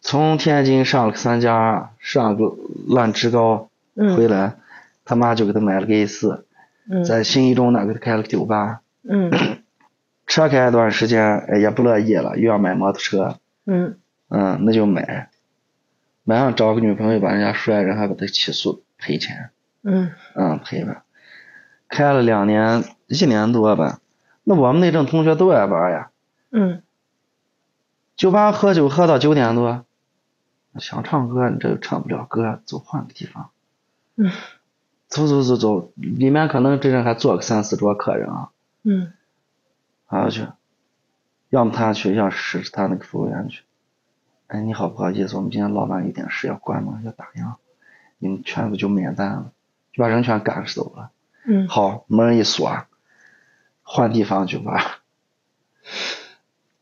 [SPEAKER 3] 从天津上了个三家，上个烂职高回
[SPEAKER 2] 嗯
[SPEAKER 3] 来，他妈就给他买了个 A 四，
[SPEAKER 2] 嗯
[SPEAKER 3] 在新一中那给他开了个酒吧。
[SPEAKER 2] 嗯
[SPEAKER 3] 车开一段时间，哎也不乐意了，又要买摩托车，
[SPEAKER 2] 嗯
[SPEAKER 3] 嗯，那就买，买上找个女朋友把人家摔，然后给他起诉赔钱，
[SPEAKER 2] 嗯
[SPEAKER 3] 嗯，赔吧。开了两年，一年多吧。那我们那阵同学都爱玩呀，
[SPEAKER 2] 嗯
[SPEAKER 3] 酒吧喝酒喝到九点多，想唱歌你这又唱不了歌，走换个地方。
[SPEAKER 2] 嗯，
[SPEAKER 3] 走走走走，里面可能这阵还坐个三四桌客人啊，
[SPEAKER 2] 嗯
[SPEAKER 3] 然后去，要么啊他去，要是他那个服务员去。哎，你好不好意思，我们今天老板有点事要关门要打烊，你们全部就免单了，就把人全赶走了。
[SPEAKER 2] 嗯
[SPEAKER 3] 好，门一锁，换地方去玩。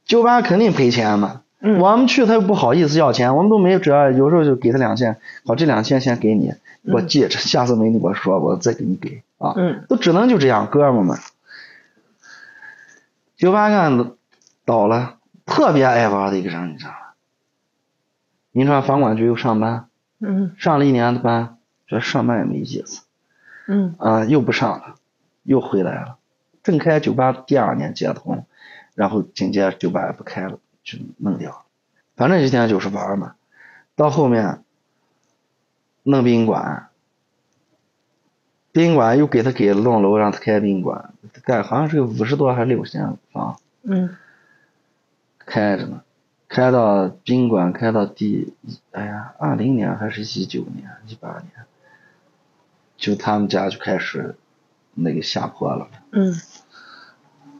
[SPEAKER 3] 酒吧肯定赔钱嘛，
[SPEAKER 2] 嗯
[SPEAKER 3] 我们去他又不好意思要钱，我们都没辙，有时候就给他两千，好，这两千先给你，我记着，下次没你给我说，我再给你给啊，
[SPEAKER 2] 嗯
[SPEAKER 3] 都只能就这样，哥们儿们。酒吧干的倒了，特别爱玩的一个人，你知道吗？银川房管局又上班，
[SPEAKER 2] 嗯
[SPEAKER 3] 上了一年的班，觉得上班也没意思，
[SPEAKER 2] 嗯
[SPEAKER 3] 啊，又不上了，又回来了。正开酒吧第二年接通，然后紧接着酒吧也不开了，就弄掉了。反正一天就是玩儿嘛，到后面弄宾馆，宾馆又给他给弄楼让他开宾馆，盖好像是个五十多还是六十间房
[SPEAKER 2] 嗯
[SPEAKER 3] 开着呢，开到宾馆开到第一，哎呀，二零年还是一九年一八年，就他们家就开始那个下坡了。
[SPEAKER 2] 嗯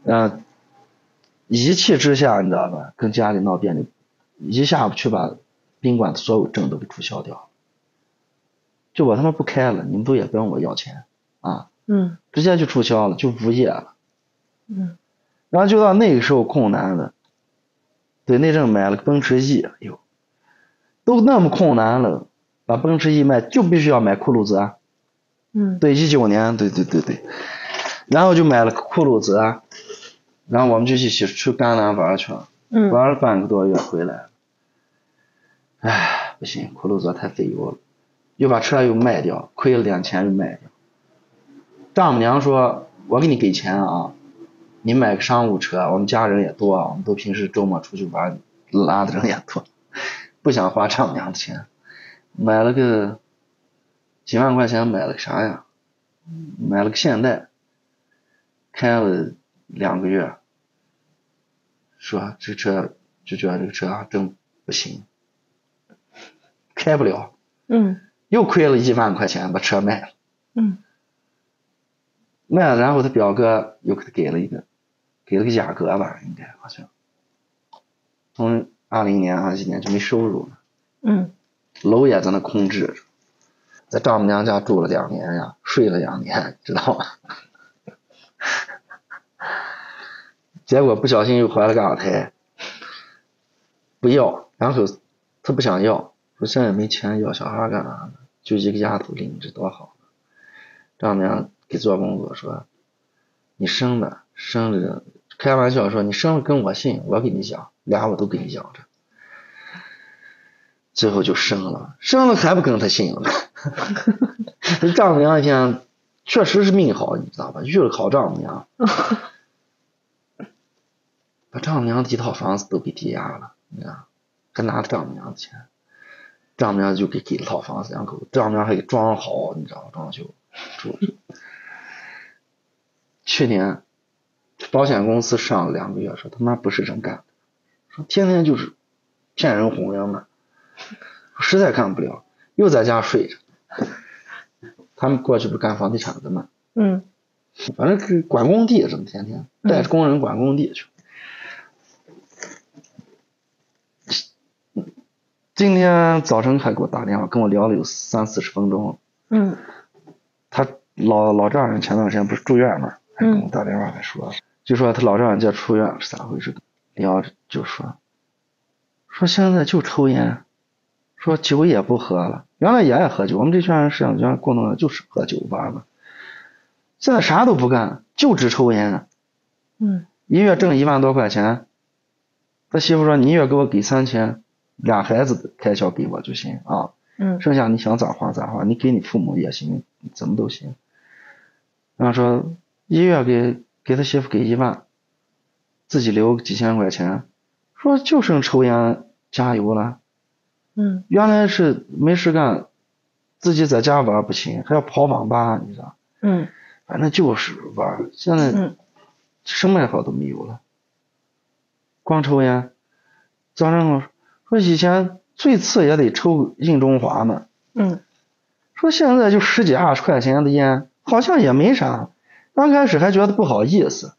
[SPEAKER 3] 呃，一气之下，你知道吧，跟家里闹别扭，一下去把宾馆的所有证都给注销掉了就我他妈不开了，你们都也不用我要钱啊，
[SPEAKER 2] 嗯
[SPEAKER 3] 直接就注销了，就无业了。
[SPEAKER 2] 嗯
[SPEAKER 3] 然后就到那个时候困难的，对，那阵买了个奔驰 E，哎呦，都那么困难了，把奔驰 E 卖就必须要买酷路泽，
[SPEAKER 2] 嗯
[SPEAKER 3] 对，一九年，对对对对，然后就买了个酷路泽，然后我们就一起去甘南玩去了，
[SPEAKER 2] 嗯
[SPEAKER 3] 玩了半个多月回来，唉，不行，酷路泽太费油了，又把车又卖掉，亏了点钱又卖掉。丈母娘说：“我给你给钱啊，你买个商务车，我们家人也多，啊，我们都平时周末出去玩，拉的人也多，不想花丈母娘的钱，买了个几万块钱买了个啥呀？买了个现代，开了两个月，说这车就觉得这个车还真不行，开不了，
[SPEAKER 2] 嗯
[SPEAKER 3] 又亏了一万块钱把车卖了，
[SPEAKER 2] 嗯
[SPEAKER 3] 卖了，然后他表哥又给他给了一个，给了个雅阁吧，应该好像，从二零年二一年就没收入了，
[SPEAKER 2] 嗯
[SPEAKER 3] 楼也在那空置着，在丈母娘家住了两年呀，睡了两年，知道吗？ *laughs* 结果不小心又怀了个二胎，不要，然后他不想要，说现在没钱要小孩干啥呢？就一个丫头领着多好。啊丈母娘给做工作说，你生吧，生了，开玩笑说你生了跟我姓，我给你养，俩我都给你养着。最 *laughs* 后就生了，生了还不跟他姓了。丈母娘一天确实是命好，你知道吧？遇了好丈母娘，把丈母娘的一套房子都给抵押了，你看，还拿丈母娘的钱，丈母娘就给给了套房子两口，丈母娘还给装好，你知道吗？装修住。去年保险公司上了两个月，说他妈不是人干的，说天天就是骗人哄人嘛，实在干不了，又在家睡着。他们过去不是干房地产的嘛，
[SPEAKER 2] 嗯
[SPEAKER 3] 反正是管工地，整天天带着工人管工地去。今天早晨还给我打电话，跟我聊了有三四十分钟。
[SPEAKER 2] 嗯
[SPEAKER 3] 他老老丈人前段时间不是住院嘛，还
[SPEAKER 2] 嗯
[SPEAKER 3] 跟我嗯打电话还说，就说他老丈人这出院是咋回事？聊着就说，说现在就抽烟，说酒也不喝了。原来也爱喝酒，我们这圈人是原来过农的就是喝酒玩嘛，现在啥都不干，就只抽烟。
[SPEAKER 2] 嗯
[SPEAKER 3] 一月挣一万多块钱，他媳妇说你一月给我给三千，俩孩子的开销给我就行啊。
[SPEAKER 2] 嗯
[SPEAKER 3] 剩下你想咋花咋花，你给你父母也行，怎么都行。然后说一月给给他媳妇给一万，自己留几千块钱，说就剩抽烟加油了。
[SPEAKER 2] 嗯
[SPEAKER 3] 原来是没事干，自己在家玩不行，还要跑网吧，你知道，
[SPEAKER 2] 嗯
[SPEAKER 3] 反正就是玩。现在
[SPEAKER 2] 嗯
[SPEAKER 3] 什么爱好都没有了，光抽烟。张正跟我说说以前最次也得抽硬中华呢。
[SPEAKER 2] 嗯
[SPEAKER 3] 说现在就十几二十块钱的烟，好像也没啥。刚开始还觉得不好意思，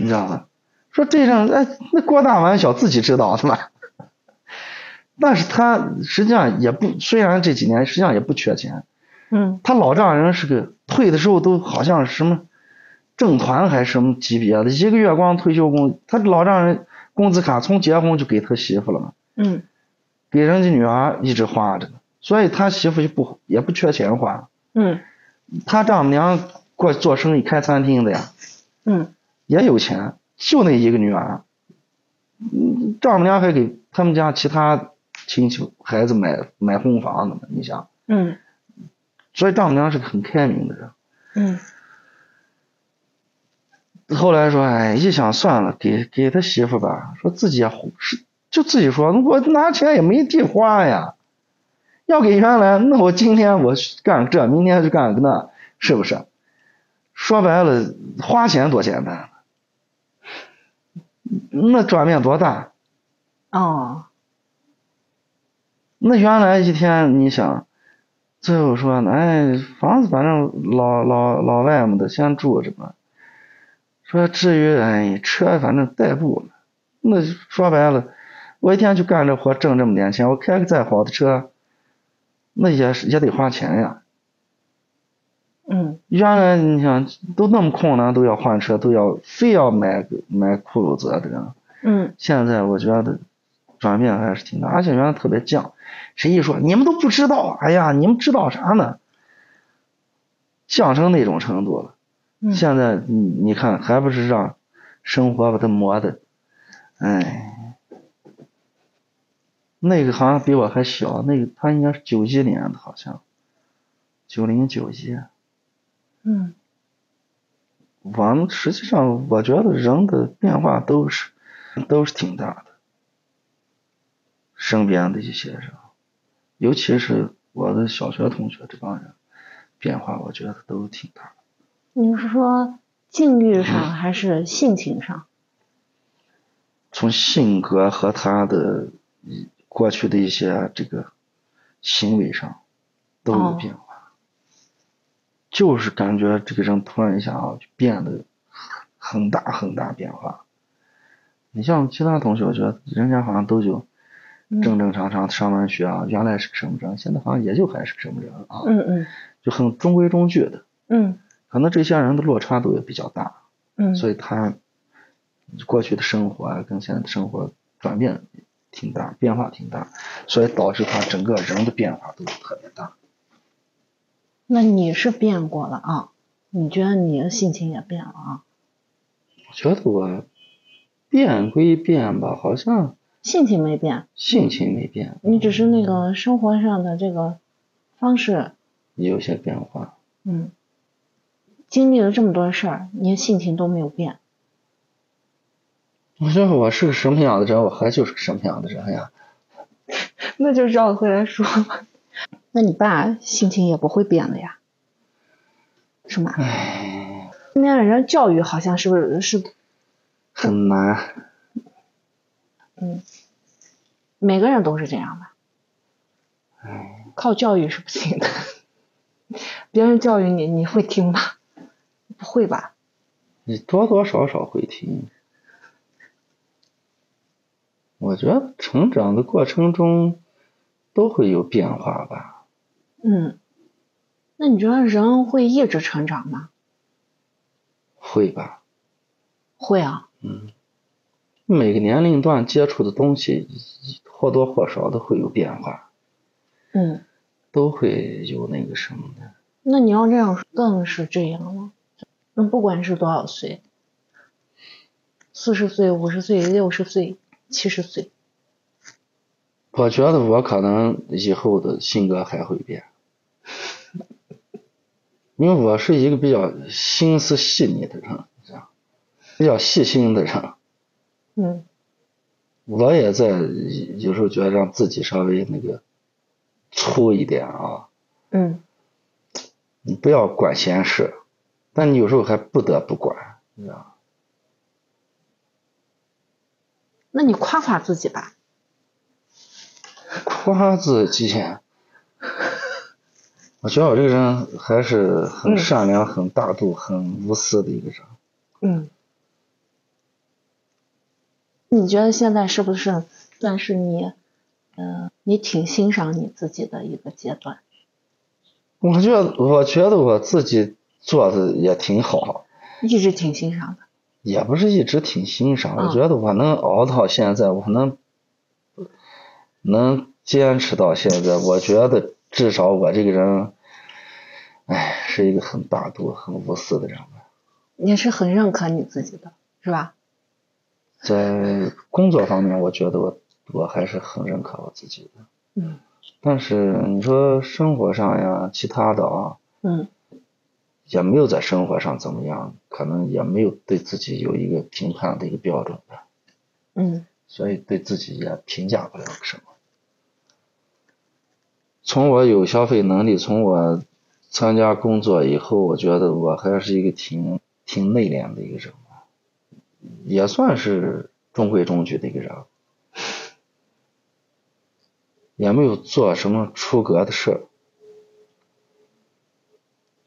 [SPEAKER 3] 你知道吗？说这阵哎，那郭大玩小自己知道的嘛。但是他实际上也不，虽然这几年实际上也不缺钱，
[SPEAKER 2] 嗯
[SPEAKER 3] 他老丈人是个退的时候都好像是什么政团还是什么级别的，一个月光退休工，他老丈人工资卡从结婚就给他媳妇了嘛。
[SPEAKER 2] 嗯
[SPEAKER 3] 给人家女儿一直花着呢，所以他媳妇就不也不缺钱花。
[SPEAKER 2] 嗯
[SPEAKER 3] 他丈母娘过去做生意开餐厅的呀，
[SPEAKER 2] 嗯
[SPEAKER 3] 也有钱，就那一个女儿。嗯，丈母娘还给他们家其他亲戚孩子买买婚房的呢，你想，
[SPEAKER 2] 嗯
[SPEAKER 3] 所以丈母娘是个很开明的人。
[SPEAKER 2] 嗯
[SPEAKER 3] 后来说，哎，一想算了，给给他媳妇吧，说自己也是就自己说，我拿钱也没地花呀，要给原来，那我今天我干这，明天就干个那，是不是？说白了，花钱多简单，啊那转变多大？
[SPEAKER 2] 哦
[SPEAKER 3] 那原来一天你想，最后说呢，哎，房子反正老老老外们的先住着嘛。说至于哎车反正代步嘛，那说白了，我一天就干这活挣这么点钱，我开个再好的车，那也是也得花钱呀。
[SPEAKER 2] 嗯
[SPEAKER 3] 原来你想都那么困难，都要换车，都要非要买个买酷路泽这样。
[SPEAKER 2] 嗯
[SPEAKER 3] 现在我觉得转变还是挺大，而且原来特别犟，谁一说你们都不知道，哎呀，你们知道啥呢？犟成那种程度了，
[SPEAKER 2] 嗯
[SPEAKER 3] 现在你你看还不是让生活把他磨的，哎，那个好像比我还小，那个他应该是九一年的，好像九零九啊一。
[SPEAKER 2] 嗯
[SPEAKER 3] 我们实际上，我觉得人的变化都是都是挺大的。身边的一些人，尤其是我的小学同学这帮人，变化我觉得都挺大的。
[SPEAKER 2] 你是说境遇上还是性情上？
[SPEAKER 3] 从性格和他的一过去的一些这个行为上都有
[SPEAKER 2] 哦
[SPEAKER 3] 变化，就是感觉这个人突然一下啊就变得很大很大变化。你像其他同学，我觉得人家好像都就
[SPEAKER 2] 嗯
[SPEAKER 3] 正正常常上完学啊，原来是个什么人，现在好像也就还是个什么人啊，
[SPEAKER 2] 嗯嗯
[SPEAKER 3] 就很中规中矩的。
[SPEAKER 2] 嗯
[SPEAKER 3] 可能这些人的落差度也比较大，
[SPEAKER 2] 嗯，
[SPEAKER 3] 所
[SPEAKER 2] 以
[SPEAKER 3] 以他过去的生活啊，跟现在的生活转变挺大，变化挺大，所以导致他整个人的变化都特别大。
[SPEAKER 2] 那你是变过了啊？你觉得你的性情也变了啊？
[SPEAKER 3] 我觉得我变归变吧，好像
[SPEAKER 2] 性情没变，
[SPEAKER 3] 性情没变，
[SPEAKER 2] 你只是那个生活上的这个方式，
[SPEAKER 3] 也有些变化。
[SPEAKER 2] 嗯经历了这么多事儿，你的性情都没有变。
[SPEAKER 3] 我觉得我是个什么样的人，我还就是个什么样的人呀。
[SPEAKER 2] 那就绕回来说，那你爸性情也不会变的呀，是吗？
[SPEAKER 3] 唉，
[SPEAKER 2] 那边的人教育好像是不是是
[SPEAKER 3] 很难。
[SPEAKER 2] 每个人都是这样吧？靠教育是不行的，别人教育你，你会听吗？不会吧？
[SPEAKER 3] 你多多少少会听。我觉得成长的过程中都会有变化吧。
[SPEAKER 2] 嗯，那你觉得人会一直成长吗？
[SPEAKER 3] 会吧，嗯
[SPEAKER 2] 会啊，
[SPEAKER 3] 每个年龄段接触的东西或多或少都会有变化，
[SPEAKER 2] 嗯，
[SPEAKER 3] 都会有那个什么的。
[SPEAKER 2] 那你要这样说更是这样了。那不管是多少岁，四十岁、五十岁、六十岁、七十岁，
[SPEAKER 3] 我觉得我可能以后的性格还会变，因为我是一个比较心思细腻的人，你知道比较细心的人。
[SPEAKER 2] 嗯
[SPEAKER 3] 我也在有时候觉得让自己稍微那个粗一点啊，
[SPEAKER 2] 嗯
[SPEAKER 3] 你不要管闲事，但你有时候还不得不管，你知道吗？
[SPEAKER 2] 那你夸夸自己吧。
[SPEAKER 3] 夸自己，我觉得我这个人还是很善良、很大度、很无私的一个人。
[SPEAKER 2] 嗯，你觉得现在是不是算是你，嗯，你挺欣赏你自己的一个阶段？
[SPEAKER 3] 我觉得，我觉得我自己做的也挺好，
[SPEAKER 2] 一直挺欣赏的。
[SPEAKER 3] 也不是一直挺欣赏。
[SPEAKER 2] 嗯
[SPEAKER 3] 我觉得我能熬到现在，我能能坚持到现在，我觉得至少我这个人，哎，是一个很大度、很无私的人吧。
[SPEAKER 2] 你是很认可你自己的，是吧？
[SPEAKER 3] 在工作方面，我觉得我我还是很认可我自己的。
[SPEAKER 2] 嗯
[SPEAKER 3] 但是你说生活上呀，其他的啊，
[SPEAKER 2] 嗯
[SPEAKER 3] 也没有在生活上怎么样，可能也没有对自己有一个评判的一个标准吧。
[SPEAKER 2] 嗯
[SPEAKER 3] 所以对自己也评价不了什么。从我有消费能力，从我参加工作以后，我觉得我还是一个挺挺内敛的一个人吧，也算是中规中矩的一个人，也没有做什么出格的事儿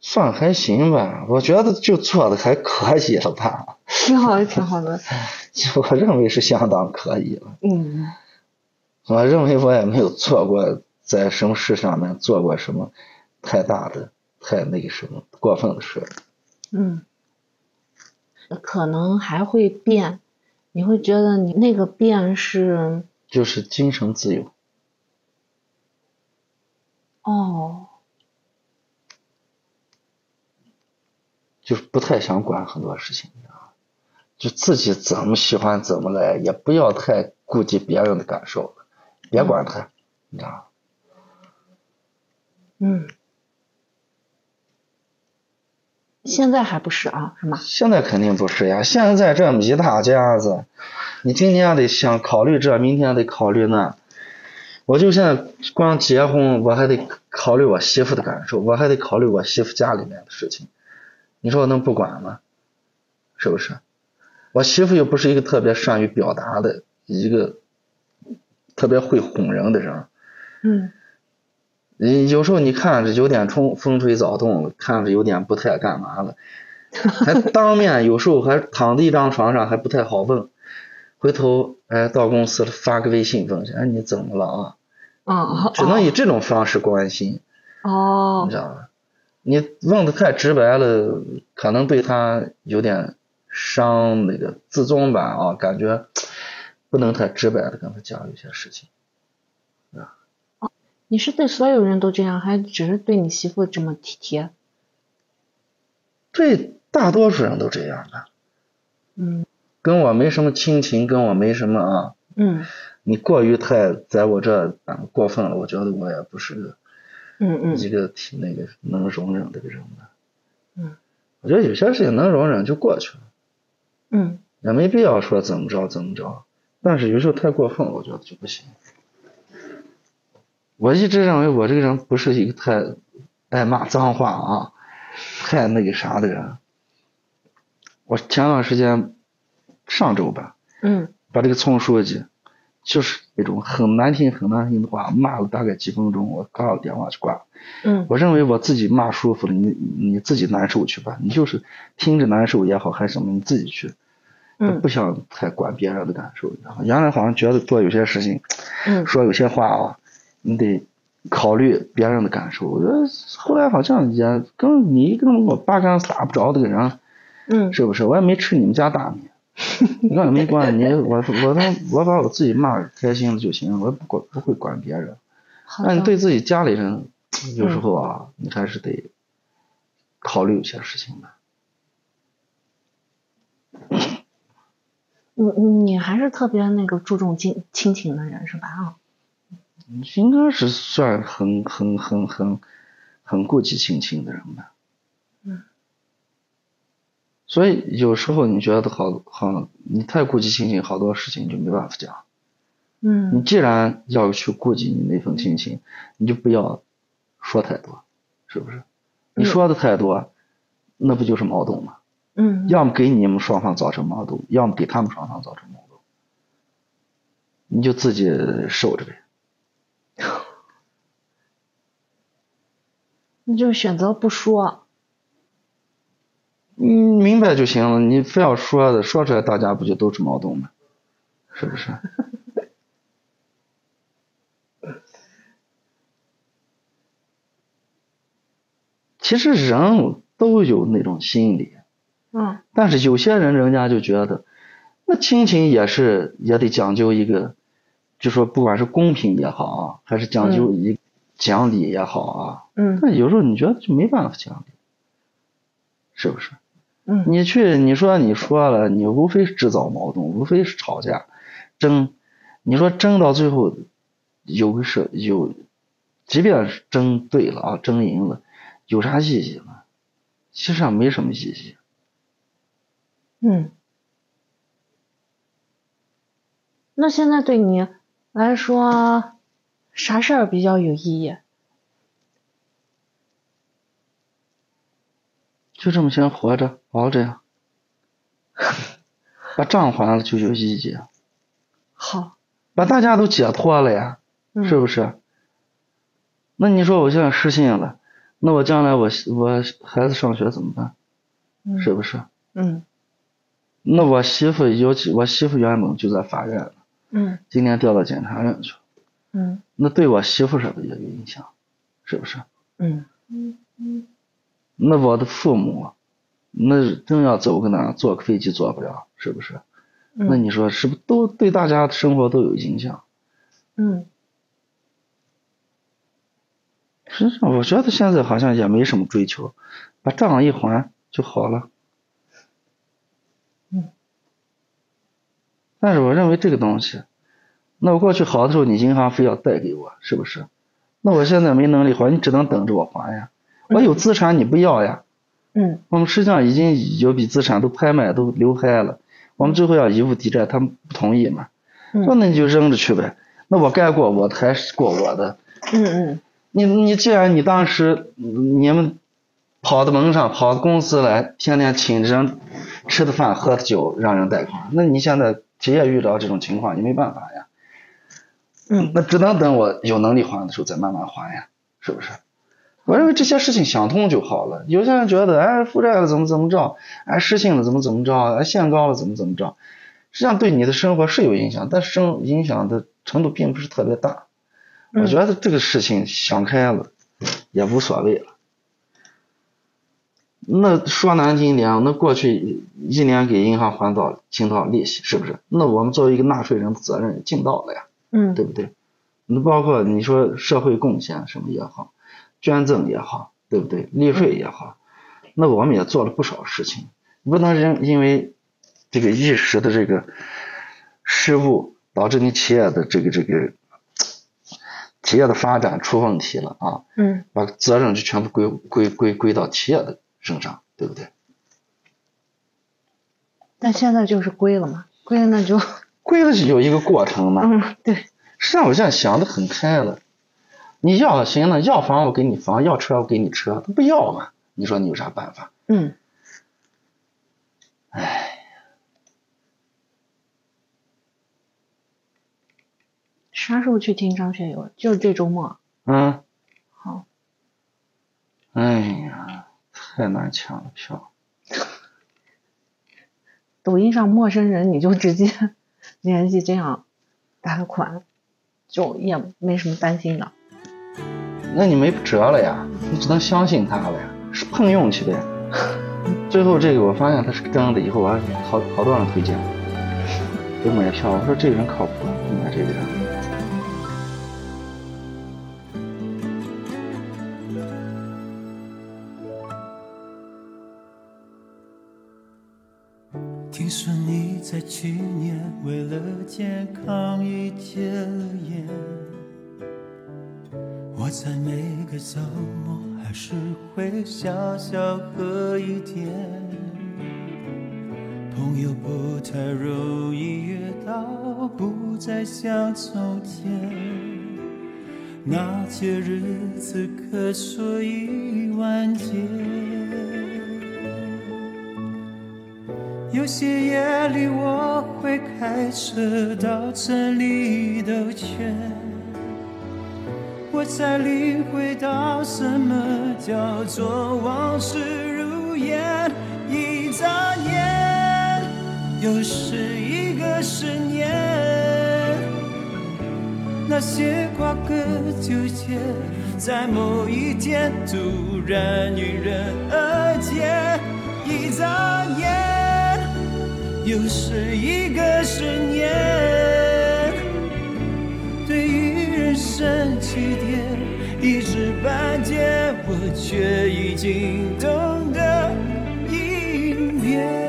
[SPEAKER 3] 算还行吧，我觉得就做的还可以了吧， *laughs*
[SPEAKER 2] 挺好的，挺好的。
[SPEAKER 3] 就我认为是相当可以了。
[SPEAKER 2] 嗯
[SPEAKER 3] 我认为我也没有做过在什么事上面做过什么太大的、太那个什么过分的事。
[SPEAKER 2] 嗯，可能还会变，你会觉得你那个变是
[SPEAKER 3] 就是精神自由，
[SPEAKER 2] 哦，
[SPEAKER 3] 就是不太想管很多事情，你知道吗？就自己怎么喜欢怎么来，也不要太顾及别人的感受了，别管他，你知道吗？
[SPEAKER 2] 嗯，现在还不是啊，是吗？
[SPEAKER 3] 现在肯定不是呀，现在这么一大家子，你今天得想考虑这，明天得考虑那。我就现在光结婚，我还得考虑我媳妇的感受，我还得考虑我媳妇家里面的事情。你说我能不管吗？是不是？我媳妇又不是一个特别善于表达的，一个特别会哄人的人。
[SPEAKER 2] 嗯
[SPEAKER 3] 你有时候你看着有点冲风吹草动了，看着有点不太干嘛了，还当面有时候还躺在一张床上还不太好问，回头哎到公司了发个微信问一下，哎你怎么了
[SPEAKER 2] 哦
[SPEAKER 3] 啊？只能以这种方式关心，
[SPEAKER 2] 哦
[SPEAKER 3] 你知道吗？你问的太直白了，可能对他有点伤那个自尊吧啊，感觉不能太直白的跟他讲有些事情。
[SPEAKER 2] 你是对所有人都这样，还只是对你媳妇这么体贴？
[SPEAKER 3] 对大多数人都这样的。
[SPEAKER 2] 嗯
[SPEAKER 3] 跟我没什么亲情，跟我没什么啊。
[SPEAKER 2] 嗯
[SPEAKER 3] 你过于太在我这儿啊过分了，我觉得我也不是
[SPEAKER 2] 嗯嗯
[SPEAKER 3] 一个挺那个能容忍的一个人吧。
[SPEAKER 2] 嗯。
[SPEAKER 3] 我觉得有些事情能容忍就过去了，
[SPEAKER 2] 嗯，
[SPEAKER 3] 也没必要说怎么着怎么着。但是有时候太过分了，我觉得就不行。我一直认为我这个人不是一个太爱骂脏话啊，太那个啥的人。我前段时间，上周吧，
[SPEAKER 2] 嗯
[SPEAKER 3] 把这个村书记，就是那种很难听、很难听的话，骂了大概几分钟，我挂了电话就挂了。
[SPEAKER 2] 嗯
[SPEAKER 3] 我认为我自己骂舒服了，你你自己难受去吧，你就是听着难受也好，还是什么，你自己去，
[SPEAKER 2] 嗯
[SPEAKER 3] 不想太管别人的感受。你知道吗？原来好像觉得做有些事情，
[SPEAKER 2] 嗯
[SPEAKER 3] 说有些话啊，你得考虑别人的感受。我觉得后来好像也跟你跟我八竿子打不着这个人，
[SPEAKER 2] 嗯
[SPEAKER 3] 是不是？我也没吃你们家
[SPEAKER 2] *laughs*
[SPEAKER 3] 大米，你跟我没关系。你我我都我把我自己骂开心了就行，我也不管不会管别人。
[SPEAKER 2] 好
[SPEAKER 3] 那你
[SPEAKER 2] 的，嗯
[SPEAKER 3] 对自己家里人，有时候啊，你还是得考虑一些事情的。
[SPEAKER 2] 你你还是特别那个注重亲亲情的人是吧？啊，
[SPEAKER 3] 应该是算很很很很很顾及亲情的人吧。
[SPEAKER 2] 嗯。
[SPEAKER 3] 所以有时候你觉得好好，你太顾及亲情，好多事情就没办法讲。你
[SPEAKER 2] 嗯
[SPEAKER 3] 既然要去顾及你那份亲情，你就不要说太多，是不是？你说的太多，那不就是矛盾吗？
[SPEAKER 2] 嗯，
[SPEAKER 3] 要么给你们双方造成矛盾，要么给他们双方造成矛盾，你就自己受着呗。
[SPEAKER 2] 你就选择不说，
[SPEAKER 3] 嗯，明白就行了。你非要说的说出来，大家不就都是矛盾吗？是不是？ *laughs* 其实人都有那种心理，
[SPEAKER 2] 嗯
[SPEAKER 3] 但是有些人人家就觉得，那亲情也是也得讲究一个，就说不管是公平也好啊，还是讲究一个讲理也好啊，
[SPEAKER 2] 嗯
[SPEAKER 3] 那有时候你觉得就没办法讲理，是不是？
[SPEAKER 2] 嗯
[SPEAKER 3] 你去你说你说了，你无非是制造矛盾，无非是吵架、争。你说争到最后，有个是有，即便是争对了啊，争赢了，有啥意义呢？其实上没什么意义。
[SPEAKER 2] 嗯。那现在对你来说，啥事儿比较有意义？
[SPEAKER 3] 就这么先活着，熬着呀， *laughs* 把账还了就有意义，
[SPEAKER 2] 好，
[SPEAKER 3] 把大家都解脱了呀，
[SPEAKER 2] 嗯
[SPEAKER 3] 是不是？那你说我现在失信了，那我将来我我孩子上学怎么办？
[SPEAKER 2] 嗯
[SPEAKER 3] 是不是？
[SPEAKER 2] 嗯
[SPEAKER 3] 那我媳妇尤其我媳妇原本就在法院，
[SPEAKER 2] 嗯
[SPEAKER 3] 今年调到检察院去了，
[SPEAKER 2] 嗯
[SPEAKER 3] 那对我媳妇是不是也有影响？是不是？
[SPEAKER 2] 嗯
[SPEAKER 3] 那我的父母，那真要走个哪，坐个飞机坐不了，是不是？那
[SPEAKER 2] 嗯
[SPEAKER 3] 你说是不是都对大家的生活都有影响？
[SPEAKER 2] 嗯
[SPEAKER 3] 实际上， *laughs* 我觉得现在好像也没什么追求，把账一还就好了。
[SPEAKER 2] 嗯。
[SPEAKER 3] 但是我认为这个东西，那我过去好的时候，你银行非要贷给我，是不是？那我现在没能力还，你只能等着我还呀。我有资产你不要呀，
[SPEAKER 2] 嗯
[SPEAKER 3] 我们实际上已经有笔资产都拍卖都流拍了，我们最后要以物抵债，他们不同意嘛，
[SPEAKER 2] 嗯
[SPEAKER 3] 说那你就扔着去呗，那我该过我的还是过我的，
[SPEAKER 2] 嗯
[SPEAKER 3] 你你既然你当时嗯你们跑到门上，跑到公司来，天天请人吃的饭喝的酒，让人贷款，那你现在谁也遇到这种情况，你没办法呀。
[SPEAKER 2] 嗯
[SPEAKER 3] 那只能等我有能力还的时候再慢慢还呀，是不是？我认为这些事情想通就好了。有些人觉得，哎，负债了怎么怎么着，哎，失信了怎么怎么着，哎，限高了怎么怎么着，实际上对你的生活是有影响，但是生影响的程度并不是特别大。
[SPEAKER 2] 嗯
[SPEAKER 3] 我觉得这个事情想开了，也无所谓了。那说难听一点，啊那过去一年给银行还到尽到利息，是不是？那我们作为一个纳税人的责任也尽到了呀。
[SPEAKER 2] 嗯
[SPEAKER 3] 对不对？那包括你说社会贡献什么也好，捐赠也好，对不对？利税也好，那我们也做了不少事情，不能因因为这个一时的这个失误，导致你企业的这个这个企业的发展出问题了啊，
[SPEAKER 2] 嗯
[SPEAKER 3] 把责任就全部归归归归到企业的身上，对不对？
[SPEAKER 2] 但现在就是归了嘛，归了那
[SPEAKER 3] *laughs*
[SPEAKER 2] 就
[SPEAKER 3] 贵了是有一个过程嘛。
[SPEAKER 2] 嗯对，
[SPEAKER 3] 实际上我现在想的很开了，你要行了，要房我给你房，要车我给你车，他不要嘛，你说你有啥办法？
[SPEAKER 2] 嗯
[SPEAKER 3] 唉，
[SPEAKER 2] 啥时候去听张学友？就是这周末。
[SPEAKER 3] 嗯，
[SPEAKER 2] 好，
[SPEAKER 3] 哎呀，太难抢了票。
[SPEAKER 2] 抖音上陌生人你就直接 *laughs* 联系，这样打个款，就也没什么担心的。
[SPEAKER 3] 那你没辙了呀，你只能相信他了呀，是碰运气的呀。 *laughs* 最后这个我发现他是真的，以后我还好好多人推荐，都买票。我说这个人靠谱，就买这个人。
[SPEAKER 5] 听说你在去年为了健康已戒了烟，我在每个周末还是会小小喝一点。朋友不太容易约到，不再像从前。那些日子可说已完结。有些夜里我会开车到城里兜圈，我才领会到什么叫做往事如烟。一眨眼，又是一个十年。那些瓜葛纠结，在某一天突然迎刃而解。一眨眼，又是一个十年。对于人生起点，一知半解，我却已经懂得应变。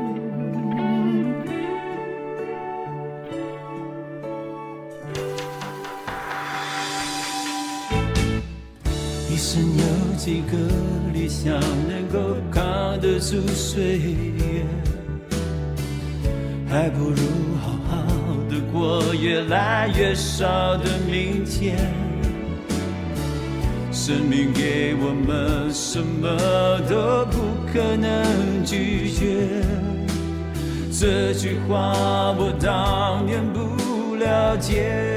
[SPEAKER 5] 嗯一生有几个理想能够扛得住岁月？还不如好好的过越来越少的明天。生命给我们什么都不可能拒绝。这句话我当年不了解。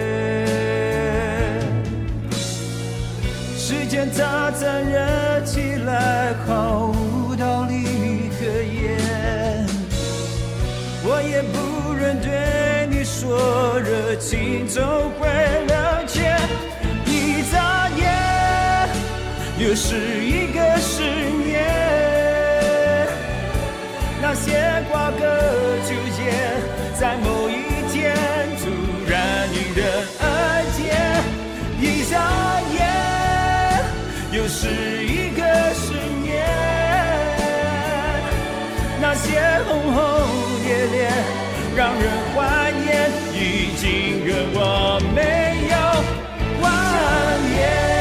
[SPEAKER 5] 时间它残忍起来，毫无道理可言。我也不忍对你说，热情总会冷却。一眨眼，又是一个十年。那些瓜葛纠结，在某一天突然迎刃而解。一眨眼，又是一个十年。那些轰轰烈烈，让人怀念，已经跟我没有关联。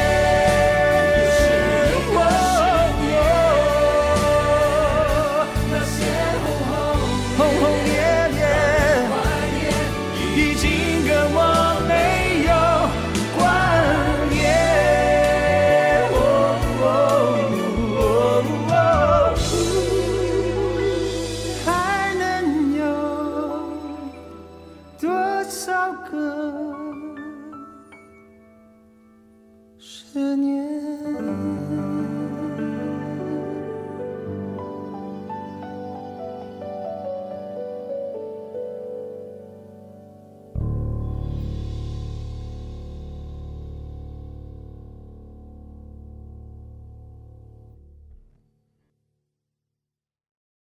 [SPEAKER 5] 那些轰轰烈烈，已经跟我没有关联。还能有多少个十年？